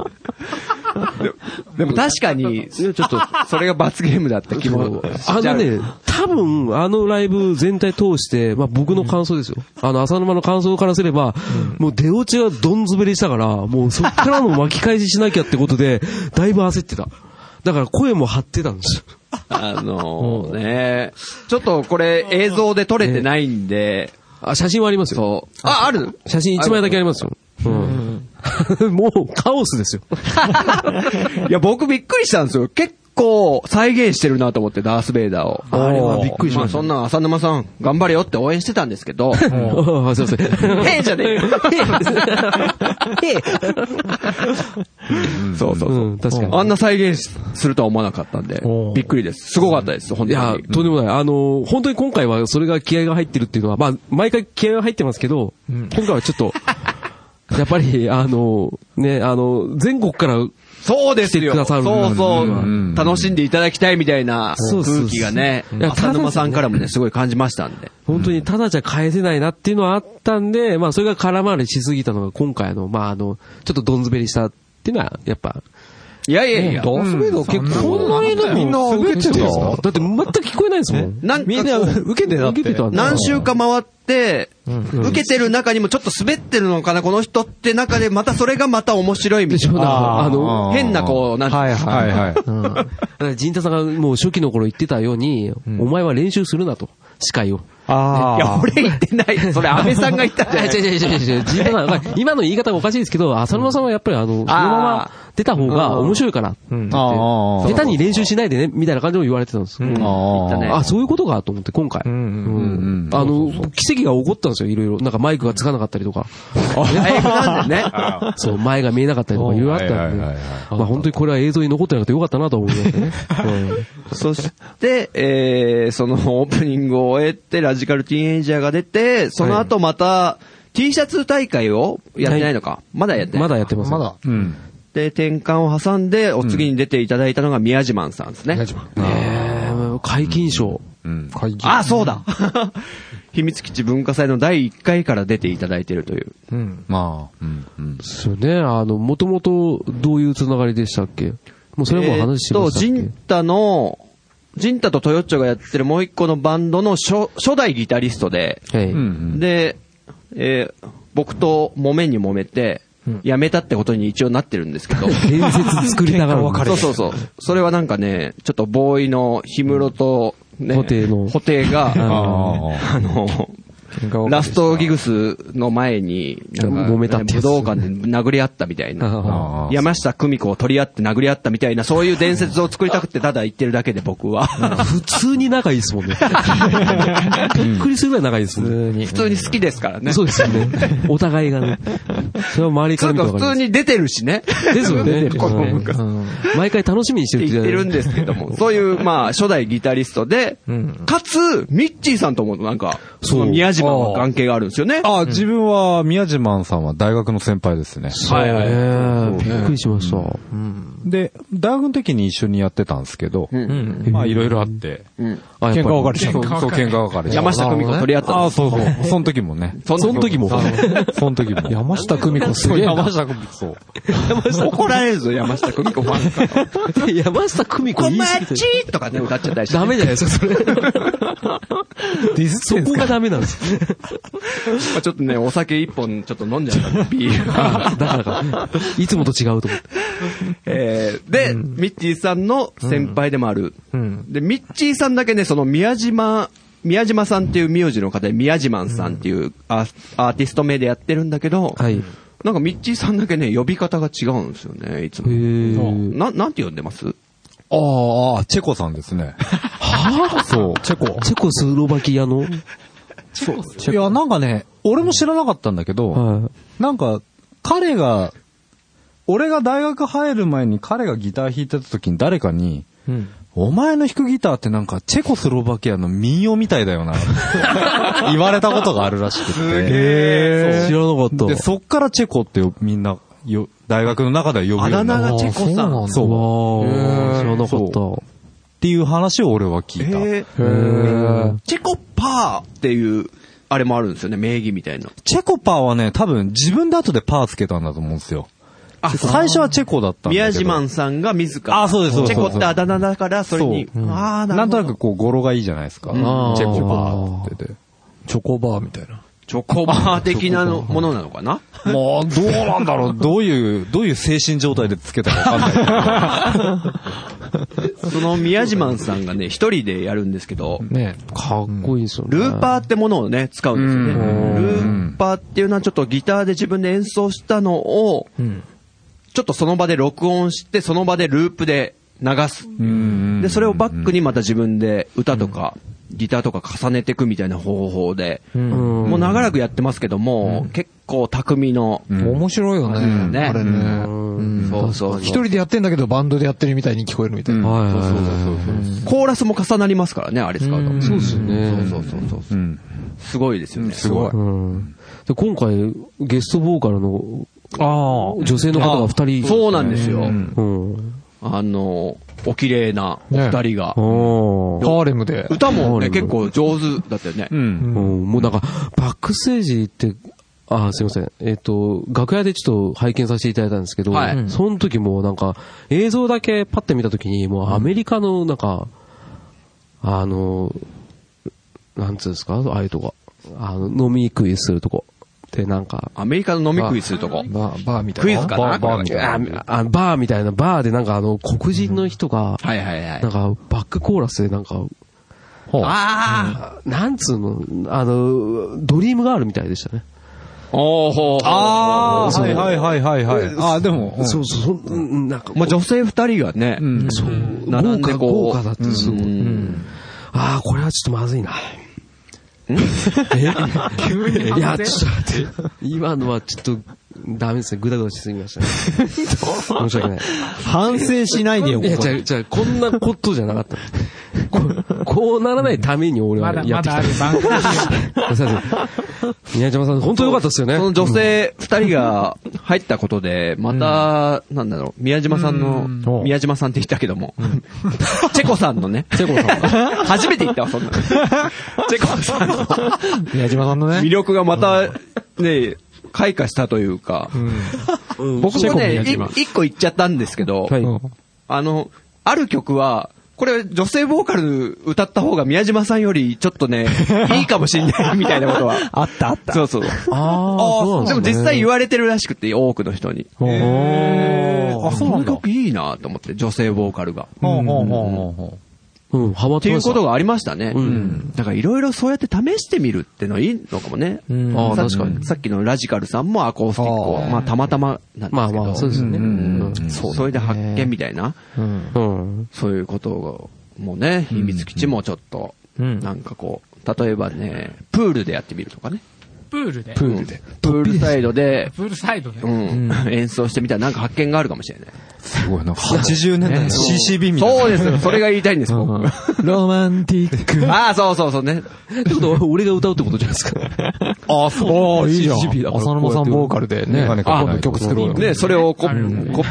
[SPEAKER 3] ででも確かに、ちょっと、それが罰ゲームだった気もしちゃ
[SPEAKER 6] あ
[SPEAKER 3] う。
[SPEAKER 6] のね、多分、あのライブ全体通して、まあ僕の感想ですよ。あの、浅沼の感想からすれば、もう出落ちがどんずべりしたから、もうそっからの巻き返ししなきゃってことで、だいぶ焦ってた。だから声も張ってたんですよ。
[SPEAKER 3] あのね、ちょっとこれ映像で撮れてないんで、
[SPEAKER 6] あ、写真はありますよ。
[SPEAKER 3] あ、ある
[SPEAKER 6] 写真1枚だけありますよ。うん、 (laughs) もう、カオスですよ。
[SPEAKER 3] いや、僕びっくりしたんですよ。結構再現してるなと思って、ダース・ベイダーを。あれはびっくりしました。そんな浅沼さん、頑張れよって応援してたんですけど、
[SPEAKER 6] (laughs) あすいません。
[SPEAKER 3] へえじゃねえよ。そうそうそう。
[SPEAKER 6] うん、確かに。
[SPEAKER 3] あんな再現しするとは思わなかったんで、びっくりです。すごかったです、本
[SPEAKER 6] いや
[SPEAKER 3] 当に、。
[SPEAKER 6] とんでもない。あの、本当に今回はそれが気合が入ってるっていうのは、まあ、毎回気合が入ってますけど、今回はちょっと、 (laughs) やっぱり、あの、ね、あの、全国から、
[SPEAKER 3] そうですよ。
[SPEAKER 6] 来てくださ
[SPEAKER 3] そ
[SPEAKER 6] る
[SPEAKER 3] うそう。楽しんでいただきたいみたいな
[SPEAKER 6] そうそうそう
[SPEAKER 3] 空気がね
[SPEAKER 6] い、や
[SPEAKER 3] 浅沼さんからもね、すごい感じましたんで。
[SPEAKER 6] 本当にただじゃ返せないなっていうのはあったんで、まあ、それが空回りしすぎたのが今回の、まあ、あの、ちょっとどんずべりしたっていうのは、やっぱ、
[SPEAKER 3] いやいやいや。
[SPEAKER 2] ダースベイダー結構、みんな受けてるよ。
[SPEAKER 6] だって全く聞こえないですもん。
[SPEAKER 3] なん
[SPEAKER 2] みんな受けてたっ
[SPEAKER 6] 受けてた
[SPEAKER 2] て
[SPEAKER 6] ん。だ
[SPEAKER 3] 何周か回って、
[SPEAKER 6] ん
[SPEAKER 3] 受けてる中にもちょっと滑ってるのかな、この人って中でまたそれがまた面白いみ
[SPEAKER 6] で
[SPEAKER 3] た
[SPEAKER 6] し
[SPEAKER 3] い
[SPEAKER 6] ょ、
[SPEAKER 3] な。
[SPEAKER 6] あの、
[SPEAKER 2] あー
[SPEAKER 3] 変なこう、なんていうの
[SPEAKER 2] はいはいはい。
[SPEAKER 6] 陣太さんがもう初期の頃言ってたように、お前は練習するなと、司会を。
[SPEAKER 2] ああ。
[SPEAKER 3] いや、俺言ってない。それ安倍さんが言った
[SPEAKER 6] い
[SPEAKER 3] じゃな
[SPEAKER 6] や
[SPEAKER 3] い
[SPEAKER 6] 違う違う違う違う。陣太さん、まあ今の言い方がおかしいですけど、浅沼さんはやっぱりあの、そのまま出た方が面白いから。
[SPEAKER 2] うん
[SPEAKER 8] ああ
[SPEAKER 6] 下手に練習しないでね、みたいな感じも言われてたんです。
[SPEAKER 8] あ
[SPEAKER 3] 言ったね
[SPEAKER 6] あ、そういうことかと思って、今回。
[SPEAKER 2] んうん
[SPEAKER 6] うんあの、奇跡が起こったんですよ、いろいろ。なんかマイクがつかなかったりとか。
[SPEAKER 3] ライブなんでね。
[SPEAKER 6] (laughs) そう、前が見えなかったりとか、いろいろあったんで
[SPEAKER 8] はいはいはい
[SPEAKER 6] ね。まあ本当にこれは映像に残ってなくてよかったなと思いましたね。うん
[SPEAKER 3] そして、えー、そのオープニングを終えて、ラジカルティーンエイジャーが出て、その後また、T シャツ大会をやってないのか、まだやってない。
[SPEAKER 6] まだやってます。
[SPEAKER 5] まだ。
[SPEAKER 8] うん。
[SPEAKER 3] で、転換を挟んで、お次に出ていただいたのが宮島さんですね。
[SPEAKER 5] 大丈夫。
[SPEAKER 6] えー解禁賞。
[SPEAKER 8] うん。
[SPEAKER 5] 会議。
[SPEAKER 3] あ、そうだ (laughs) 秘密基地文化祭の第1回から出ていただいてるという。
[SPEAKER 5] うん。
[SPEAKER 8] まあ、うん。うん。
[SPEAKER 6] ですよね。あの、もともとどういうつながりでしたっけもうそれはもう話しましたっけ、
[SPEAKER 3] えーっと、ジンタの、ジンタとトヨッチョがやってるもう一個のバンドの初初代ギタリストで、
[SPEAKER 6] はい。
[SPEAKER 8] うん。
[SPEAKER 3] で、えー僕と揉めに揉めて、辞めたってことに一応なってるんですけ
[SPEAKER 6] (laughs)
[SPEAKER 3] ど。
[SPEAKER 6] 伝説作りながら。
[SPEAKER 3] そうそうそう。それはなんかね、ちょっとボーイの氷室と、ね、
[SPEAKER 6] 布袋の
[SPEAKER 3] 布袋が、
[SPEAKER 6] (laughs)
[SPEAKER 8] あ
[SPEAKER 3] あの、ラストギグスの前に、なんか
[SPEAKER 6] 揉めたって
[SPEAKER 3] 武
[SPEAKER 6] やつ
[SPEAKER 3] 道館で殴り合ったみたい
[SPEAKER 6] (laughs)
[SPEAKER 3] な。
[SPEAKER 6] あ
[SPEAKER 8] あ。
[SPEAKER 3] 山下久美子を取り合って殴り合ったみたいな、そういう伝説を作りたくてただ言ってるだけで僕は。
[SPEAKER 6] あ普通に仲いいですもんね。びっくりするぐらい仲いいですもんね。
[SPEAKER 3] 普通に好きですからね。
[SPEAKER 6] そうですよね。お互いがね。それは周りか
[SPEAKER 3] なんか
[SPEAKER 6] ら見た
[SPEAKER 3] ら
[SPEAKER 6] わか
[SPEAKER 3] 普通
[SPEAKER 6] り
[SPEAKER 3] に出てるしね。
[SPEAKER 6] ます。ですよね。
[SPEAKER 3] この文化祭
[SPEAKER 6] 毎回楽しみにしてる
[SPEAKER 3] って言ってるん
[SPEAKER 6] で。
[SPEAKER 3] ですけども、そういう、まあ、初代ギタリストで、かつ、ミッチーさんともなんか、
[SPEAKER 6] そう
[SPEAKER 3] その宮島の関係があるんですよね。
[SPEAKER 8] あ、自分は、宮島さんは大学の先輩ですね。
[SPEAKER 6] はいはい。びっくりしました。
[SPEAKER 8] で、大学の時に一緒にやってたんですけど、まあいろいろあって、
[SPEAKER 6] あ
[SPEAKER 8] 喧嘩別れ
[SPEAKER 7] した
[SPEAKER 8] そう、喧嘩別れした。
[SPEAKER 3] 山下久美子取り合った
[SPEAKER 8] あ
[SPEAKER 3] ん
[SPEAKER 8] あ、
[SPEAKER 3] です。
[SPEAKER 8] そうそう。その時もね。
[SPEAKER 3] その時も。
[SPEAKER 8] その時も。
[SPEAKER 5] 山下久美子すげえな。
[SPEAKER 8] 下久美子。そう。
[SPEAKER 3] 怒られるぞ、山下久美子ファンから。
[SPEAKER 6] 山下久美子
[SPEAKER 3] こ
[SPEAKER 6] 言い
[SPEAKER 3] ま
[SPEAKER 6] 過ぎて
[SPEAKER 3] ちーとかね、歌っちゃったりして。
[SPEAKER 6] ダメじゃないですか、それ。そこがダメなんです。
[SPEAKER 3] まあちょっとね、お酒一本ちょっと飲んじゃったんでビール。
[SPEAKER 6] だからか。いつもと違うと思って。
[SPEAKER 3] えーで、ミッチーさんの先輩でもある。で、ミッチーさんだけね、その宮島、宮島さんっていう名字の方で、宮島さんっていうア,、アーティスト名でやってるんだけど、
[SPEAKER 6] はい。
[SPEAKER 3] なんかミッチーさんだけね、呼び方が違うんですよね、いつも。
[SPEAKER 6] ー
[SPEAKER 3] な、なんて呼んでます
[SPEAKER 8] ああああ、チェコさんですね。はあそう。チェコ。
[SPEAKER 6] チェコスロバキアの、
[SPEAKER 8] チェ
[SPEAKER 2] いや、なんかね、俺も知らなかったんだけど、
[SPEAKER 6] は
[SPEAKER 2] なんか、
[SPEAKER 8] 彼が、俺が大学入る前に彼がギター弾いてた時に誰かに、お前の弾くギターってなんかチェコスロバキアの民謡みたいだよな。言われたことがあるらしくて。
[SPEAKER 6] い。知らなかった。
[SPEAKER 8] で、そっからチェコってよみんなよ大学の中では呼ぶようになったっ
[SPEAKER 5] チェコさん。
[SPEAKER 8] そうう
[SPEAKER 6] わー、知らなかった。
[SPEAKER 8] ていう話を俺は聞いた。
[SPEAKER 3] えーチェコパーっていう、あれもあるんですよね、名義みたいな。
[SPEAKER 8] チェコパーはね、多分自分で後でパーつけたんだと思うんですよ。
[SPEAKER 3] あ
[SPEAKER 8] 最初はチェコだったんだけど。
[SPEAKER 3] 宮島さんが自ら。
[SPEAKER 8] あそうですそうです
[SPEAKER 3] チェコってあだ名だから、それに。
[SPEAKER 8] そう
[SPEAKER 3] ああ、なる
[SPEAKER 8] な
[SPEAKER 3] ほ
[SPEAKER 8] ん
[SPEAKER 3] ど。
[SPEAKER 8] となくこう語呂がいいじゃないですか。チ
[SPEAKER 6] あー
[SPEAKER 8] ェコパーってて。
[SPEAKER 5] チョコバーみたいな。
[SPEAKER 3] チョコバー的なのものなのかな
[SPEAKER 8] もう、どうなんだろう。どういう、どういう精神状態でつけたかわかんない。
[SPEAKER 3] その宮島さんがね、一人でやるんですけど、
[SPEAKER 5] ね
[SPEAKER 6] かっこいいですよね。
[SPEAKER 3] ルーパーってものをね、使うんですよね。ルーパーっていうのはちょっとギターで自分で演奏したのを、ちょっとその場で録音して、その場でループで流す。で、それをバックにまた自分で歌とか、ギターとか重ねていくみたいな方法で、もう長らくやってますけども、結構匠の、
[SPEAKER 5] 面白いよね。
[SPEAKER 3] うん
[SPEAKER 5] あれね。うん
[SPEAKER 3] そうそうそう
[SPEAKER 5] 一人でやってんだけど、バンドでやってるみたいに聞こえるみたいな。
[SPEAKER 6] はいはいはい
[SPEAKER 3] コーラスも重なりますからね、あれ使うと。そうです
[SPEAKER 6] ね
[SPEAKER 3] そうそうそうそうう。
[SPEAKER 8] ん。
[SPEAKER 3] すごいですよね。
[SPEAKER 8] すごい。
[SPEAKER 6] うんで今回、ゲストボーカルの
[SPEAKER 8] あ
[SPEAKER 6] 女性の方が二人。
[SPEAKER 3] そうなんですよ。
[SPEAKER 6] うん。
[SPEAKER 3] あの、お綺麗なお二人が。
[SPEAKER 6] ああ。
[SPEAKER 5] ハーレムで。
[SPEAKER 3] 歌もね、
[SPEAKER 6] うん
[SPEAKER 3] 結構上手だったよね
[SPEAKER 8] う。ん。
[SPEAKER 6] うんもうなんか、バックステージって、あーすいません。えっ、と、楽屋でちょっと拝見させていただいたんですけど、
[SPEAKER 3] はい
[SPEAKER 6] その時もうなんか、映像だけパッて見た時に、もうアメリカのなんか、あの、なんつうんですかああいうとこ。あの、飲み食いするとこ。で、なんか、
[SPEAKER 3] アメリカの飲み食いするとこ。
[SPEAKER 5] バー、バーみたい
[SPEAKER 3] ク
[SPEAKER 5] な。
[SPEAKER 3] イズかな
[SPEAKER 8] バーバー
[SPEAKER 3] これは
[SPEAKER 6] ああバーみたいな、バーでなんかあの、黒人の人が、
[SPEAKER 3] はいはいはい
[SPEAKER 6] なん。か、バックコーラスでなんか、
[SPEAKER 3] あ
[SPEAKER 6] なんつうの、あの、ドリームガールみたいでしたね。
[SPEAKER 3] あおーほー
[SPEAKER 8] ああ、はいはいはいはいはい。ああ、でも、うん
[SPEAKER 6] そうそう、そんうんなんか、
[SPEAKER 3] まあ女性二人がね、
[SPEAKER 6] そう、
[SPEAKER 3] 並
[SPEAKER 6] 豪
[SPEAKER 3] んで
[SPEAKER 6] 華、
[SPEAKER 3] こう
[SPEAKER 6] 豪華だって、すごい。ああ、これはちょっとまずいな。
[SPEAKER 3] (laughs)
[SPEAKER 6] えいや、ちょっと待って。今のはちょっと、ダメですね。ぐだぐだしすぎましたね。申し訳ない。
[SPEAKER 5] 反省しないでよ、
[SPEAKER 6] いや、じゃあじゃあこんなことじゃなかった。ここうならないために俺は
[SPEAKER 7] まだ、
[SPEAKER 6] や
[SPEAKER 7] ま
[SPEAKER 6] ってき
[SPEAKER 7] だ
[SPEAKER 6] た
[SPEAKER 7] あ。る番組
[SPEAKER 6] すいません宮島さん、本当良かったですよね。
[SPEAKER 3] その女性二人が入ったことで、また、なんだろう、宮島さんの、宮島さんって言ったけども、チェコさんのね、
[SPEAKER 6] チェコさん。
[SPEAKER 3] (laughs) 初めて言ったわ、そんなの。チェコさんの
[SPEAKER 5] 宮島さんの
[SPEAKER 3] 魅
[SPEAKER 5] ね。
[SPEAKER 3] 力がまた、ね、開花したというか、僕もね、い一個言っちゃったんですけど、
[SPEAKER 6] はい。
[SPEAKER 3] あの、ある曲は、これ女性ボーカル歌った方が宮島さんよりちょっと (laughs) ね、いいかもしんないみたいなことは。あったあった。そうそう。
[SPEAKER 6] ああ、そうなん
[SPEAKER 3] でも
[SPEAKER 6] ね
[SPEAKER 3] 実際言われてるらしくて、多くの人に。あ、そうなんだ。この曲いいなと思って、女性ボーカルが。っ
[SPEAKER 8] ほうほうほうほうほう。
[SPEAKER 6] うん、ハマってて
[SPEAKER 3] い
[SPEAKER 6] ま
[SPEAKER 3] う
[SPEAKER 6] した。
[SPEAKER 3] ことがありましたね。
[SPEAKER 6] ん
[SPEAKER 3] だからいろいろそうやって試してみるってのいいのかもね。ああ、確かに。さっきのラジカルさんもアコースティックを、まあたまたまなんですけど。
[SPEAKER 6] まあまあ、そうですよね。うん。
[SPEAKER 3] そうそれで発見みたいな。
[SPEAKER 6] うん。
[SPEAKER 3] そういうこともね、秘密基地もちょっと、なんかこう、例えばね、プールでやってみるとかね。
[SPEAKER 7] プールで。
[SPEAKER 3] プールで。プールサイドで、
[SPEAKER 7] プールサイドで
[SPEAKER 3] う。ん、演奏してみたらなんか発見があるかもしれない。
[SPEAKER 8] すごいな。80年代の CCB みたいな。
[SPEAKER 3] そうです。それが言いたいんです、僕。
[SPEAKER 5] ロマンティック。
[SPEAKER 3] ああ、そうそうそうね。
[SPEAKER 6] ってことは、俺が歌うってことじゃないですか。
[SPEAKER 5] あ、そう。いいじゃん。浅
[SPEAKER 6] CCP だから
[SPEAKER 5] 沼さんボーカルでね
[SPEAKER 8] メガネ。かけない
[SPEAKER 5] あ、
[SPEAKER 8] と
[SPEAKER 5] 曲作ろうよ。
[SPEAKER 3] ね、それをココピ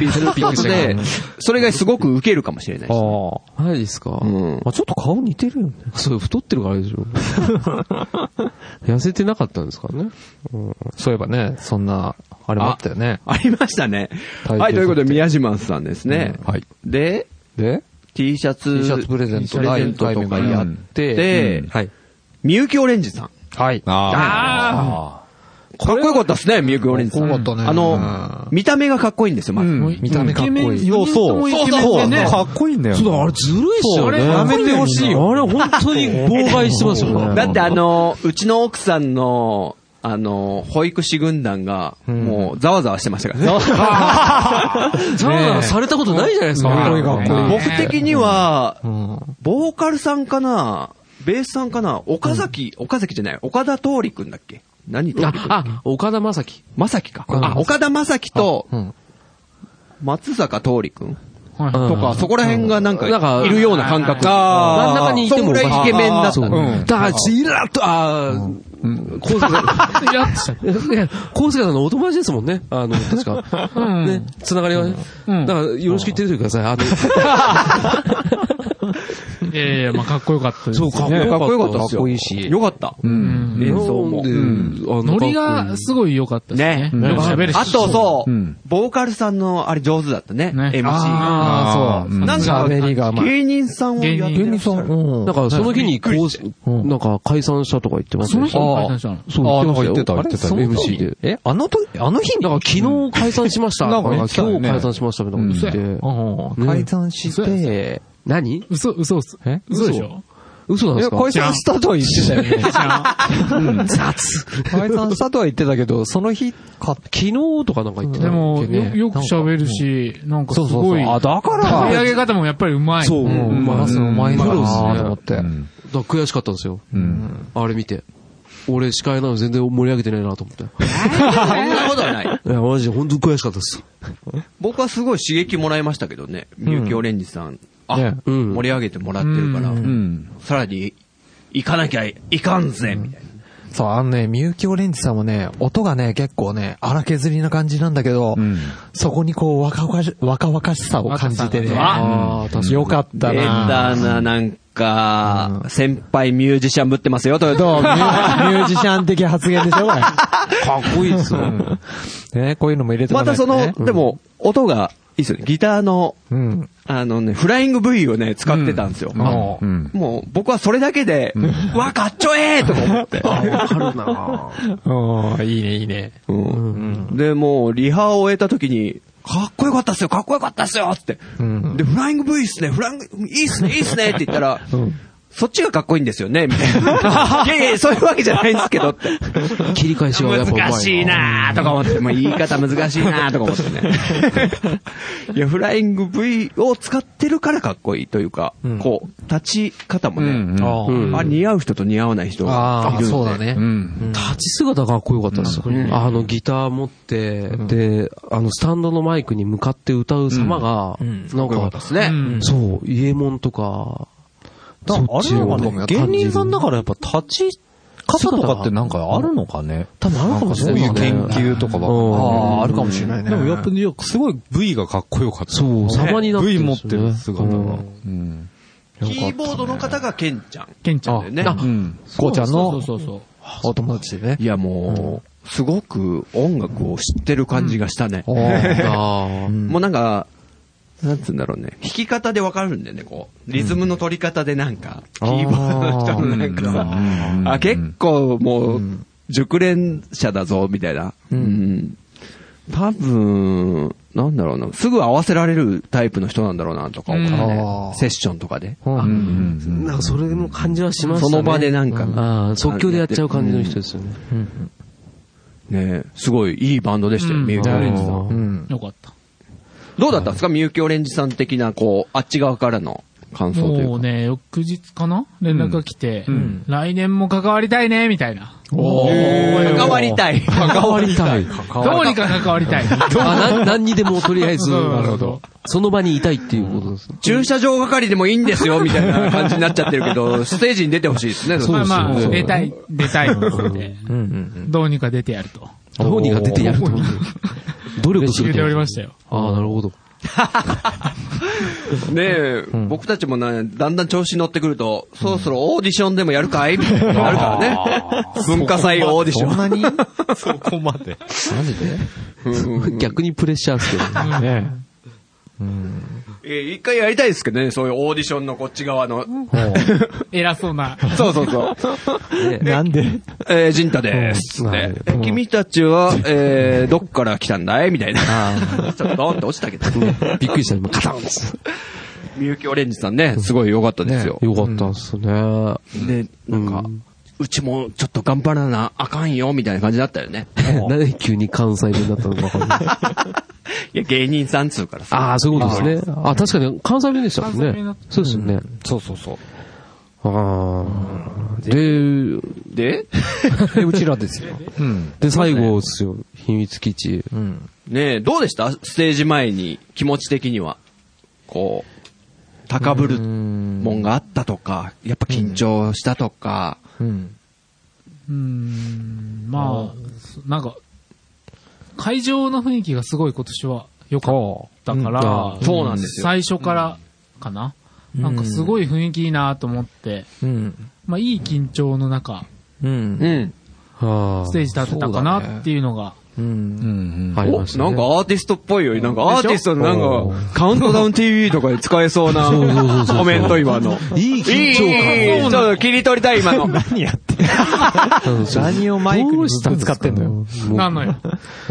[SPEAKER 3] ーするってことで、それがすごく受けるかもしれないし。
[SPEAKER 5] あ
[SPEAKER 6] マジですか
[SPEAKER 3] う。ん。
[SPEAKER 5] あ。ちょっと顔似てるよね。
[SPEAKER 6] それ太ってるからでし
[SPEAKER 5] (laughs)
[SPEAKER 6] ょ。痩せてなかったんですかね。
[SPEAKER 5] そういえばね、そんな、あれもあったよね。
[SPEAKER 3] ありましたね。
[SPEAKER 5] 体型
[SPEAKER 3] はい、ということで、宮島さんですね。
[SPEAKER 8] はい。
[SPEAKER 3] で、
[SPEAKER 5] で、
[SPEAKER 3] T シャツ、
[SPEAKER 5] T シャツプレゼント、
[SPEAKER 3] プレゼントとかや
[SPEAKER 5] や
[SPEAKER 3] っ
[SPEAKER 5] って、
[SPEAKER 3] て、
[SPEAKER 5] はい。
[SPEAKER 3] みゆきオレンジさん。
[SPEAKER 5] はい。
[SPEAKER 8] あ
[SPEAKER 3] かっこよかったですね、みゆきオレンジさん。
[SPEAKER 5] かっこよかったね
[SPEAKER 3] あの、見た目がかっこいいんですよ、まず。
[SPEAKER 5] 見た目かっこいい。
[SPEAKER 8] あ。そう。
[SPEAKER 7] イケメン
[SPEAKER 8] そう。
[SPEAKER 7] でね
[SPEAKER 8] かっこいいんだよ。
[SPEAKER 6] あれずるいっすよね。
[SPEAKER 8] やめてほしいよ。
[SPEAKER 6] あれ本当に妨害してます (laughs) よね。
[SPEAKER 3] だってあの、うちの奥さんの、あの、保育士軍団が、もう、ざわざわしてましたから。
[SPEAKER 6] ザワザワされたことないじゃないですか。俺ら
[SPEAKER 3] 僕的には、
[SPEAKER 5] うん
[SPEAKER 3] ボーカルさんかな、ベースさんかな、岡崎、岡崎じゃない、岡田通りくんだっけ何通りくん
[SPEAKER 6] あ、あ、岡田将生。
[SPEAKER 3] まさきか。
[SPEAKER 6] うん
[SPEAKER 3] あ、岡田まさきと
[SPEAKER 5] うん、
[SPEAKER 3] 松坂通りくん
[SPEAKER 7] はい
[SPEAKER 6] うん
[SPEAKER 3] とか、そこら辺がなん
[SPEAKER 6] なんか
[SPEAKER 3] か、いるような感覚。
[SPEAKER 6] 真ん中にいてもおかし
[SPEAKER 3] そんぐらいイケメンだったんだ
[SPEAKER 6] そうだから、ちらっと、ああ、コウスケさん、
[SPEAKER 7] イラッとしちゃった。
[SPEAKER 6] いや、コウスケさんのお友達ですもんね。あの、確か。
[SPEAKER 7] うん
[SPEAKER 6] ね、つながりはね。
[SPEAKER 7] うん
[SPEAKER 6] だから、よろしく言っててください。あの、
[SPEAKER 7] いやいや、まあ、かっこよかったです。
[SPEAKER 6] そう、かっこ
[SPEAKER 3] ね
[SPEAKER 6] よ
[SPEAKER 3] かっこよかった
[SPEAKER 6] か
[SPEAKER 3] で
[SPEAKER 6] っ
[SPEAKER 3] すよ。
[SPEAKER 6] こいいし。
[SPEAKER 3] よかった。
[SPEAKER 7] うん
[SPEAKER 3] 演奏も
[SPEAKER 6] で、あのかっ
[SPEAKER 7] ノリ
[SPEAKER 6] こい
[SPEAKER 7] が
[SPEAKER 6] い
[SPEAKER 7] すごい良かったですね。
[SPEAKER 3] ね
[SPEAKER 7] よく喋るし
[SPEAKER 3] あとそう
[SPEAKER 8] うん、
[SPEAKER 3] ボーカルさんのあれ上手だったね。
[SPEAKER 7] ね
[SPEAKER 3] MC が。
[SPEAKER 5] ああ、
[SPEAKER 8] ー
[SPEAKER 5] そう。
[SPEAKER 3] なんか
[SPEAKER 5] 喋りが、まあ、
[SPEAKER 3] 芸人さんをやって
[SPEAKER 5] 芸
[SPEAKER 3] ら
[SPEAKER 5] 人
[SPEAKER 3] っし
[SPEAKER 5] さ
[SPEAKER 3] ゃ
[SPEAKER 5] ん、
[SPEAKER 3] る。
[SPEAKER 5] うん。
[SPEAKER 6] なんか、その日に、こ
[SPEAKER 3] びっくりし
[SPEAKER 6] う、なんか解散したとか言ってます
[SPEAKER 7] その
[SPEAKER 6] ね
[SPEAKER 7] 日に解散したの
[SPEAKER 6] そう、
[SPEAKER 8] あ
[SPEAKER 6] 言って
[SPEAKER 8] な
[SPEAKER 6] ましたよ。
[SPEAKER 8] んか言ってた
[SPEAKER 6] あれ
[SPEAKER 8] 言ってた
[SPEAKER 6] MC で。
[SPEAKER 5] え、あの時、あの日に
[SPEAKER 6] だから、昨日解散しま (laughs) した。
[SPEAKER 8] なんか言
[SPEAKER 6] 今
[SPEAKER 8] ってたよね
[SPEAKER 6] 日解散しましたみたいなこと言って。
[SPEAKER 5] うん解散して、
[SPEAKER 6] 何
[SPEAKER 7] 嘘、嘘っす。
[SPEAKER 5] え
[SPEAKER 7] 嘘でしょ
[SPEAKER 6] 嘘なん
[SPEAKER 5] い
[SPEAKER 6] です
[SPEAKER 5] や、
[SPEAKER 6] か
[SPEAKER 5] 解散したとは言ってたよね。解散したとは言ってたけど、その日買って、
[SPEAKER 6] 昨日とかなんか言ってた
[SPEAKER 7] でも、
[SPEAKER 6] っけね
[SPEAKER 7] よよく喋るし、なんかす
[SPEAKER 5] そうそう
[SPEAKER 7] ご
[SPEAKER 5] そう。
[SPEAKER 7] い、
[SPEAKER 5] あ、だか
[SPEAKER 7] 取り上
[SPEAKER 5] ら、
[SPEAKER 7] げ方もやっぱりうまい。
[SPEAKER 6] そう、
[SPEAKER 5] うん、
[SPEAKER 6] まあ
[SPEAKER 5] マスの前だな
[SPEAKER 6] プロですね
[SPEAKER 5] と思って。
[SPEAKER 6] だから悔しかったんですよ。
[SPEAKER 8] うん。
[SPEAKER 6] あれ見て。俺司会なのに全然盛り上げてないなと思って。い
[SPEAKER 3] (laughs) そんなことはない。
[SPEAKER 6] や、マジで本当に悔しかったです。
[SPEAKER 3] 僕はすごい刺激もらいましたけどね。みゆきオレンジさん。あ、
[SPEAKER 6] うん
[SPEAKER 3] 盛り上げてもらってるから
[SPEAKER 5] う、
[SPEAKER 8] うん。
[SPEAKER 3] さらに、行かなきゃいかんぜ、みたいな。
[SPEAKER 5] そう、あのね、みゆきオレンジさんもね、音がね、結構ね、荒削りな感じなんだけど、
[SPEAKER 8] うん。
[SPEAKER 5] そこにこう、若々し、若々しさを感じてね。
[SPEAKER 6] ああ、確かに。
[SPEAKER 5] よかった
[SPEAKER 3] ベタ
[SPEAKER 5] な
[SPEAKER 3] な、なんか、先輩ミュージシャンぶってますよ、と。
[SPEAKER 5] どうミューミュージシャン的発言でしょ、これ。
[SPEAKER 6] かっこいいですよ。
[SPEAKER 5] ね、こういうのも入れても
[SPEAKER 3] ま
[SPEAKER 5] ら
[SPEAKER 3] たその、でも、音がいいですよね。ギターの、
[SPEAKER 5] うん。
[SPEAKER 3] あのね、フライング V をね、使ってたんですよ。
[SPEAKER 5] も
[SPEAKER 8] うん。
[SPEAKER 3] もう、僕はそれだけで、うわ、かっちょええとか思って。
[SPEAKER 6] わかるな
[SPEAKER 5] うん、いいね、いいね。
[SPEAKER 3] うんで、もう、リハを終えた時に、かっこよかったっすよ、かっこよかったっすよって。で、フライング V っすね、フライング、いいっすね、いいっすねって言ったら、そっちがかっこいいんですよね、みたいな。いやいや、そういうわけじゃないんですけどって。
[SPEAKER 6] 切り返しがやっぱうまい。
[SPEAKER 1] 難しいなぁとか思って。
[SPEAKER 3] まあ言い方難しいなとか思ってね。いや、フライング V を使ってるからかっこいいというか、こう、立ち方もね、
[SPEAKER 8] うん
[SPEAKER 5] あー
[SPEAKER 6] うん
[SPEAKER 3] あ似合う人と似合わない人が
[SPEAKER 5] あ
[SPEAKER 3] い
[SPEAKER 5] ー、
[SPEAKER 3] るんで。
[SPEAKER 5] そうだね。
[SPEAKER 8] うん。
[SPEAKER 6] 立ち姿がかっこよかったですよ。あのギター持って、で、あのスタンドのマイクに向かって歌う様が、
[SPEAKER 5] ん
[SPEAKER 6] なんか、
[SPEAKER 3] ね。
[SPEAKER 6] そう、伊右衛門とか、
[SPEAKER 8] だからあれなのかね、芸人さんだからやっぱ立ち方とかってなんかあるのかね。
[SPEAKER 6] 多分あるかもし
[SPEAKER 8] そ
[SPEAKER 6] れ
[SPEAKER 8] う
[SPEAKER 6] ないいうですね。
[SPEAKER 8] 研究とか
[SPEAKER 6] う
[SPEAKER 8] は。
[SPEAKER 6] ん
[SPEAKER 5] ああ、あるかもしれないね。
[SPEAKER 8] でもやっぱり、すごい V がかっこよかった。
[SPEAKER 6] そう、様になってる
[SPEAKER 8] V
[SPEAKER 6] ん
[SPEAKER 8] 持
[SPEAKER 6] で
[SPEAKER 8] っ
[SPEAKER 6] す
[SPEAKER 8] て
[SPEAKER 6] よね
[SPEAKER 8] る姿が。
[SPEAKER 6] うん
[SPEAKER 8] うん。
[SPEAKER 3] キーボードの方がケンちゃん。
[SPEAKER 7] ケンちゃんだよ
[SPEAKER 3] だよ
[SPEAKER 7] ね。
[SPEAKER 3] ね。
[SPEAKER 8] うん。
[SPEAKER 5] こうちゃん
[SPEAKER 7] そう
[SPEAKER 5] の
[SPEAKER 7] そうそう。
[SPEAKER 5] お友達でね。
[SPEAKER 3] いやもう、すごく音楽を知ってる感じがしたね。
[SPEAKER 6] あー
[SPEAKER 3] もうなんか、なんつうんだろうね。弾き方でわかるんだよね、こう。リズムの取り方でなんか、キーボードの人のなんかさ、
[SPEAKER 8] うん
[SPEAKER 3] あ、結構もう、熟練者だぞ、みたいな。うん。多分、なんだろうな、すぐ合わせられるタイプの人なんだろうな、とか思う
[SPEAKER 5] うん
[SPEAKER 3] ね
[SPEAKER 5] あ。ー
[SPEAKER 3] セッションとかで。
[SPEAKER 8] うん
[SPEAKER 6] なんかそれの感じはしました
[SPEAKER 3] そ
[SPEAKER 6] ね。
[SPEAKER 3] の場でなんか、
[SPEAKER 6] あー即興でやっちゃう感じの人ですよね。
[SPEAKER 3] ねすごいいいバンドでしたよ、
[SPEAKER 7] うん
[SPEAKER 3] みゆきオレンジさん。
[SPEAKER 5] うん。
[SPEAKER 7] よかった。
[SPEAKER 3] どうだったんですかみゆきオレンジさん的な、こう、あっち側からの感想というか。
[SPEAKER 7] もうね、翌日かな連絡が来て、来年も関わりたいね、みたいな。
[SPEAKER 3] 関わりたい。 (laughs)
[SPEAKER 6] 関わりたい。
[SPEAKER 7] どうにか関わりたい。
[SPEAKER 6] あ、な (laughs) 何にでもとりあえず、
[SPEAKER 7] そうなるほど
[SPEAKER 6] その場にいたいっていうことですね。
[SPEAKER 3] 駐車場係でもいいんですよ、みたいな感じになっちゃってるけ
[SPEAKER 7] (laughs)
[SPEAKER 3] ど、ステージに出てほしいですね、
[SPEAKER 7] まあ
[SPEAKER 3] そ
[SPEAKER 7] ま
[SPEAKER 3] う
[SPEAKER 7] あ
[SPEAKER 3] で、すね
[SPEAKER 7] 出たい、出たいって言って、どうにか出てやると。
[SPEAKER 6] どうにか出てやると。 (laughs) 努力す
[SPEAKER 7] 言
[SPEAKER 6] る
[SPEAKER 7] っ
[SPEAKER 6] と
[SPEAKER 7] ておりましたよ。
[SPEAKER 6] ああ、なるほど。
[SPEAKER 3] ねえ、僕たちもね、だんだん調子に乗ってくると、そろそろオーディションでもやるかいみたいになる
[SPEAKER 7] (laughs)
[SPEAKER 3] からね。文化祭オーディション。
[SPEAKER 5] なにマ
[SPEAKER 8] そこま (laughs) で。
[SPEAKER 5] ジで
[SPEAKER 6] (laughs) 逆にプレッシャーですけどね。
[SPEAKER 5] ね
[SPEAKER 3] えー一回やりたいですけどね、そういうオーディションのこっち側の。
[SPEAKER 7] 偉そうな。
[SPEAKER 3] そうそうそう。
[SPEAKER 5] なんで
[SPEAKER 3] えー、ジンタです。
[SPEAKER 6] うん
[SPEAKER 3] ねえ君たちは、えー、どっから来たんだいみたいな。 (laughs) ちょっとドーンって落ちたけど。
[SPEAKER 6] (laughs) びっくりした、今、カタンです
[SPEAKER 3] みゆきオレンジさんね、すごい良かったですよ。
[SPEAKER 6] よかったっすね。
[SPEAKER 3] で、なんか、うちもちょっと頑張らなあかんよ、みたいな感じだったよね。 (laughs)
[SPEAKER 6] なんで急に関西弁になったのかわかんない。
[SPEAKER 3] いや、芸人さんつうからさ。
[SPEAKER 6] ああ、そういうことですね。あ確かに関西弁でしたもん
[SPEAKER 7] 関西弁だ
[SPEAKER 6] ね
[SPEAKER 7] っ。
[SPEAKER 6] そうですよね。
[SPEAKER 5] そうそうそう。
[SPEAKER 6] ああ。で、
[SPEAKER 3] で、
[SPEAKER 5] で、うちらですよ。
[SPEAKER 6] で、最後ですよ。秘密基地。
[SPEAKER 5] うん。
[SPEAKER 3] ねえ、どうでしたステージ前に、気持ち的には。こう、高ぶるもんがあったとか、やっぱ緊張したとか、
[SPEAKER 5] うん。
[SPEAKER 7] うーん、まあ、なんか、会場の雰囲気がすごい今年は良かったから、
[SPEAKER 3] そうなんですよ
[SPEAKER 7] 最初からかな。なんかすごい雰囲気いいなと思って、
[SPEAKER 5] うん。
[SPEAKER 7] まあいい緊張の中、
[SPEAKER 5] うん。
[SPEAKER 3] うん。
[SPEAKER 6] あ
[SPEAKER 7] ステージ立てたかなっていうのが、
[SPEAKER 5] う
[SPEAKER 8] うん
[SPEAKER 5] ん。
[SPEAKER 6] あ。あ
[SPEAKER 3] お、
[SPEAKER 6] り
[SPEAKER 3] な
[SPEAKER 6] ま
[SPEAKER 3] ん
[SPEAKER 6] したね。
[SPEAKER 3] かアーティストっぽいよ。なんかアーティストのなんか、カウントダウン TV とかで使えそうなコメント今の。
[SPEAKER 6] いい緊張
[SPEAKER 3] いいいいちょっと切り取りたい今 (laughs) の。
[SPEAKER 2] 何やって
[SPEAKER 6] 感。
[SPEAKER 2] 何をマイクにぶつかってんのよ。
[SPEAKER 7] なのよ。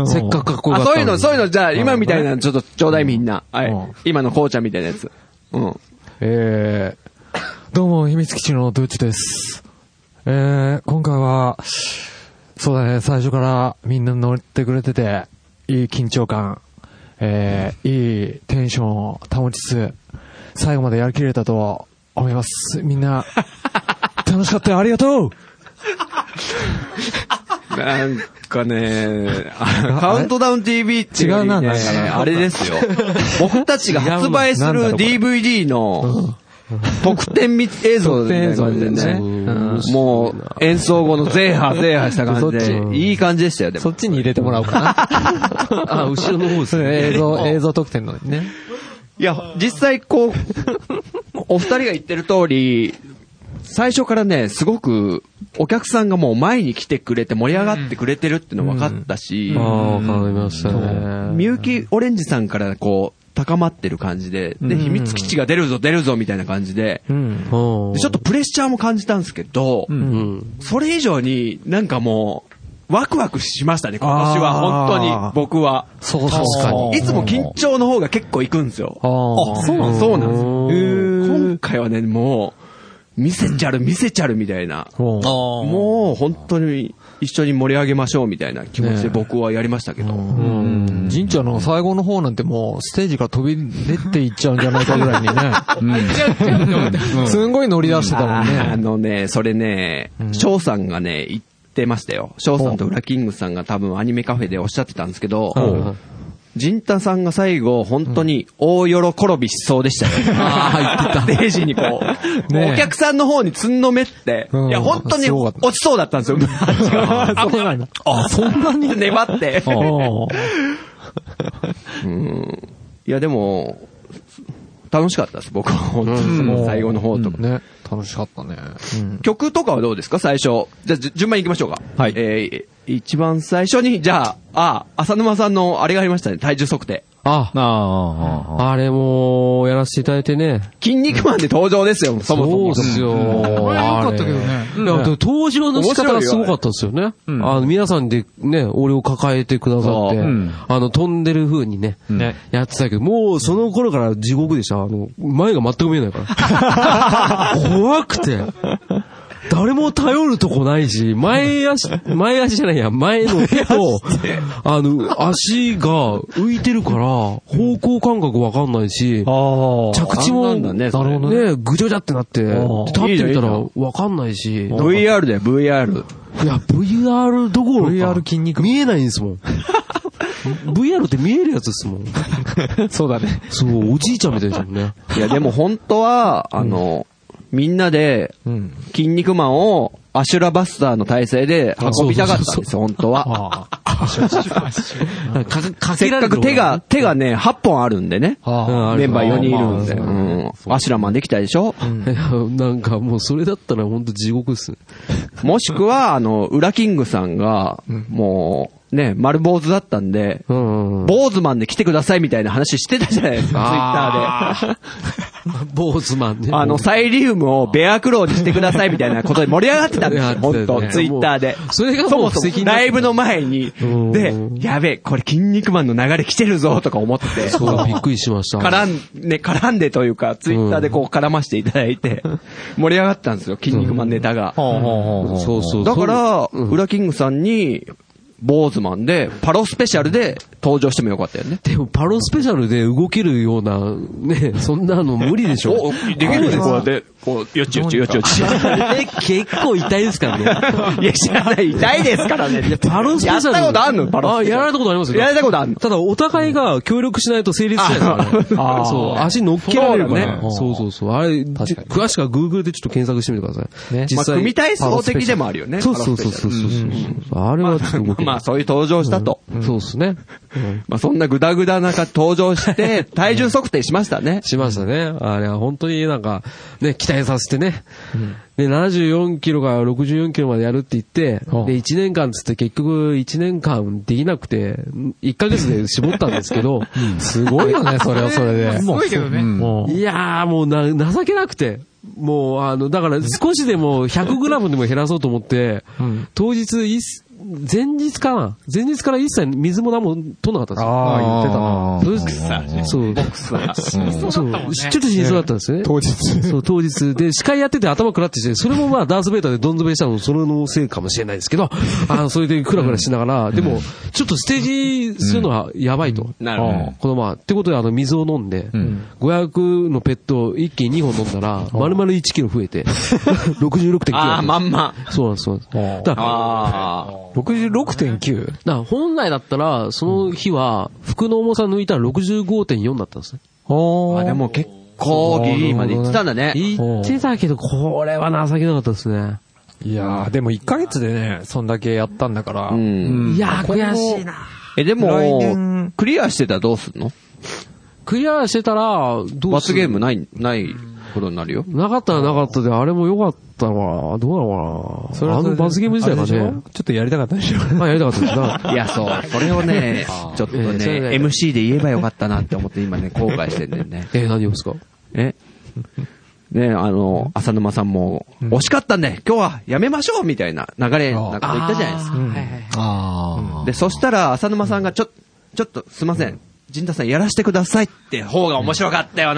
[SPEAKER 6] せっかくかっこよ
[SPEAKER 3] あ、
[SPEAKER 6] か
[SPEAKER 3] そ
[SPEAKER 6] った。
[SPEAKER 3] ういうの、そういうの、じゃあ、今みたいなのちょっとちょうだいみんな。はい。今のこうちゃんみたいなやつ。うん。
[SPEAKER 5] えー、どうも、秘密基地のドゥッチです。えー、今回は、そうだね、最初からみんな乗ってくれてて、いい緊張感、えー、いいテンションを保ちつつ、最後までやりきれたと思います。みんな、楽しかったよ、ありがとう
[SPEAKER 3] なんか (laughs) ね、あカウントダウン TV っていうよりね、
[SPEAKER 5] 違うななんか
[SPEAKER 3] あれですよ。僕たちが発売 (laughs) する DVD の特典み映像みたいな感じでね。うんもう演奏後のゼーハーゼーハーした感じで、いい感じでしたよ、で
[SPEAKER 5] そ
[SPEAKER 3] も。
[SPEAKER 5] っちに入れてもらおうかな。
[SPEAKER 6] あ、後ろの方ですね。
[SPEAKER 5] 映像、映像特典のね。
[SPEAKER 3] いや、実際こう、お二人が言ってる通り、最初からね、すごくお客さんがもう前に来てくれて盛り上がってくれてるっていうの分かったし、
[SPEAKER 6] ああ、わかりましたね。
[SPEAKER 3] みゆきオレンジさんからこう、高まってる感じで、で、秘密基地が出るぞ出るぞみたいな感じで、
[SPEAKER 5] うん。
[SPEAKER 6] うん
[SPEAKER 3] でちょっとプレッシャーも感じたんですけど、
[SPEAKER 6] うん。
[SPEAKER 3] それ以上になんかもう、ワクワクしましたね、今年は、本当に、僕は。
[SPEAKER 5] そうそうそう。
[SPEAKER 3] いつも緊張の方が結構いくんですよ。
[SPEAKER 5] あ
[SPEAKER 3] そうなんそうなんですよ。
[SPEAKER 5] ー
[SPEAKER 3] 今回はね、もう、見せちゃる、見せちゃるみたいな。
[SPEAKER 5] も
[SPEAKER 3] もう本当に一緒に盛り上げましょうみたいな気持ちで僕はやりましたけど。 (laughs)
[SPEAKER 5] うん。神社の最後の方なんてもう、ステージから飛び出ていっちゃうんじゃないかぐらいにね。すんごい乗り出してたもん
[SPEAKER 3] あーあ
[SPEAKER 5] ね。
[SPEAKER 3] のね、それね、翔さんがね、言ってましたよ。翔さんとウラキングさんが多分アニメカフェでおっしゃってたんですけど、ジンタさんが最後、本当に大喜びしそうでしたよ。 (laughs) ああ、言ってた。デイジーにこう、
[SPEAKER 5] ねえ
[SPEAKER 3] お客さんの方につんのめって、
[SPEAKER 5] うん
[SPEAKER 3] いや、本当に
[SPEAKER 5] すごかっ
[SPEAKER 3] 落ちそうだったんですよ。 (laughs) あ、そうなんあ、そんなに粘って。
[SPEAKER 5] おー
[SPEAKER 3] うんいや、でも、楽しかったです、僕は。本当にその最後の方とか。
[SPEAKER 5] ね。楽しかったね。うん。
[SPEAKER 3] 曲とかはどうですか最初。じゃあ、じゅ順番に行きましょうか。はい。えー、一番最初に、じゃあ、あ、浅沼さんのあれがありましたね。体重測定。
[SPEAKER 6] あ、
[SPEAKER 8] ああ、
[SPEAKER 6] あれも、やらせていただいてね。
[SPEAKER 3] 筋肉マンで登場ですよ、そもそ
[SPEAKER 6] そう
[SPEAKER 3] も。
[SPEAKER 6] っすよ。
[SPEAKER 7] これ良かったけどね。
[SPEAKER 6] いや、でも登場の仕方がすごかったですよね。あの、皆さんでね、俺を抱えてくださって、
[SPEAKER 3] そう
[SPEAKER 8] うん
[SPEAKER 6] あの、飛んでる風にね、やってたけど、もうその頃から地獄でした。あの、前が全く見えないから。 (laughs) 怖くて。誰も頼るとこないし、前足、前足じゃないや、前の手と、あの、足が浮いてるから、方向感覚わかんないし、
[SPEAKER 5] あ
[SPEAKER 6] 着地
[SPEAKER 3] あ
[SPEAKER 6] も、
[SPEAKER 3] んなんだね
[SPEAKER 6] ね
[SPEAKER 3] それ
[SPEAKER 6] ぐちゃぐちゃってなって、
[SPEAKER 5] ー
[SPEAKER 6] 立ってみたらわかんないし、なんか
[SPEAKER 3] VR だよ、VR。
[SPEAKER 6] いや、VR どころか。VR 筋肉。見えないんですもん。VR って見えるやつですもん。
[SPEAKER 5] あ。そうだね。
[SPEAKER 6] そう、おじいちゃんみたいですもんね。
[SPEAKER 3] い
[SPEAKER 5] (laughs)
[SPEAKER 3] や、でも本当は、あの、みんなで、
[SPEAKER 5] うん。
[SPEAKER 3] 筋肉マンを、アシュラバスターの体勢で運びたかったんですよ、本当は。
[SPEAKER 5] ああ。
[SPEAKER 6] か、か
[SPEAKER 3] (laughs)
[SPEAKER 6] か
[SPEAKER 3] せ
[SPEAKER 6] け
[SPEAKER 3] っ
[SPEAKER 6] られ
[SPEAKER 3] か
[SPEAKER 6] る
[SPEAKER 3] く手が、手がね、8本あるんでね。
[SPEAKER 5] あ
[SPEAKER 3] メンバー4人いる
[SPEAKER 5] ま
[SPEAKER 3] ん
[SPEAKER 5] あ
[SPEAKER 3] で。
[SPEAKER 5] そうだ
[SPEAKER 3] うん。アシュラマンできたでしょ
[SPEAKER 6] いやなんかもうそれだったらほんと地獄っすね。
[SPEAKER 3] もしくは、あの、ウラキングさんが、もう、ね、丸坊主だったんで、
[SPEAKER 6] うんうん。
[SPEAKER 3] 坊主マンで来てくださいみたいな話してたじゃないですか、
[SPEAKER 6] (laughs)
[SPEAKER 3] ツイッターで。
[SPEAKER 6] 坊主マンね。
[SPEAKER 3] あの、サイリウムをベアクローにしてくださいみたいなことで盛り上がってたんですよ、
[SPEAKER 6] や
[SPEAKER 3] 本
[SPEAKER 6] ってた
[SPEAKER 3] 当
[SPEAKER 6] ね
[SPEAKER 3] ツイッターで
[SPEAKER 6] も。うそれがもう
[SPEAKER 3] そもそ
[SPEAKER 6] 布石に
[SPEAKER 3] も、
[SPEAKER 6] なって
[SPEAKER 3] ライブの前に
[SPEAKER 6] ん、
[SPEAKER 3] で、やべえ、これ、筋肉マンの流れ来てるぞ、とか思って、
[SPEAKER 6] そう、びっくりしました。
[SPEAKER 3] 絡ん、ね、絡んでというか、ツイッターでこう絡ましていただいて、盛り上がったんですよ、筋肉マンネタが。
[SPEAKER 6] そうそう。
[SPEAKER 3] だから、ウラキングさんに、坊主マンで、パロスペシャルで登場してもよかったよね。
[SPEAKER 6] でも、パロスペシャルで動けるような、ね、そんなの無理でしょ。
[SPEAKER 3] できるでこうやって、こう、よちよちよちよち。
[SPEAKER 6] (laughs) で、結構痛いですからね。
[SPEAKER 3] (laughs) いや、知らない。痛いですからね。
[SPEAKER 6] パロスペシャル。
[SPEAKER 3] やったことあんのパロスペシャル
[SPEAKER 6] あ、やられたことありますよ。
[SPEAKER 3] やられたことあんの
[SPEAKER 6] ただ、お互いが協力しないと成立しないですからね。そう、足乗っけられるからね。そうそうそう。あれ、詳しくは Google でちょっと検索してみてください。
[SPEAKER 5] ね
[SPEAKER 3] まあ、組体操的でもあるよね。
[SPEAKER 6] そうそうそうそうそう。あれはちょっと動けない
[SPEAKER 3] まあ、そういう登場したと。
[SPEAKER 6] そうですね。
[SPEAKER 3] まあ、そんなグダグダなか登場
[SPEAKER 6] (laughs)
[SPEAKER 3] して、体重測定しましたね。
[SPEAKER 6] しましたね。あれは本当になんか、ね、期待させてね。で、74キロから64キロまでやるって言って、で、1年間つって結局1年間できなくて、1ヶ月で絞ったんですけ (laughs) ど、
[SPEAKER 5] すごいよね、それはそれで。
[SPEAKER 7] すごいけどね。
[SPEAKER 5] も
[SPEAKER 6] (laughs) いやーもうな、情けなくて。もう、あの、だから少しでも100グラムでも減らそうと思って、当日いっ、前日かな前日から一切水も何も取んなかったんですよ。
[SPEAKER 8] ああ
[SPEAKER 6] そうです。そう。
[SPEAKER 8] うん
[SPEAKER 6] そう、ちょっと死にそうだったんですよね。
[SPEAKER 5] 当日
[SPEAKER 6] そう、当日。で、司会やってて頭くらってして、それもまあ、ダースベイターでどんずべしたの、それのせいかもしれないですけど、あの、それでクラクラしながら、でも、ちょっとステージするのはやばいと。
[SPEAKER 3] なるほど。
[SPEAKER 6] このまま、ってことで、あの、水を飲んで、500のペットを一気に2本飲んだら、丸々1キロ増
[SPEAKER 3] (laughs)
[SPEAKER 6] えて、66.9キロ。
[SPEAKER 3] ああ、まんま。
[SPEAKER 6] そうなんです、そうなんです。だから
[SPEAKER 3] あ
[SPEAKER 5] う、66.9。
[SPEAKER 6] だから本来だったら、その日は、服の重さ抜いたら65.4だったんですね。
[SPEAKER 3] あ。でも結構ギリギリまで行ってたんだね。
[SPEAKER 6] 言ってたけど、これは情けなかったですね。
[SPEAKER 5] いやー、でも1ヶ月でね、そんだけやったんだから。
[SPEAKER 3] うん。
[SPEAKER 6] いやー、悔しいな。
[SPEAKER 3] え、で
[SPEAKER 5] 来
[SPEAKER 3] も
[SPEAKER 5] 年、
[SPEAKER 3] クリアしてたらどうすんの
[SPEAKER 6] クリアしてたら、どう
[SPEAKER 3] 罰ゲー
[SPEAKER 6] ム
[SPEAKER 3] ムない、ないことになるよ。
[SPEAKER 6] なかったらなかったで、あれも良かったわ。どうなのか
[SPEAKER 5] れ
[SPEAKER 6] な。
[SPEAKER 5] はそれ
[SPEAKER 6] あ
[SPEAKER 5] で
[SPEAKER 6] の罰ゲーム自体が
[SPEAKER 5] あれ
[SPEAKER 6] ね
[SPEAKER 5] でしょちょっとやりたかったでしょ。
[SPEAKER 6] まあやりたかったです
[SPEAKER 3] (laughs)
[SPEAKER 6] な。
[SPEAKER 3] いや、そう。それをね、ちょっとね
[SPEAKER 6] えーそれ、で
[SPEAKER 3] MC で言えばよかったなって思って今ね、後悔してんだよね。
[SPEAKER 6] えー、何をですか
[SPEAKER 3] えねあの、浅沼さんも、惜しかったんで、今日はやめましょうみたいな流れ、なんか言ったじゃないですか。
[SPEAKER 8] あ
[SPEAKER 3] で、そしたら、浅沼さんが、ちょ、ちょっと、すいません。陣田さんやらしてくださいって方が面白かったよ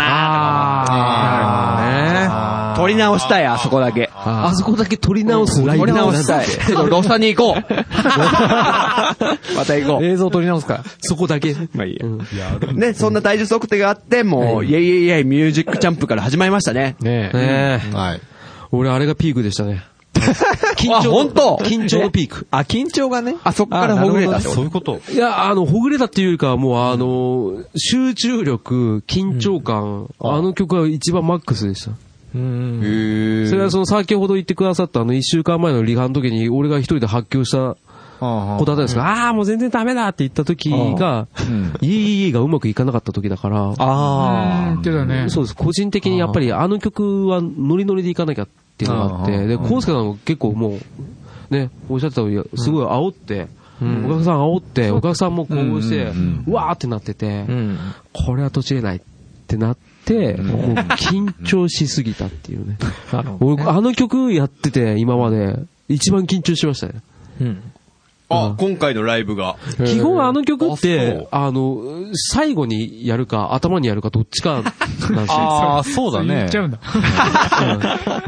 [SPEAKER 3] な取り直したい、あそこだけ。
[SPEAKER 6] あそこだけ取り直すライン
[SPEAKER 3] 取り直
[SPEAKER 6] (laughs)
[SPEAKER 3] したい。ロサに行こう (laughs) また行こう。
[SPEAKER 5] 映像撮り直すか。
[SPEAKER 6] そこだけ。
[SPEAKER 3] まあいいや。ね、そんな体重測定があって、もう、イェイイェイイェイミュージックチャンプから始まりましたね。
[SPEAKER 5] ねえ。
[SPEAKER 6] ねえ
[SPEAKER 8] あ。はい。
[SPEAKER 6] 俺、あれがピークでしたね。緊
[SPEAKER 3] あ本当
[SPEAKER 6] 緊張のピーク。
[SPEAKER 5] あ、緊張がね。
[SPEAKER 3] あ、そっからほぐれたってこ
[SPEAKER 8] そ
[SPEAKER 3] と
[SPEAKER 8] ういうこと。
[SPEAKER 6] いや、あの、ほぐれたっていうよりかは、もう、あの、集中力、緊張感、あの曲が一番マックスでした。
[SPEAKER 5] うん。
[SPEAKER 6] それはその先ほど言ってくださったあの一週間前のリハの時に俺が一人で発狂した
[SPEAKER 8] あ
[SPEAKER 6] 子だったんですが、ああー、もう全然ダメだって言った時が、いいいいいいがうまくいかなかった時だから、
[SPEAKER 7] ああ。言ってたね。
[SPEAKER 6] そうです。個人的にやっぱりあの曲はノリノリでいかなきゃっていうのがあって、で、コウスケさんも結構もう、ね、おっしゃってた通り、すごい煽って、お客さん煽って、お客さんも興奮して、うわーってなってて、これは途切れないってなって、もう緊張しすぎたっていうね。 (laughs) 俺、あの曲やってて、今まで、一番緊張しましたね。
[SPEAKER 3] あ、今回のライブが。
[SPEAKER 6] 基本あの曲っ
[SPEAKER 3] あそ
[SPEAKER 6] て
[SPEAKER 3] う、
[SPEAKER 6] あの、最後にやるか、頭にやるか、どっちかなんですよ。
[SPEAKER 8] ああ、そうだ
[SPEAKER 7] 言
[SPEAKER 8] ね
[SPEAKER 7] っち。ゃうんだ。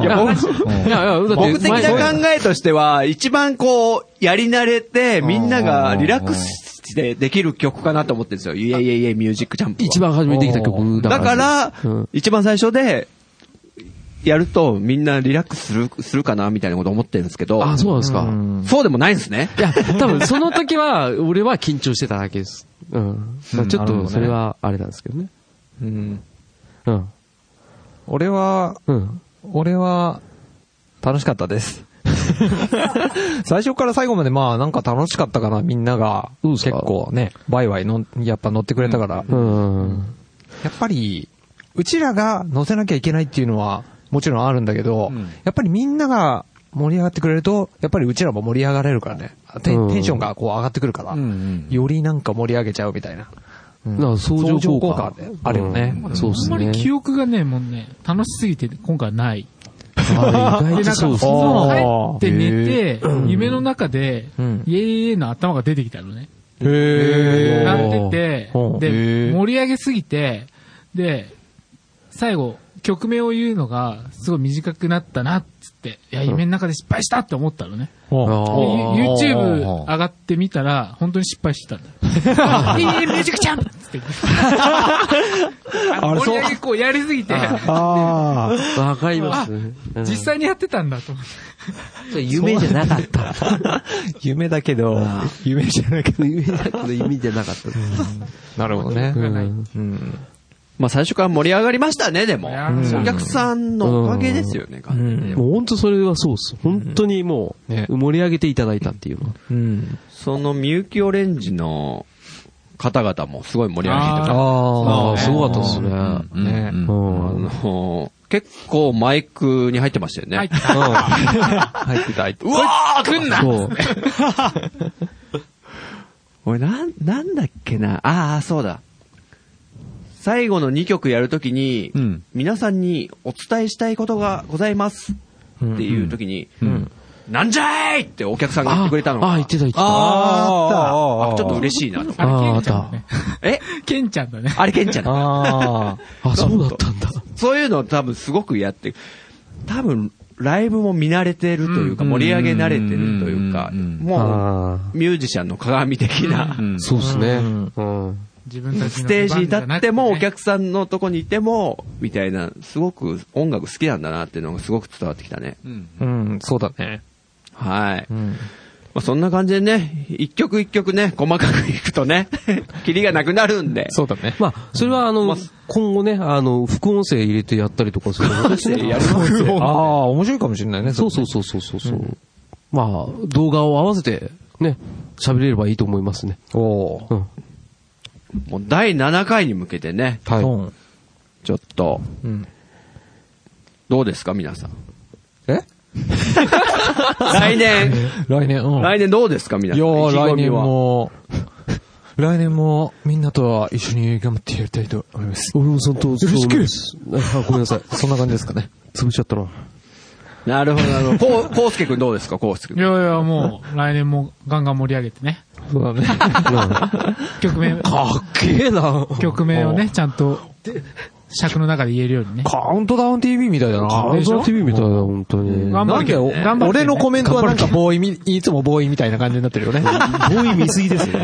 [SPEAKER 6] いや、 (laughs) いや、いや、だって
[SPEAKER 3] 僕的
[SPEAKER 6] 前
[SPEAKER 3] な考えとしては、一番こう、やり慣れて、みんながリラックスしてできる曲かなと思ってるんですよ。イエイエイエイミュージックジャンプは。
[SPEAKER 6] 一番初めにできた曲だ
[SPEAKER 3] だ
[SPEAKER 6] か。
[SPEAKER 3] からら
[SPEAKER 6] うん、
[SPEAKER 3] 一番最初で、やるとみんなリラックスする、するかなみたいなこと思ってるんですけど、
[SPEAKER 6] あ、そうなんですか。
[SPEAKER 3] そうでもないんですね。 (laughs)
[SPEAKER 6] いや、多分その時は、俺は緊張してただけです。うん。だからちょっと、それは、あれなんですけどね。
[SPEAKER 5] うん。
[SPEAKER 6] うん。
[SPEAKER 5] 俺は、
[SPEAKER 6] うん。
[SPEAKER 5] 俺は、楽しかった
[SPEAKER 6] (laughs)
[SPEAKER 5] です。最初から最後までまあなんか楽しかったかな、みんなが。
[SPEAKER 6] そうです
[SPEAKER 5] 結
[SPEAKER 6] か
[SPEAKER 5] 構ね、ワイワイの、やっぱ乗ってくれたから。
[SPEAKER 6] うん。
[SPEAKER 5] やっぱり、うちらが乗せなきゃいけないっていうのは、もちろんあるんだけど、やっぱりみんなが盛り上がってくれると、やっぱりうちらも盛り上がれるからね。テ
[SPEAKER 6] う
[SPEAKER 5] ン
[SPEAKER 6] ん
[SPEAKER 5] テンションがこう上がってくるから、よりなんか盛り上げちゃうみたいな。うん
[SPEAKER 6] なんか相乗
[SPEAKER 5] 相乗
[SPEAKER 6] 効
[SPEAKER 5] 効
[SPEAKER 6] 果
[SPEAKER 5] 果。あるよね
[SPEAKER 6] うんそうです
[SPEAKER 7] あんまり
[SPEAKER 6] ね。
[SPEAKER 7] 記憶がね、もうね、楽しすぎて今回はない。
[SPEAKER 6] あ意外と
[SPEAKER 7] で、なんか、
[SPEAKER 6] そう
[SPEAKER 7] 昨
[SPEAKER 6] です
[SPEAKER 7] 日
[SPEAKER 6] ね。
[SPEAKER 7] 入って寝て、夢の中で
[SPEAKER 5] ん、
[SPEAKER 7] イエイイエイの頭が出てきたのね。
[SPEAKER 5] へ
[SPEAKER 7] なってて
[SPEAKER 5] ほう、
[SPEAKER 7] で、盛り上げすぎて、で、最後、曲名を言うのが、すごい短くなったなっつって、いや、夢の中で失敗したって思ったのね。で
[SPEAKER 5] お
[SPEAKER 7] YouTube 上がってみたら、本当に失敗してたんだよ。いいミュージックジャンプっつって。あの盛り上げこうやりすぎて、
[SPEAKER 2] あ
[SPEAKER 6] わかります。うん
[SPEAKER 7] (laughs) 実際にやってたんだと思って。
[SPEAKER 6] それ夢じゃなかった。
[SPEAKER 5] (laughs) 夢だけど、夢じゃなくて。
[SPEAKER 6] 夢だけど夢じゃなかった。
[SPEAKER 5] なるほどね。
[SPEAKER 3] まあ最初から盛り上がりましたね、でも。
[SPEAKER 7] 盛り上が
[SPEAKER 3] お客さんのおかげですよね、完全に
[SPEAKER 6] もう本当それはそうです。本当にもう、
[SPEAKER 5] ね
[SPEAKER 6] 盛り上げていただいたっていうのは。
[SPEAKER 5] うん。
[SPEAKER 3] そのみゆきオレンジの方々もすごい盛り上げてくれた。
[SPEAKER 5] あ
[SPEAKER 6] ああ、すごかったですね。
[SPEAKER 3] うん
[SPEAKER 5] ね
[SPEAKER 3] うんあのー結構マイクに入ってましたよね。
[SPEAKER 7] 入って
[SPEAKER 5] 入ってた、入って
[SPEAKER 3] うわー
[SPEAKER 7] くんな
[SPEAKER 6] そう。
[SPEAKER 3] (laughs) 俺なん、なんだっけな。ああ、そうだ。最後の2曲やるときに、
[SPEAKER 8] うん
[SPEAKER 3] 皆さんにお伝えしたいことがございますっていうときに、なんじゃいってお客さんが言ってくれたのが
[SPEAKER 6] ああ、言ってた言ってた。
[SPEAKER 8] あ
[SPEAKER 3] あちょっと嬉しいなと。
[SPEAKER 7] あれ、
[SPEAKER 6] あ
[SPEAKER 7] ケ
[SPEAKER 6] あ
[SPEAKER 7] ンちゃんだね。
[SPEAKER 3] え
[SPEAKER 7] (laughs) ケンちゃんだね。
[SPEAKER 3] あれケンちゃんだ
[SPEAKER 5] あ
[SPEAKER 6] あ、そうだったんだ。
[SPEAKER 3] そういうのを多分すごくやって、多分ライブも見慣れてるというか、盛り上げ慣れてるというか、
[SPEAKER 8] うんうんうん
[SPEAKER 3] も
[SPEAKER 6] あ
[SPEAKER 3] うミュージシャンの鏡的な、
[SPEAKER 8] うん
[SPEAKER 6] あ、そうですね。うん
[SPEAKER 7] 自分たちの
[SPEAKER 3] ステージに立っても、お
[SPEAKER 7] 番じゃなくね
[SPEAKER 3] 客さんのとこにいても、みたいな、すごく音楽好きなんだなっていうのがすごく伝わってきたね。
[SPEAKER 5] あ。うん、そうだね。
[SPEAKER 3] はい。ま
[SPEAKER 5] ん
[SPEAKER 3] あそんな感じでね、一曲一曲ね、細かくいくとね、 (laughs) キリがなくなるんで。
[SPEAKER 5] そうだね。
[SPEAKER 6] まあ、それはあの、今後ね、あの、副音声入れてやったりとかするのも
[SPEAKER 3] そうやります
[SPEAKER 5] ああ、面白いかもしれないね。
[SPEAKER 6] そうそうそうそうそうそう、まあ、動画を合わせて、ね、喋れればいいと思いますね。
[SPEAKER 5] う。お
[SPEAKER 6] うん。
[SPEAKER 3] もう第7回に向けてね、
[SPEAKER 5] はい。
[SPEAKER 3] ちょっと、
[SPEAKER 5] うん
[SPEAKER 3] どうですか皆さん。
[SPEAKER 5] え
[SPEAKER 3] 来年、
[SPEAKER 5] 来年、うん。
[SPEAKER 3] 来年どうですか皆
[SPEAKER 5] い
[SPEAKER 3] さん。
[SPEAKER 5] や
[SPEAKER 3] 意気
[SPEAKER 5] ー
[SPEAKER 3] 込
[SPEAKER 5] 来
[SPEAKER 3] み
[SPEAKER 5] 年
[SPEAKER 3] は。
[SPEAKER 5] も、来年もみんなとは一緒に頑張ってやりたいと思います。
[SPEAKER 6] 俺もさんと、よろ
[SPEAKER 5] しく
[SPEAKER 6] あごめんなさい。
[SPEAKER 5] (laughs) そんな感じですかね。
[SPEAKER 6] 潰しちゃったな。
[SPEAKER 3] なるほど、なるほど。こう、こうすけくんどうですかこうすけくん。
[SPEAKER 7] いやいや、もう、来年もガンガン盛り上げてね。
[SPEAKER 5] そう (laughs) だね。
[SPEAKER 7] 曲
[SPEAKER 3] (laughs)
[SPEAKER 7] 名、
[SPEAKER 5] かっけえな。
[SPEAKER 7] 曲名をね、ちゃんと、尺の中で言えるようにね。
[SPEAKER 5] (laughs) カウントダウン TV みたいだな。
[SPEAKER 6] カウント TV みたいな、本当に。
[SPEAKER 7] 頑張るけどね、頑張るけ
[SPEAKER 5] 俺
[SPEAKER 7] どね
[SPEAKER 5] の
[SPEAKER 7] (laughs)
[SPEAKER 5] コメントはなんかボーイみ、いつもボーイみたいな感じになってるよね。ボーイ見すぎですよ。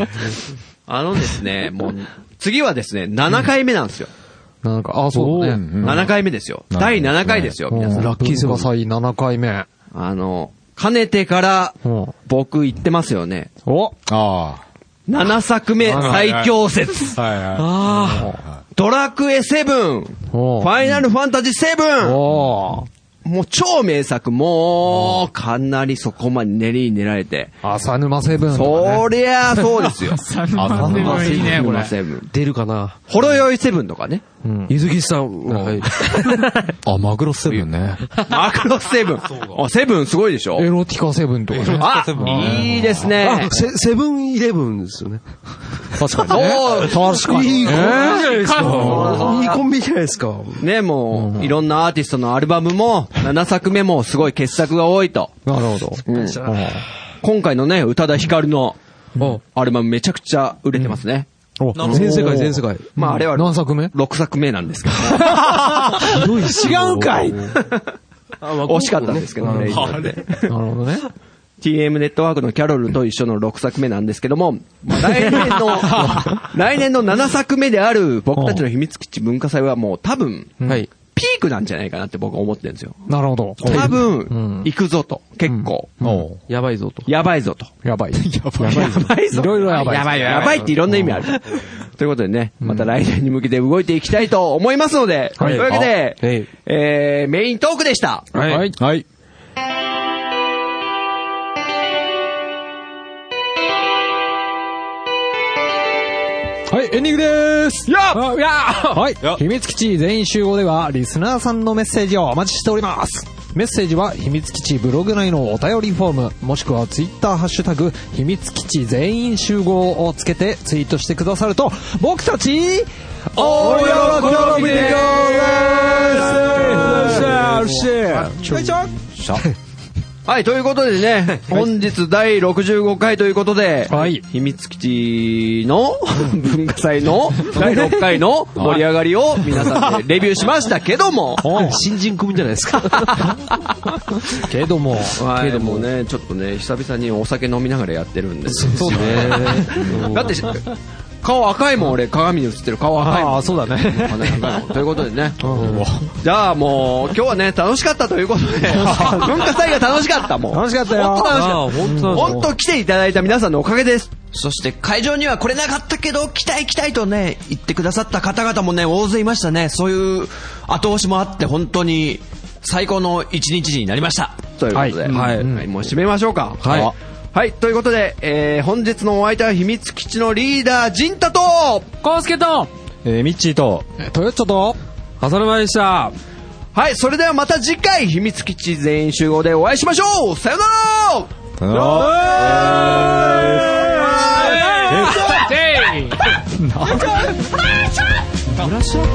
[SPEAKER 3] あのですね、もう、次はですね、7回目なんですよ。
[SPEAKER 5] なんか、あ、そうだね。
[SPEAKER 3] 7回目ですよ。第7回ですよ、皆さん。
[SPEAKER 5] ラッキーセバサイ7回目。
[SPEAKER 3] あの、かねてから
[SPEAKER 5] うん、
[SPEAKER 3] 僕言ってますよね。
[SPEAKER 5] お
[SPEAKER 8] あ
[SPEAKER 3] 7作目最強説。
[SPEAKER 8] あ。はいはい。
[SPEAKER 3] ドラクエ7、フ
[SPEAKER 5] お
[SPEAKER 3] ァイナルファンタジー7。
[SPEAKER 5] お
[SPEAKER 3] もう超名作、もう、かなりそこまで練りに練られて。
[SPEAKER 5] 浅沼セブン。
[SPEAKER 3] そりゃあそうですよ。
[SPEAKER 7] 3万でもいいね、これ。
[SPEAKER 3] 7。
[SPEAKER 6] 出るかな。
[SPEAKER 3] ほろ酔い7とかね。
[SPEAKER 6] ゆずきさん、はい。
[SPEAKER 8] あ、マグロセブンね。
[SPEAKER 3] マクロ7。あ、7すごいでしょ
[SPEAKER 5] エロティカセブンとかね。
[SPEAKER 3] あ、いいですね
[SPEAKER 6] あ、。セセブンイレブンですよね。
[SPEAKER 5] 確かにね。
[SPEAKER 3] そう
[SPEAKER 5] 確かに。
[SPEAKER 6] いいコンビじゃないですか。
[SPEAKER 3] ね、もう、いろんなアーティストのアルバムも、7作目もすごい傑作が多いと。
[SPEAKER 5] なるほど。
[SPEAKER 3] 今回のね、宇多田ヒカルの、アルバムめちゃくちゃ売れてますね。
[SPEAKER 6] 全世界、全世界。
[SPEAKER 3] まああれは
[SPEAKER 5] 何作 (laughs) 目
[SPEAKER 3] 6作目なんですけど、
[SPEAKER 5] 違うかい
[SPEAKER 3] 惜しかったんですけどね。
[SPEAKER 5] なるほどね。
[SPEAKER 3] TM ネットワークのキャロルと一緒の6作目なんですけども、まあ来年の、来年の7作目である僕たちの秘密基地文化祭はもう多分、
[SPEAKER 6] はい。
[SPEAKER 3] ピークなんじゃないかなって僕は思ってるんですよ。
[SPEAKER 5] なるほど。
[SPEAKER 3] 多
[SPEAKER 5] ん
[SPEAKER 3] 分、行くぞと。結構、
[SPEAKER 6] やばいぞと。
[SPEAKER 3] やばいぞと。
[SPEAKER 5] (laughs) やばい。やばい。
[SPEAKER 3] やばいぞ。
[SPEAKER 5] いろいろやばい
[SPEAKER 3] やばいよやばいっていろんな意味ある。ということでね、また来年に向けて動いていきたいと思いますので、というわけ
[SPEAKER 6] は
[SPEAKER 3] で
[SPEAKER 6] い、
[SPEAKER 3] えー、メイントークでした。
[SPEAKER 8] はい。はい。
[SPEAKER 5] はい、エンディングでーすやっやはい、秘密基地全員集合では、リスナーさんのメッセージをお待ちしております。メッセージは、秘密基地ブログ内のお便りフォーム、もしくはツイッターハッシュタグ、秘密基地全員集合をつけてツイートしてくださると、僕たち、大喜びでございますよっしゃよっしゃよっしゃ
[SPEAKER 9] はい、ということでね、本日第65回ということで、
[SPEAKER 10] はい
[SPEAKER 9] 秘密基地
[SPEAKER 3] (laughs)
[SPEAKER 9] の文化祭の第6回の盛り上がりを皆さんでレビューしましたけども、
[SPEAKER 6] 新人組じゃない (laughs) ですか。
[SPEAKER 5] けども、
[SPEAKER 9] けどもね、ちょっとね、久々にお酒飲みながらやってるんで。そうね。だって、顔赤いもん、俺、鏡に映ってる顔赤いもん。
[SPEAKER 5] ああ、そうだね。
[SPEAKER 9] まあね赤い (laughs) もんということでね。じゃあもう、今日はね、楽しかったということで、 (laughs) 文化祭が楽しかった、もう。
[SPEAKER 5] 楽しかったよ。
[SPEAKER 9] 本当楽しかった。
[SPEAKER 5] あー本当
[SPEAKER 9] 本当来ていただいた皆さんのおかげです。そして会場には来れなかったけど、来たい来たいとね、言ってくださった方々もね、大勢いましたね。そういう後押しもあって、本当に最高の一日になりました。ということで、はい。はいもう締めましょうか。はい。はい、ということで、えー、本日のお相手は秘密基地のリーダー、ジンタと、
[SPEAKER 11] コウスケと
[SPEAKER 8] えー、ミッチーと、
[SPEAKER 5] トヨッチョと、
[SPEAKER 6] 浅沼でした。
[SPEAKER 9] はい、それではまた次回、秘密基地全員集合でお会いしましょうさよなら
[SPEAKER 8] さよなら
[SPEAKER 11] デイ
[SPEAKER 8] ブラッシュアップ